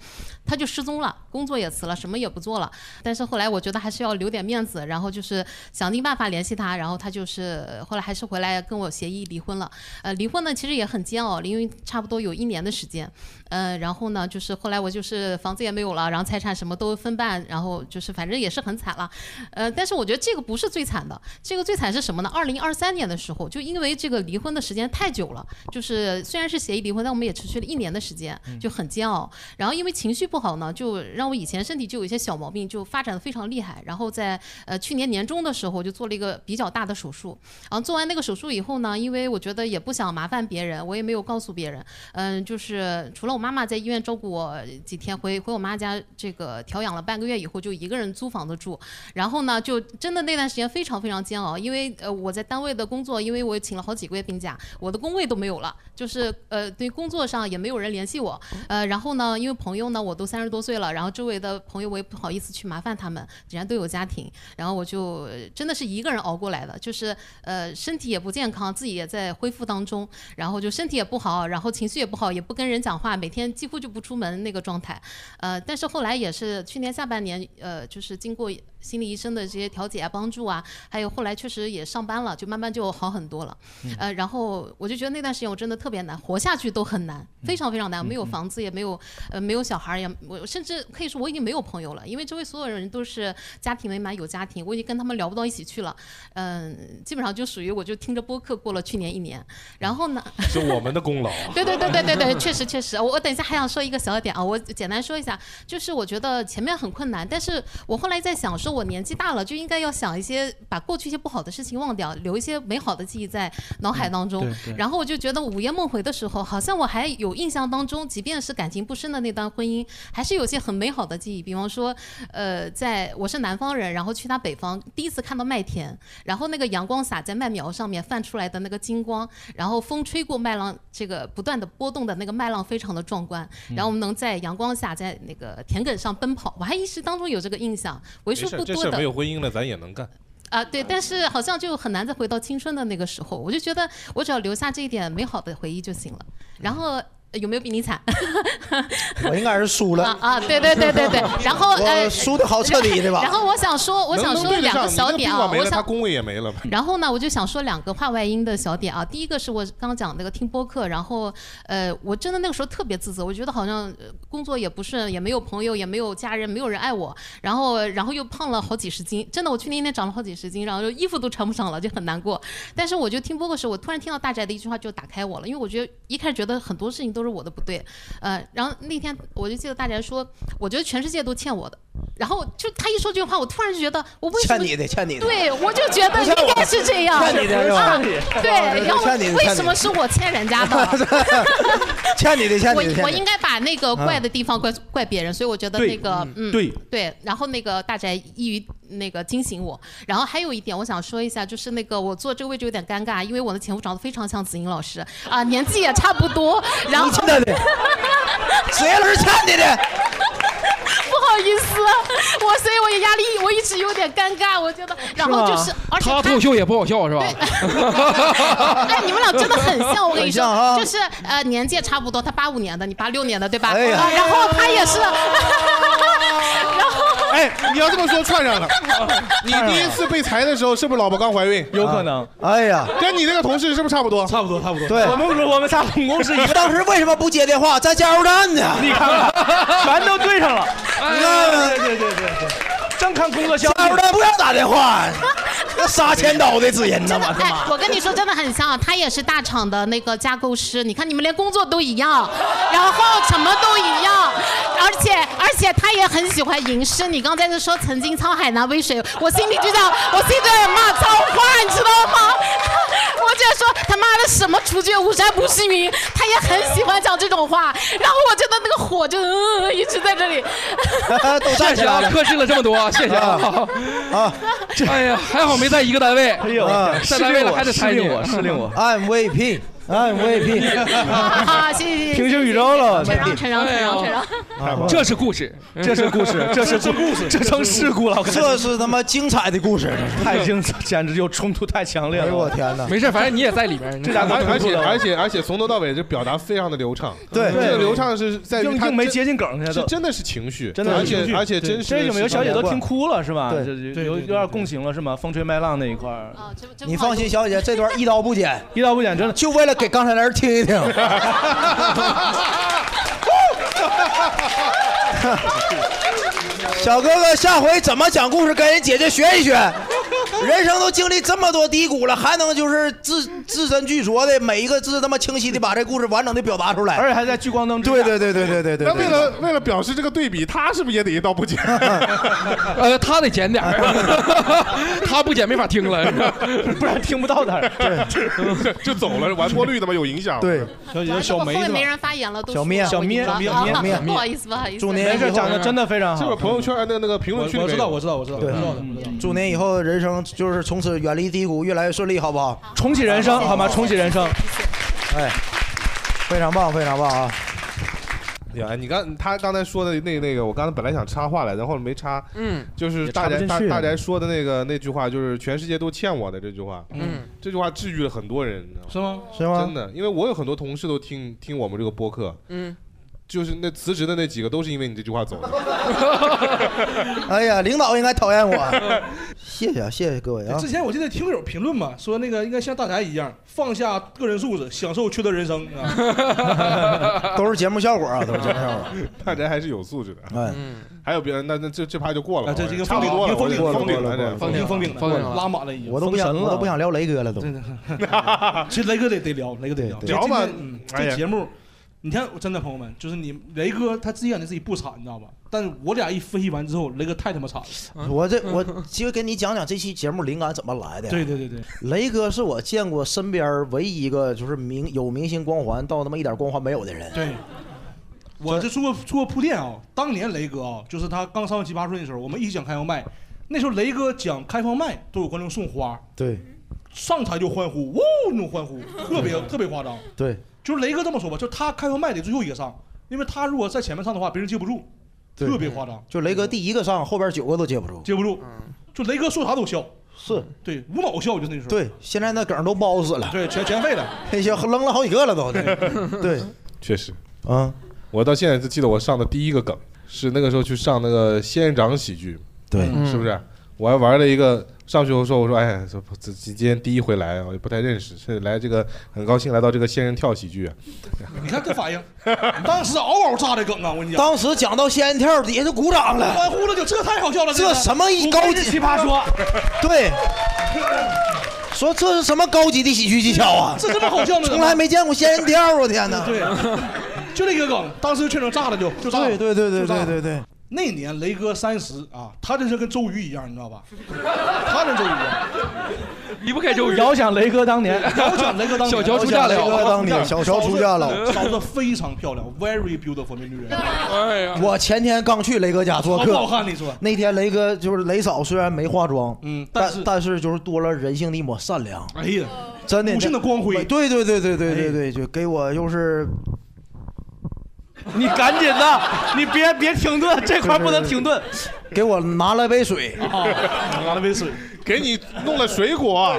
他就失踪了，工作也辞了，什么也不做了。但是后来我觉得还是要留点面子，然后就是想尽办法联系他，然后他就是呃后来还是回来跟我协议离婚了。呃，离婚呢其实也很煎熬，因为差不多有一年的时间。呃，然后呢，就是后来我就是房子也没有了，然后财产什么都分半，然后就是反正也是很惨了。呃，但是我觉得这个不是最惨的，这个最惨是什么呢？二零二三年的时候，就因为这个离婚的时间太久了，就是虽然是协议离婚，但我们也持续了一年的时间，就很煎熬。然后因为情绪不好呢，就让我以前身体就有一些小毛病，就发展的非常厉害。然后在呃去年年中的时候，就做了一个比较大的手术。然后做完那个手术以后呢，因为我觉得也不想麻烦别人，我也没有告诉别人。嗯，就是除了我妈妈在医院照顾我几天，回回我妈家这个调养了半个月以后，就一个人租房子住。然后呢，就真的那段时间非常非常煎熬，因为呃我在单位的工作，因为我请了好几个月病假，我的工位都没有了，就是呃对工作上也没有人联系我，呃然后呢，因为朋友呢我都三十多岁了，然后周围的朋友我也不好意思去麻烦他们，人家都有家庭，然后我就呃真的是一个人熬过来的，就是呃身体也不健康，自己也在恢复当中，然后就身体也不好，然后情绪也不好，也不跟人讲话，每天几乎就不出门那个状态，呃，但是后来也是去年下半年，呃，就是经过心理医生的这些调解啊、帮助啊，还有后来确实也上班了，就慢慢就好很多了。嗯呃，然后我就觉得那段时间我真的特别难，活下去都很难，非常非常嗯难。没有房子，也没有呃没有小孩儿，也我甚至可以说我已经没有朋友了，因为周围所有人都是家庭美满有家庭，我已经跟他们聊不到一起去了。嗯、基本上就属于我就听着播客过了去年一年。然后呢，是我们的功劳。啊 (laughs) 对对对对对对，确实确实，我我等一下还想说一个小点啊，我简单说一下，就是我觉得前面很困难，但是我后来在想说我年纪大了就应该要想一些把过去一些不好的事情忘掉，留一些美好的记忆在脑海当中。嗯对对然后我就觉得午夜梦回的时候，好像我还有印象当中，即便是感情不深的那段婚姻，还是有些很美好的记忆。比方说，呃，在我是南方人，然后去他北方，第一次看到麦田，然后那个阳光洒在麦苗上面泛出来的那个金光，然后风吹过麦浪，这个不断的波动的那个麦浪非常的壮观。然后我们能在阳光下在那个田埂上奔跑，我还一时当中有这个印象，为没数事不儿，这多事儿的没。有婚姻了，咱也能干。啊，对，但是好像就很难再回到青春的那个时候。我就觉得我只要留下这一点美好的回忆就行了。然后呃有没有比你惨？我应该是输了啊啊，对对对对对。然后呃我，输的好彻底，对吧？然后我想说，我想说两个小点啊，没我了，他想。工位也没了吧？然后呢，我就想说两个话外音的小点啊。第一个是我刚讲那个听播客，然后呃，我真的那个时候特别自责，我觉得好像呃工作也不顺，也没有朋友，也没有家人，没有人爱我，然后然后又胖了好几十斤，真的，我去年那天长了好几十斤，然后就衣服都穿不上了，就很难过。但是我就听播客时，我突然听到大宅的一句话就打开我了，因为我觉得一开始觉得很多事情都是我的不对，呃，然后那天我就记得大宅说，我觉得全世界都欠我的。然后就他一说这句话，我突然就觉得我为什么欠你的欠你的对，我就觉得应该是这样，欠你的是吧啊欠你的对，然后欠你的为什么是我欠人家的？ (laughs) (laughs) 欠你的，欠我你的，我应该把那个怪的地方怪怪别人，所以我觉得对那个嗯对对，然后那个大宅一于那个惊醒我，然后还有一点我想说一下，就是那个我坐这个位置有点尴尬，因为我的前夫长得非常像子英老师啊，年纪也差不 (laughs) 多，然后 (laughs) 你欠的，谁老师欠你的？不好意思，啊我所以我压力我一直有点尴尬，我觉得，然后啊就是，而且他脱口秀也不好笑是吧？ (laughs) 哎，你们俩真的很像，我跟你说，很像啊 (laughs) 就是呃年纪也差不多，他八五年的，你八六年的，对吧？哎呀啊然后他也是，然后哎，你要这么说串上了。你第一次被裁的时候，是不是老婆刚怀孕？有可能。哎呀，跟你那个同事是不是差不多？差不多，差不多对我们我们仨总共是一个当时为什么不接电话？在加油站呢。你看看，全都对上了。哎你看啊对对对对对，正看工作效率。加油站不要打电话，哎那 (laughs) 杀千刀的子人呢？真的我的哎妈！，我跟你说，真的很像，啊他也是大厂的那个架构师。你看，你们连工作都一 (laughs) 样，然后什么都一样，而且而且他也很喜欢吟诗。你刚才在说曾经沧海难为水，我心里就想，我心里就想骂脏话，你知道吗？ (laughs) 我就说他妈的什么除却巫山不是云，他也很喜欢讲这种话。然后我觉得那个火就、嗯一直在这里。 (laughs) (laughs) 都谢谢啊，克制了这么多，谢谢啊啊！哎呀，还好没在一个单位，哎啊在单位了还得裁你， (laughs) I'm VP。I'm (laughs) VP，好啊好， (laughs) 谢谢谢谢。平行宇宙了陈让陈让陈让陈让。这是故事，这是故事，这是故 (laughs) 事，这成事故了。这是他妈精彩的故事，太精彩，简直有冲突太强烈了。哎呦我天哪没事，反正你也在里面。这俩而而而且而且而且从头到尾就表达非常的流畅，对这个流畅是在于嗯硬他硬没真接近梗去是都真的是情绪，真的而是情且绪，而且真对实这的有没有时小间姐都段听哭了是吧？对这就有有点共情了是吗？风吹麦浪那一块儿，你放心，小姐，这段一刀不剪， (laughs) 一刀不剪，真的，就为了给刚才那人听一听。 (laughs) 小哥哥，下回怎么讲故事，跟人姐姐学一学。人生都经历这么多低谷了，还能就是字字斟句酌的，每一个字他妈清晰的把这故事完整的表达出来，而且还在聚光灯之下。对对对对对对对。那为了为了表示这个对比，他是不是也得一刀不剪？ (laughs) 呃，他得剪点儿， (laughs) 他不剪没法听 (laughs) 了，不然听不到他。对，就走了，完播率他妈有影响。对，小姐姐小梅后面是吧没人发言了，都小说咩我小咩赢了小咩啊小咩不好意思，不好意思。没事讲得真的非常好。这个朋友圈那那个评论区里面有，我知道我知道对，祝您以后人生就是从此远离低谷，越来越顺利，好不好？重启人生，好吗？重启人生。哎，非常棒，非常棒啊！哎呀，你刚他刚才说的那那个，我刚才本来想插话来，然后没插。嗯，就是也大插不宅进大去大宅说的那个那句话，就是全世界都欠我的这句话。嗯，这句话治愈了很多人，你知道吗？是吗？是吗真的，因为我有很多同事都听听我们这个播客，嗯，就是那辞职的那几个都是因为你这句话走的。 (laughs) 哎呀，领导应该讨厌 (laughs) 我。谢谢啊，谢谢各位啊！之前我记得听友评论嘛，说那个应该像大宅一样放下个人素质，享受缺德人生啊。都是节目效果啊，都是节目效果。 (laughs) 大宅还是有素质的。嗯，还有别人，那那这这趴就啊过了吧，啊这这个差不多了，封顶我这封顶了，这封顶封顶封顶了拉满了已经。我都不想，我都不想聊雷哥了都。 (laughs) 其实雷哥得得聊，雷哥得聊。对这聊吧今天嗯哎呀这节目你看，真的朋友们，就是你雷哥他自己感觉自己不惨，你知道吧？但是我俩一分析完之后，雷哥太他妈惨了。我这我其实跟你讲讲这期节目灵感怎么来的。对对对对，雷哥是我见过身边唯一一个就是明有明星光环到他妈一点光环没有的人。 (laughs) 对，我这做过做过铺垫啊。当年雷哥啊，就是他刚上《奇葩说》的时候，我们一起讲开放麦，那时候雷哥讲开放麦都有观众送花，对上台就欢呼，哇那种欢呼，特别特别夸张。对就是雷哥这么说吧，就他开放麦得最后一个上，因为他如果在前面上的话，别人接不住，对特别夸张。就雷哥第一个上，后边九个都接不住。接不住，就雷哥说啥都笑。是对无脑笑，就那时候。对，现在那梗都包死了。对，全 (laughs) 全废了，那些扔了好几个了都。 (laughs) 对，确实，啊，我到现在就记得我上的第一个梗是那个时候去上那个仙人掌喜剧，对嗯是不是？我还玩了一个，上去我说我说哎，这不这今天第一回来，啊我也不太认识，是来这个很高兴来到这个仙人跳喜剧，你看这反应，当时嗷嗷炸的梗啊！我跟你讲，当时讲到仙人跳，底下就鼓掌了，欢呼了就，这太好笑了，这什么一高级奇葩说， (laughs) 对，说这是什么高级的喜剧技巧啊？这这么好笑吗 (laughs) 从来没见过仙人跳，我天哪！对，就那个梗，当时全程炸了就就炸了，对对对对就炸了对对对。那年雷哥三十啊，他这是跟周瑜一样，你知道吧？他跟周瑜一样，离不开周瑜。遥想雷哥当年，遥想雷哥当遥想年，小乔出嫁了嫂子非常漂亮，very beautiful 那女人。我前天刚去雷哥家做客，好不好看你说那天雷哥就是雷嫂，虽然没化妆，嗯，但但是就是多了人性的一抹善良。哎呀，真的，母性的光辉哎对对对对对对对，就给我就是你赶紧 (laughs) 的，你别别停顿，这块不能停顿。哦给我拿了杯水， (laughs) 拿了杯水，给你弄了水果，啊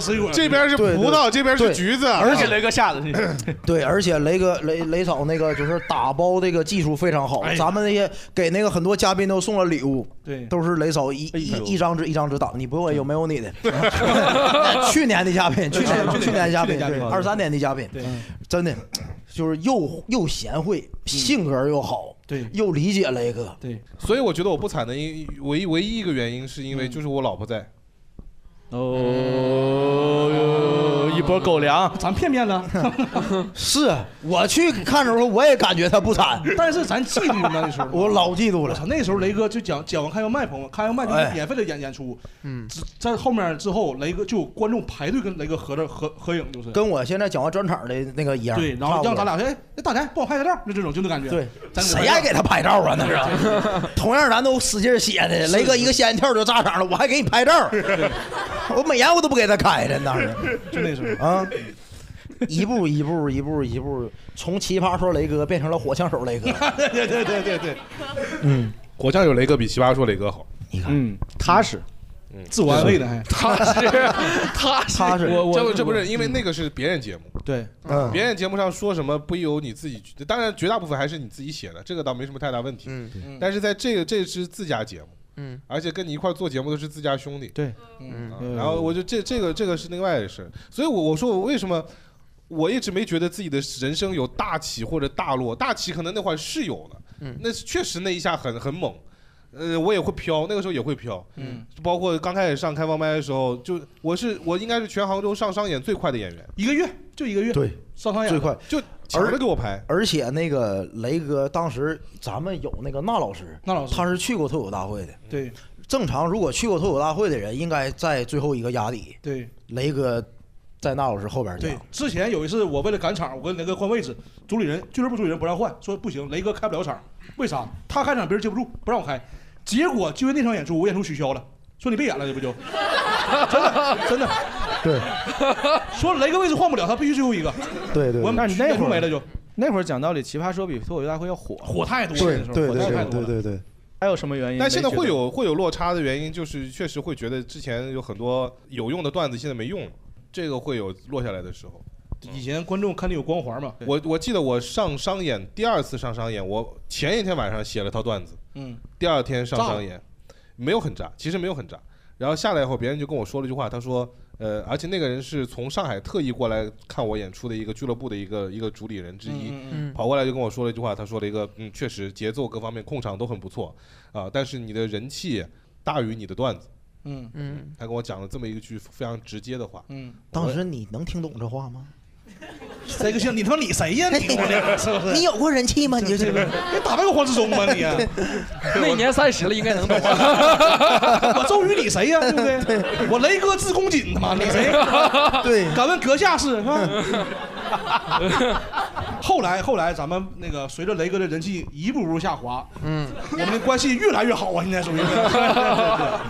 水果 (laughs) 这边是葡对对萄，这边是对橘子，而且雷哥吓的， (laughs) 对，而且雷哥雷雷嫂那个就是打包这个技术非常好，咱们那些给那个很多嘉宾都送了礼物，哎对都是雷嫂一哎呦一一张纸一张纸打，你不用问有没有你 (laughs) 的，去年的嘉宾，去去年年去年的嘉宾，去年嘉宾对，二三年的嘉宾，对，真的就是又又贤惠，性格又好，嗯对，又理解雷哥，对，所以我觉得我不惨的因唯一唯一一个原因是因为嗯就是我老婆在。哦，一波狗粮，咱骗骗了。 (laughs) 是我去看的时候，我也感觉他不惨， (laughs) 但是咱嫉妒呢那时候， (laughs) 我老嫉妒了。那时候雷哥就讲讲完开放麦，朋友们，开放麦就哎是免费的演演出，嗯，在后面之后，雷哥就有观众排队跟雷哥合着合合影，就是跟我现在讲完专场的那个一样，对，然差后不多让咱俩哎，那大家帮我拍个照，就这种就那感觉。对咱，谁爱给他拍照啊？那是， (laughs) 同样咱都使劲写的，雷哥一个仙人跳就炸场了，我还给你拍 (laughs) 照，我美颜我都不给他开的，那是，就那时候啊。一步一步一步一步，从奇葩说雷哥变成了火枪手雷 (laughs) 哥。对对对对对对，嗯，火酱有雷哥比奇葩说雷哥好。你看，嗯，踏实，嗯，自我安慰呢 (laughs) 还踏实，踏实，踏实我我这不这不是因为那个是别人节目，对，嗯别人节目上说什么不由你自己，当然绝大部分还是你自己写的，这个倒没什么太大问题。嗯但是在这个这是自家节目，嗯，而且跟你一块儿做节目的是自家兄弟，对，嗯，嗯然后我就这这个这个是另外的事，所以我我说我为什么。我一直没觉得自己的人生有大起或者大落，大起可能那会儿是有的，嗯那是确实那一下很很猛，呃，我也会飘，那个时候也会飘，嗯，包括刚开始上开放麦的时候，就我是我应该是全杭州上商演最快的演员，一个月就一个月，对，上上演最快就哎抢着给我拍。而且那个雷哥当时咱们有那个那老师，那老师他是去过脱口大会的。对，正常如果去过脱口大会的人，应该在最后一个压底。对，雷哥在那老师后边讲对。，之前有一次我为了赶场，我跟雷哥换位置，主理人俱乐部主理人不让换，说不行，雷哥开不了场，为啥？他开场别人接不住，不让我开。结果就因为那场演出，我演出取消了，说你别演了，这不就 (laughs) 真的真的对， (laughs) 说雷哥位置换不了，他必须最后一个。对对，但是那演会出儿没了就。那会儿讲道理，奇葩说比脱口秀大会要火，火太多了对那时候对火太对太多对对对。还有什么原因？但现在没觉得会有会有落差的原因，就是确实会觉得之前有很多有用的段子现在没用了，这个会有落下来的时候。以前观众看你有光环嘛，我我记得我上商演第二次上商演，我前一天晚上写了套段子，嗯，第二天上炸商了演，没有很炸，其实没有很炸。然后下来以后，别人就跟我说了一句话，他说，呃，而且那个人是从上海特意过来看我演出的一个俱乐部的一个一个主理人之一，嗯嗯嗯跑过来就跟我说了一句话，他说了一个，嗯，确实节奏各方面控场都很不错啊、但是你的人气大于你的段子。嗯嗯，他跟我讲了这么一句非常直接的话，嗯，当时你能听懂这话吗？这个像你他妈理谁呀？你 (laughs) 是不是？你有过人气吗？你就这个，你打败过黄志忠吗？你啊 (laughs) 那年三十了，应该能懂啊吧？ (laughs) 我周瑜理谁呀？对不对？我雷哥自宫 (laughs) 瑾，他妈理谁？对，敢问阁下是？是吧？ (laughs) 后来后来，咱们那个随着雷哥的人气一步步下滑，嗯，我们的关系越来越好啊，现在属于 (laughs) 是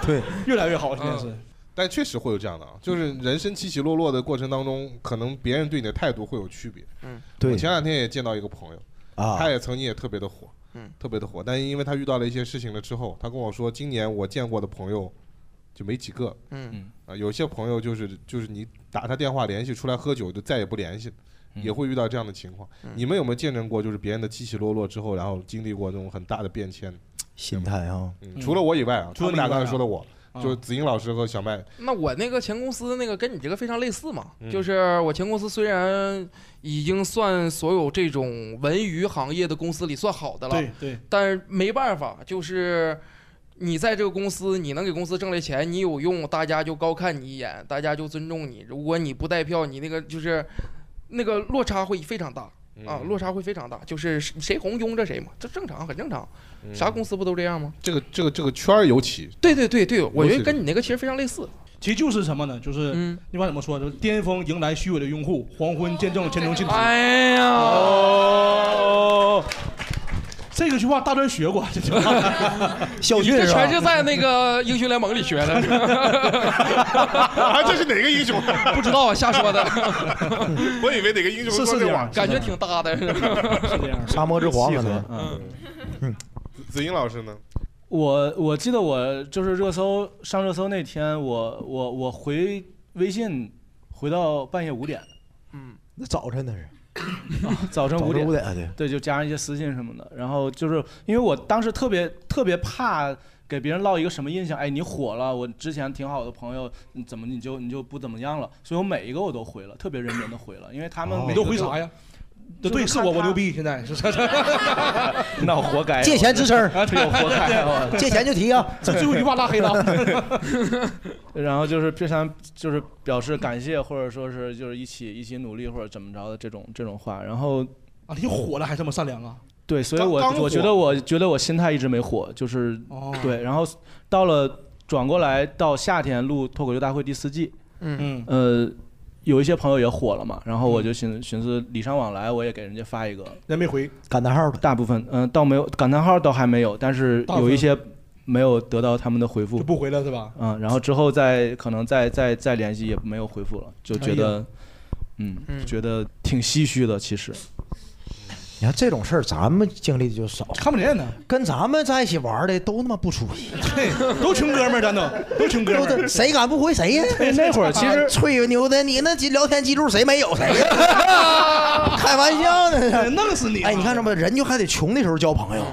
对，越来越好，现在是。但确实会有这样的啊，就是人生起起落落的过程当中，可能别人对你的态度会有区别。嗯，我前两天也见到一个朋友，啊他也曾经也特别的火，嗯，特别的火，但因为他遇到了一些事情了之后，他跟我说，今年我见过的朋友就没几个，嗯啊，有些朋友就是就是你打他电话联系出来喝酒就再也不联系，嗯也会遇到这样的情况。你们有没有见证过就是别人的起起落落之后，然后经历过这种很大的变迁？心态啊，嗯除了我以外啊，除他了们你俩以外刚才啊说的我，就是子英老师和小麦， (laughs) 那我那个前公司那个跟你这个非常类似嘛，嗯就是我前公司虽然已经算所有这种文娱行业的公司里算好的了，对对，但是没办法，就是你在这个公司，你能给公司挣来钱，你有用，大家就高看你一眼，大家就尊重你。如果你不带票，你那个就是那个落差会非常大。嗯啊，落差会非常大，就是谁红拥着谁嘛，这正常，很正常。啥公司不都这样吗？这个这个这个圈儿尤其，对对对对，我觉尤得其跟你那个其实非常类似。其实就是什么呢？就是嗯那帮怎么说？就是巅峰迎来虚伪的拥护，黄昏见证千中信徒。哎呀，哦，这个句话大专学过，啊这 (laughs) 句话。小这全是在那个英雄联盟里学的。 (laughs) 啊，这是哪个英雄？ (laughs) 不知道啊，瞎说的。 (laughs) 我以为哪 (laughs) 个英雄说这玩意儿感觉挺 (laughs) 搭的。 (laughs) 沙漠之皇可能，嗯，子英老师呢？我我记得我就是热搜上热搜那天，我我我回微信回到半夜五点， (laughs) 那早晨那是， (laughs) 早晨五点，早晨5点啊对，就加上一些私信什么的。然后就是因为我当时特别特别怕给别人落一个什么印象，哎，你火了，我之前挺好的朋友，你怎么你就你就不怎么样了？所以我每一个我都回了，特别认真的回了，因为他们哦每个你都回啥呀？对对，是我我牛逼，(laughs) 现在是是是。那我活该， (laughs) 借钱吱 (laughs) 声儿啊，对，我活该，我借钱就提啊， (laughs) 这最后一句话拉黑了。 (laughs) 然后就是非常就是表示感谢，或者说是就是一起一起努力或者怎么着的这种这种话。然后啊，你火了还这么善良啊？对，所以刚我刚火我觉得我觉得我心态一直没火，就是、哦对。然后到了转过来到夏天录脱口秀大会第四季，嗯呃，有一些朋友也火了嘛，然后我就寻寻思礼尚往来，我也给人家发一个，嗯人没回感叹号，大部 (laughs) 分嗯、呃倒没有感叹号倒还没有，但是大部分有一些没有得到他们的回复，不回了是吧？嗯，然后之后再可能再再再联系也没有回复了，就觉哎得呀，嗯，嗯觉得挺唏嘘的。其实，你看这种事儿，咱们经历的就少，看不见呢。跟咱们在一起玩的都他妈不出息，对，都穷哥们儿，咱都都穷哥们都儿。 (laughs) 得谁敢不回谁呀？那会儿其实 (laughs) 吹牛的，你那聊天记录谁没有谁 (laughs) 呀？开玩笑呢，弄死你！哎，你看着吧，人就还得穷的时候交朋友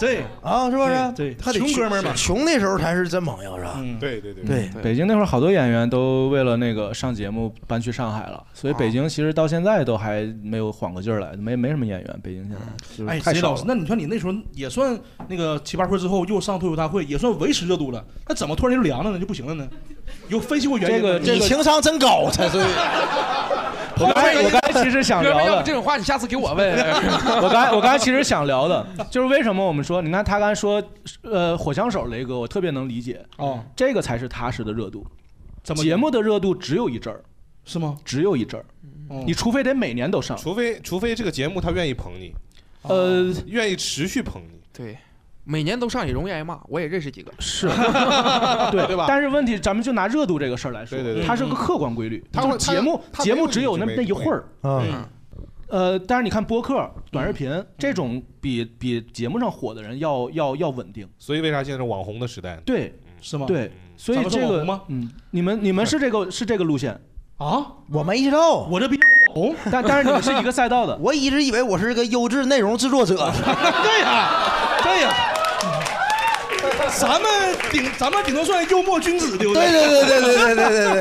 对啊，是不是？对对还得穷哥们儿嘛嗯穷的时候才是真朋友，是吧？对对对嗯对北京那会儿好多演员都为了那个上节目搬去上海了，所以北京其实到现在都还没有缓过劲儿来，没没什么演员。北京现在就是哎，太谁少老师了，。 (laughs) 那你说你那时候也算那个七八岁之后又上脱口大会，也算维持热度了，那怎么突然就凉了呢？就不行了呢？有分析过原因吗？你情商真啊高，才是。 (laughs) 我 (laughs) 刚才我刚才其实想聊要不的，这种话，你下次给我问。 (laughs) 我 (laughs) 刚才我刚才其实想聊的，就是为什么我们说，你看他刚才说，呃，火枪手雷哥，我特别能理解，哦，这个才是踏实的热度。怎么节目的热度只有一阵儿，是吗？只有一阵儿，你除非得每年都上，除非除非这个节目他愿意捧你，呃，愿意持续捧你。对，每年都上也容易挨骂，我也认识几个。是 (laughs) 对对吧但是问题，咱们就拿热度这个事儿来说，对对它是个客观规律。嗯它就会是节目它它节没目有只有那一直那没一会儿，嗯，呃，但是你看播客、短视频这种比比节目上火的人要要要稳定。所以为啥现在是网红的时代呢？对，是吗对，所以咱们是这网个红吗嗯，你们你们是这个是这个路线啊？我没意识到，。我这比网红，但但是你们是一个赛道的 (laughs) 我一直以为我是个优质内容制作者， (laughs) 对呀，对呀。咱们顶，咱们顶多算幽默君子，对不对对对对对对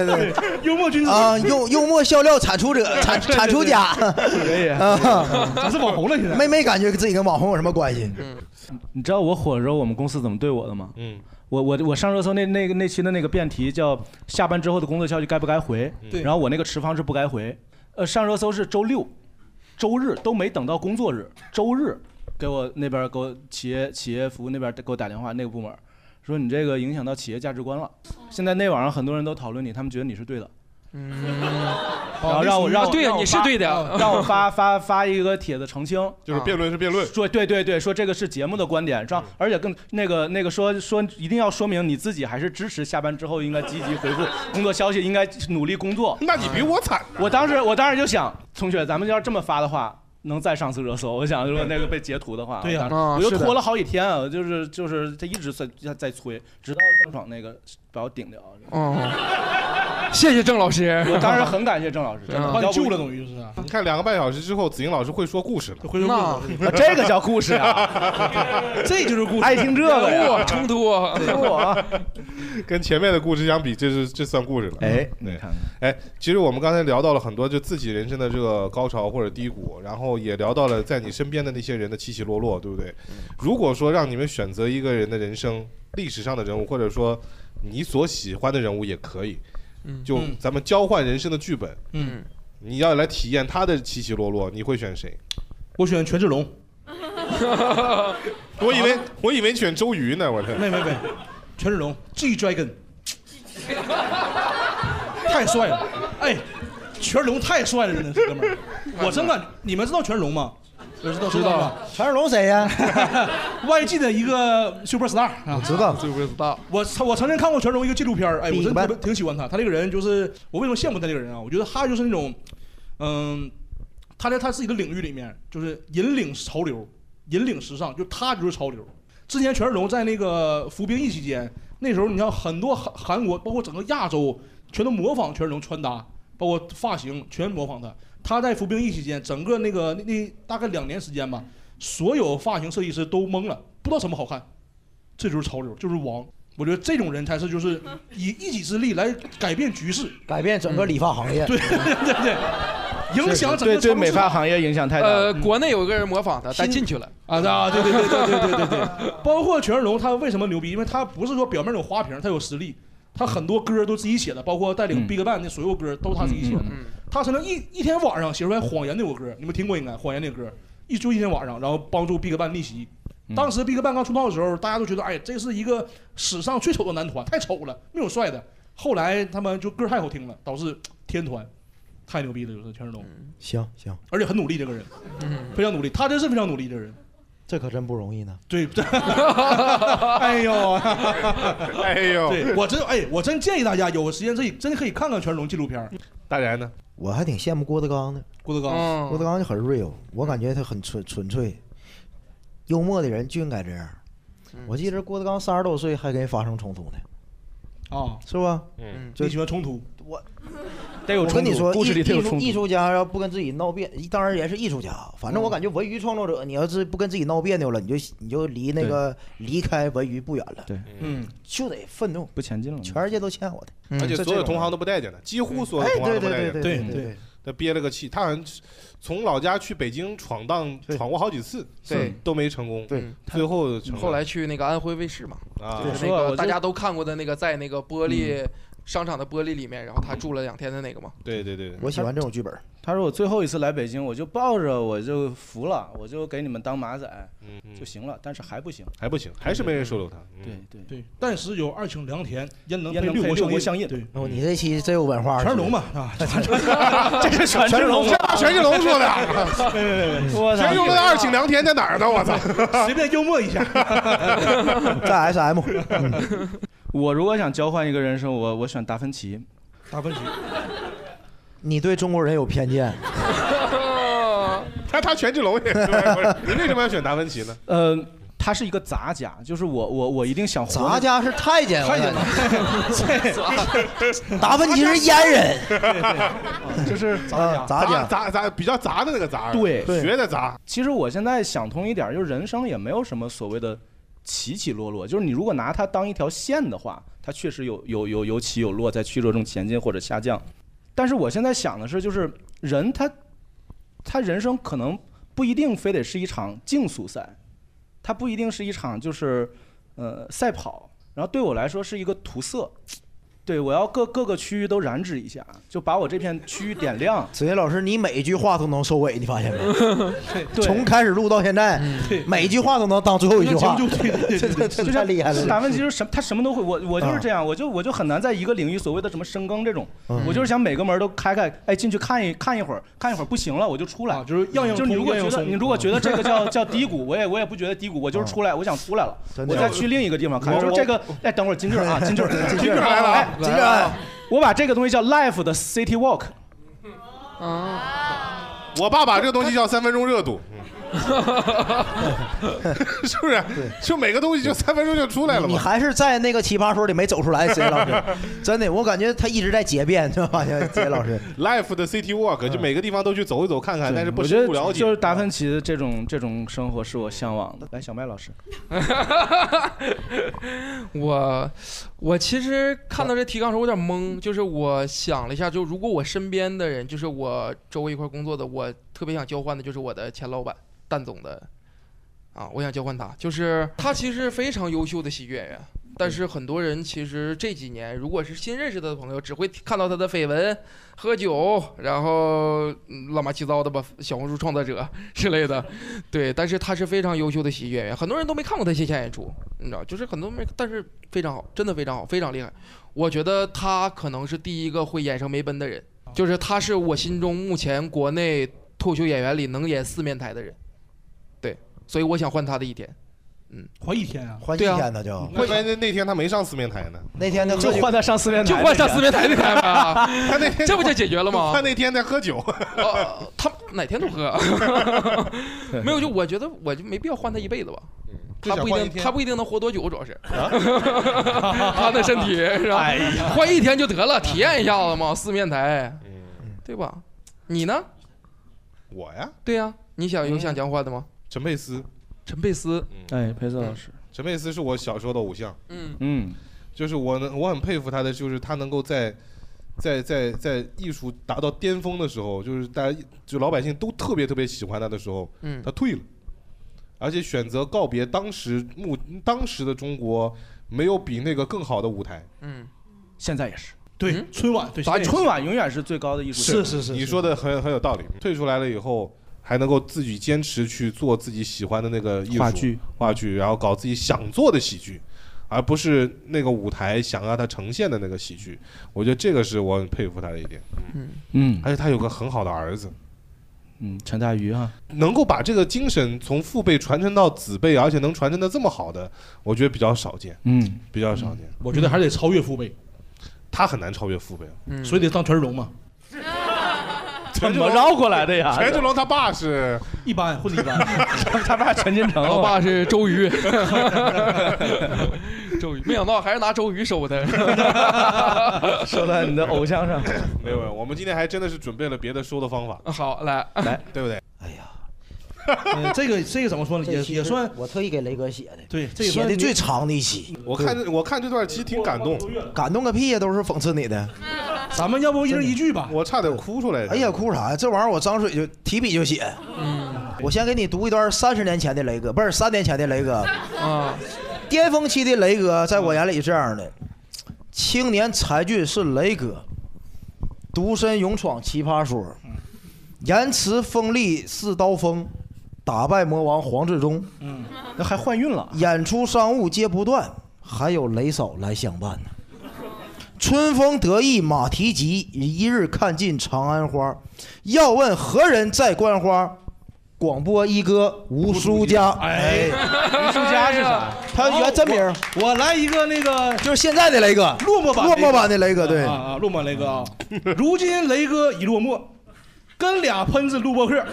对对 (laughs) 对，幽默君子啊，幽幽默笑料产出 (laughs) 者，产产出家，可以啊，咱是网红了现在没没感觉自己跟网红有什么关系？你知道我火的时候，我们公司怎么对我的吗？嗯，我我我上热搜那那个那期的那个辩题叫“下班之后的工作消息该不该回”，对然后我那个持方是不该回，呃，上热搜是周六，周日都没等到工作日，周日给我那边给我企业企业服务那边给我打电话，那个部门说你这个影响到企业价值观了。现在那网上很多人都讨论你，他们觉得你是对的。然后让我让我对呀让我你是发对的让我发发发一个帖子澄清，啊就是辩论是辩论，嗯说对对对，说这个是节目的观点，这样而且更那个那个说说一定要说明你自己还是支持下班之后应该积极回复工作消息，应该努力工作。那你比我惨。我当时我当时就想，同学，咱们要是这么发的话。能再上次热搜？我想，如果那个被截图的话，对呀我当时啊我是就的拖了好几天啊，我就是就是他一直在在在催，直到郑爽那个把我顶掉。啊 (laughs) 哦谢谢郑老师我当时很感谢郑老师，嗯真的要不于就是。啊你看两个半小时之后，子英老师会说故事了，会说故事那这个叫故事 (laughs) 啊，这就是故事爱听这个呀人物冲突 (laughs) 啊对冲突啊 (laughs) 跟前面的故事相比，这是这算故事了。哎对，哎，其实我们刚才聊到了很多，就自己人生的这个高潮或者低谷，然后也聊到了在你身边的那些人的起起落落，对不对？如果说让你们选择一个人的人生，历史上的人物，或者说你所喜欢的人物也可以，就嗯咱们交换人生的剧本，嗯，你要来体验他的起起落落，你会选谁？我选权志龙。 (laughs) 我以为我以为你选周瑜呢，我操！没没没，权志龙 G Dragon，太帅了！哎，权志龙太帅了，真的是哥们儿，我真感，你们知道权志龙吗？知道知道吧？权志龙谁 (laughs) 呀？YG 的一个 super star 啊，知道 super star。我曾我曾经看过权志龙一个纪录片儿，哎，我真特别挺喜欢他。他这个人就是我为什么羡慕他这个人啊？我觉得他就是那种，嗯，他在他自己的领域里面就是引领潮流，引领时尚，就他就是潮流。之前权志龙在那个服兵役期间，那时候你像很多韩韩国，包括整个亚洲，全都模仿权志龙穿搭，包括发型，全模仿他。他在服兵役期间，整个那个那那大概两年时间吧，所有发型设计师都懵了，不知道什么好看。这就是潮流，就是王。我觉得这种人才是就是以一己之力来改变局势，改变整个理发行业。对对对，影响整对个对超市美发行业影响太大了。呃，国内有一个人模仿他，但进去了。啊，啊，对对对对对对对对， (laughs) 包括权志龙他为什么牛逼？因为他不是说表面有花瓶，他有实力，他很多歌都自己写的，包括带嗯领 BigBang 那所有歌都是他自己写的嗯嗯。他曾经一一天晚上写出来《谎言》那首歌，你们听过应该，《谎言》那歌，一就一天晚上，然后帮助 BigBang 逆袭。嗯当时 BigBang 刚出道的时候，大家都觉得，哎，这是一个史上最丑的男团，太丑了，没有帅的。后来他们就歌太好听了，导致天团，太牛逼了，就是权志龙，行行，而且很努力这个人，非常努力，他真是非常努力这个人。这可真不容易呢。对，哎呦，哎呦对我真哎，我真建议大家有时间自己真可以看看权志龙纪录片儿。大然呢？我还挺羡慕郭德纲的。郭德纲嗯郭德纲就很 real，我感觉他很纯纯粹，幽默的人就应该这样。嗯我记得郭德纲三十多岁还跟人发生冲突呢，啊，是吧？嗯，哦就你喜欢冲突？我得有我冲突跟你说，故事里艺得有艺术冲突艺术家要不跟自己闹别，当然也是艺术家。啊反嗯正我感觉文娱创作者，你要是不跟自己闹别扭了，你就你就离那个离开文娱不远了。对，嗯，就得愤怒，不前进了。嗯全世界都欠我的，嗯而且这所有这种同行啊都不待见他，几乎所有同行都不待见他。哎对对对对对对对。他憋了个气，他好像从老家去北京闯荡，闯过好几次，对，都没成功。嗯对，最后成功后来去那个安徽卫视嘛，啊就是嗯那我说我个就大家都看过的那个，在那个玻璃商场的玻璃里面，然后他住了两天的那个嘛。对对对， (laughs) 我喜欢这种剧本。他说我最后一次来北京，我就抱着我就服了，我就给你们当马仔就行了，但是还不行，还不行，还是没人收留他。嗯对对 (laughs) 对，但是有二情良田，焉能焉能配配六六国国相相印？印对，哦，你这期真有文化。全是龙嘛啊 (laughs) 这是权志龙这 (laughs) 是权志龙说的啊没没没没，谁用的二请良田在哪儿呢？我操！随便幽默 (laughs) 一下。在 SM，我如果想交换一个人生，我我选达芬奇。达芬奇，你对中国人有 (laughs) 偏见。他他权志龙也是，你为什么要选达芬奇呢？呃，他是一个杂家，就是我我我一定想活着。杂家是太监，太监 (laughs) 达芬奇是阉人对 (laughs) 对就是啊杂杂家杂杂比较杂的那个杂，对，学的杂。其实我现在想通一点儿，就是人生也没有什么所谓的起起落落，就是你如果拿它当一条线的话，它确实有有有有起有落，在曲折中前进或者下降。但是我现在想的是，就是人他他人生可能不一定非得是一场竞速赛，它不一定是一场就是呃赛跑，然后对我来说是一个涂色。对，我要各各个区域都染指一下，就把我这片区域点亮。 (laughs) 子健老师，你每一句话都能收尾，你发现没？对从开始录到现在，嗯每一句话都能当最后一句话，那节目就 (laughs) 这这这太厉害了！达芬奇就是什么，他什么都会。我我就是这样，我就我就很难在一个领域所谓的什么深耕这种，嗯我就是想每个门都开开，哎，进去看一看一会儿，看一会儿不行了我就出来，就是啊样样就是你如通果样觉样得松你嗯如果觉得这个 (laughs) 叫叫低谷，我也我也不觉得低谷，我嗯就是出来，我想出来了，我再去另一个地方看。我就是这个，哎，等会儿金句儿啊，金句儿金句句儿儿来了啊哎金句儿来了我把这个东西叫 life 的 city walk。哦 (laughs) 我爸把这个东西叫三分钟热 (laughs) 度， (laughs) 是不是？就每个东西就三分钟就出来了你嘛。还是在那个奇葩说里没走出 (laughs) 来，子健老师，真的，我感觉他一直在结辩，知道吧？子健老师， (laughs) Life 的 City Walk 就每个地方都去走一走看哎看，但是不嗯我觉深得入了解。就是达芬奇的这种这种生活是我向往的。来，小麦老师，我我其实看到这提纲的时候我有点懵，就是我想了一下，就如果我身边的人，就是我周围一块工作的，我特别想交换的就是我的前老板蛋总的，啊，我想交换他，就是他其实非常优秀的喜剧演员。但是很多人其实这几年，如果是新认识他的朋友，只会看到他的绯闻、喝酒，然后嗯乱七八糟的吧，小红书创作者 (laughs) 之类的。对，但是他是非常优秀的喜剧演员，很多人都没看过他线下演出，你知道，就是很多没，但是非常好，真的非常好，非常厉害。我觉得他可能是第一个会演上梅奔的人，就是他是我心中目前国内脱口秀演员里能演四面台的人，对，所以我想换他的一天，嗯，换一天啊，换对啊那嗯那那天他没上四面台呢，，那天他就换他上四面就换上四面台那天吧 (laughs) 他那天 (laughs) 这不就解决了吗？他那天在喝酒，他哪天都 (laughs) 喝，没有就我觉得我就没必要换他一辈子吧。他不一就想嗯换一定，天他不一定能活多久，主要是他的身体是吧？哎呀换一天就得了，体验一下子嘛，四面台，嗯对吧？你呢？我呀，对呀，你想有想交换的吗？陈佩斯，嗯陈佩斯，哎，裴森老师，陈佩斯是我小时候的偶像，嗯嗯，就是我能我很佩服他的，就是他能够在在在在艺术达到巅峰的时候，就是大家就老百姓都特别特别喜欢他的时候，嗯他退了，而且选择告别当时目当时的中国没有比那个更好的舞台，嗯，现在也是。对，春晚对，咱现在也是春晚永远是最高的艺术。你说的很很有道理。退出来了以后，还能够自己坚持去做自己喜欢的那个艺术话剧，话剧，然后搞自己想做的喜剧，而不是那个舞台想让它呈现的那个喜剧。我觉得这个是我很佩服他的一点。嗯嗯，而且他有个很好的儿子，嗯，陈大愚哈，能够把这个精神从父辈传承到子辈，而且能传承的这么好的，我觉得比较少见，嗯，比较少见。我觉得还是得超越父辈，他很难超越父辈，嗯所以得当权志龙嘛。 (laughs) 怎么绕过来的呀权权志龙他爸是一般混的一般， (laughs) 他爸陈金城，我爸是周瑜，周瑜，没想到还是拿周瑜收 (laughs) 的，说到你的偶像上，没有没有，我们今天还真的是准备了别的收的方法。好，来来，对不对？嗯这个 (laughs) 这个怎么说呢？也这期也是算我特意给雷哥写的，对，这也写算的你最长的一期。我看这我看这段其实挺感动，感动个屁呀，都是讽刺你的。 (laughs) 咱们要不一人一句吧？我差点哭出来。哎呀，哭啥呀？这玩意儿我张嘴就提笔就写。我先给你读一段三十年前的雷哥，不是三年前的雷哥。啊，巅峰期的雷哥，在我眼里是这样嗯的：青年才俊是雷哥，独身勇闯奇葩说，言辞锋利似刀锋，打败魔王黄志忠。嗯，那还换运了。演出商务接不断，还有雷嫂来相伴呢。春风得意马蹄疾，一日看尽长安花。要问何人在观花？广播一哥吴书家。哎，艺术家是啥？他原真名儿。哦我来一个那个，就是现在的雷哥，落寞版落寞版的雷哥，对啊，啊，落寞雷哥啊。如今雷哥已落寞，跟俩喷子录播客，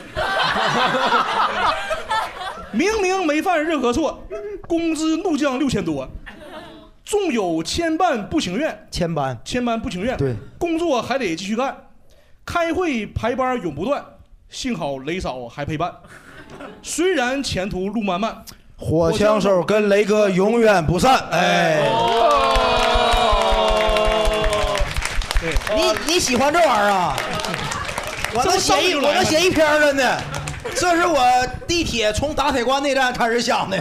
明明没犯任何错，工资怒降六千多，纵有牵绊不情愿，千班千般不情愿，对，工作还得继续干，开会排班永不断，幸好雷嫂还陪伴，虽然前途路漫漫，火枪手跟雷哥永远不散。哎，哎对， (laughs) 你你喜欢这玩意儿啊？我这能不上写一来就我来了能写一篇儿了呢，这是我地铁从打铁关那站开始想的，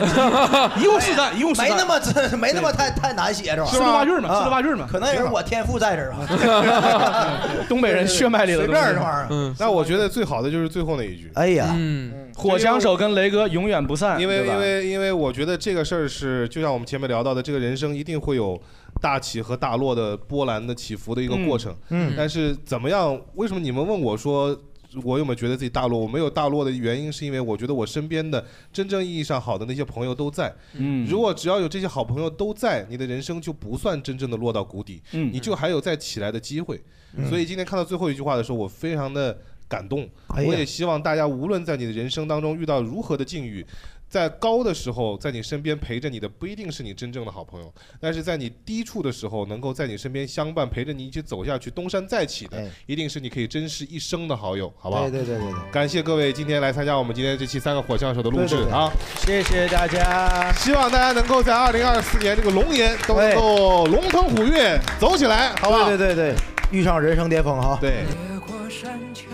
一共四 (laughs) 站，一共四站没那么真，没那么太太难写是吧？四六八句嘛啊四六八句嘛可能也是我天赋在这 (laughs) 儿啊。东北人血脉里的随便儿这玩意儿嗯，那我觉得最好的就是最后那一句。哎呀，嗯，火枪手跟雷哥永远不散，因为对吧因为因为我觉得这个事儿是，就像我们前面聊到的，这个人生一定会有大起和大落的波澜的起伏的一个过程。嗯嗯但是怎么样？为什么你们问我说？我有没有觉得自己大落？我没有大落的原因，是因为我觉得我身边的真正意义上好的那些朋友都在。嗯如果只要有这些好朋友都在，你的人生就不算真正的落到谷底，嗯你就还有再起来的机会。嗯所以今天看到最后一句话的时候，我非常的感动。哎呀我也希望大家无论在你的人生当中遇到如何的境遇，在高的时候，在你身边陪着你的不一定是你真正的好朋友，但是在你低处的时候，能够在你身边相伴，陪着你一起走下去，东山再起的，一定是你可以珍视一生的好友，好不好？哎对对对对对。感谢各位今天来参加我们今天这期三个火枪手的录制对对对啊！谢谢大家，希望大家能够在二零二四年这个龙年都能够哎龙腾虎跃，走起来，好不好？哎对对对对，遇上人生巅峰哈。对越过山丘，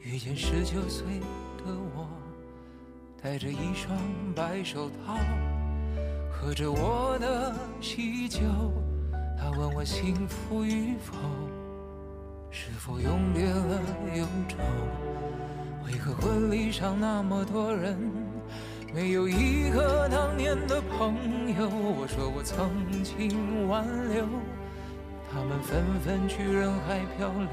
遇见十九岁的我，戴着一双白手套，喝着我的喜酒。他问我幸福与否，是否永别了忧愁？为何婚礼上那么多人，没有一个当年的朋友？我说我曾经挽留。他们纷纷去人海漂流。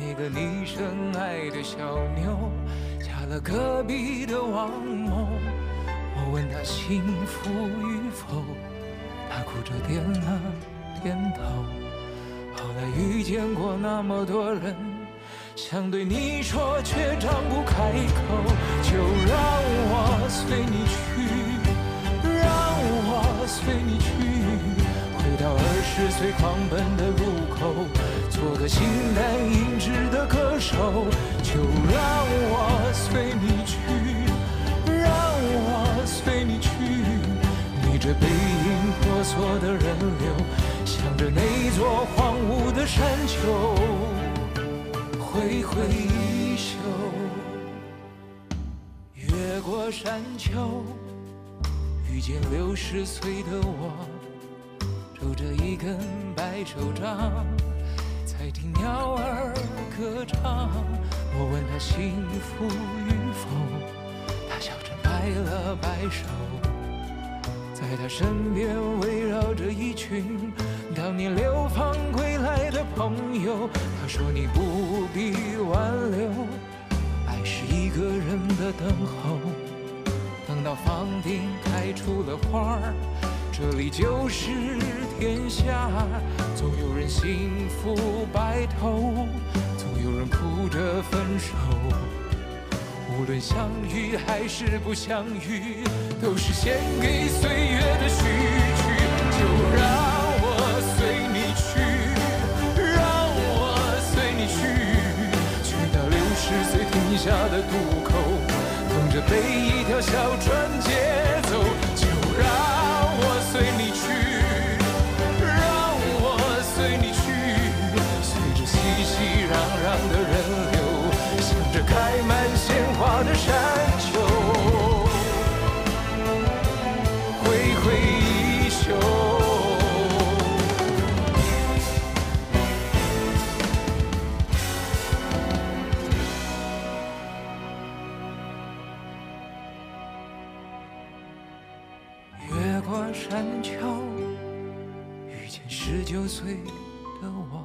那个你深爱的小妞，嫁了隔壁的王某。我问她幸福与否，她哭着点了点头。后来遇见过那么多人，想对你说却张不开口，就让我随你去，让我随你去。回到二十岁狂奔的路口，做个形单影只的歌手，就让我随你去，让我随你去。你这背影婆娑的人流，向着那座荒芜的山丘，挥挥衣袖，越过山丘，遇见六十岁的我。拄着一根白手杖，才听鸟儿歌唱。我问他幸福与否，他笑着摆了摆手。在他身边围绕着一群当年流放归来的朋友。他说你不必挽留，爱是一个人的等候。等到房顶开出了花儿。这里就是天下，总有人幸福白头，总有人哭着分手。无论相遇还是不相遇，都是献给岁月的序曲。就让我随你去，让我随你去，去到六十岁停下的渡口。捧着被一条小船接走，就让我随你去，让我随你去，随着熙熙攘攘的人流，向着开满鲜花的山丘，挥挥衣袖。越过山丘，遇见十九岁的我，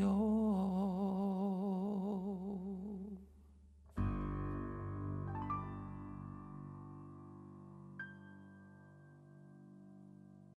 友。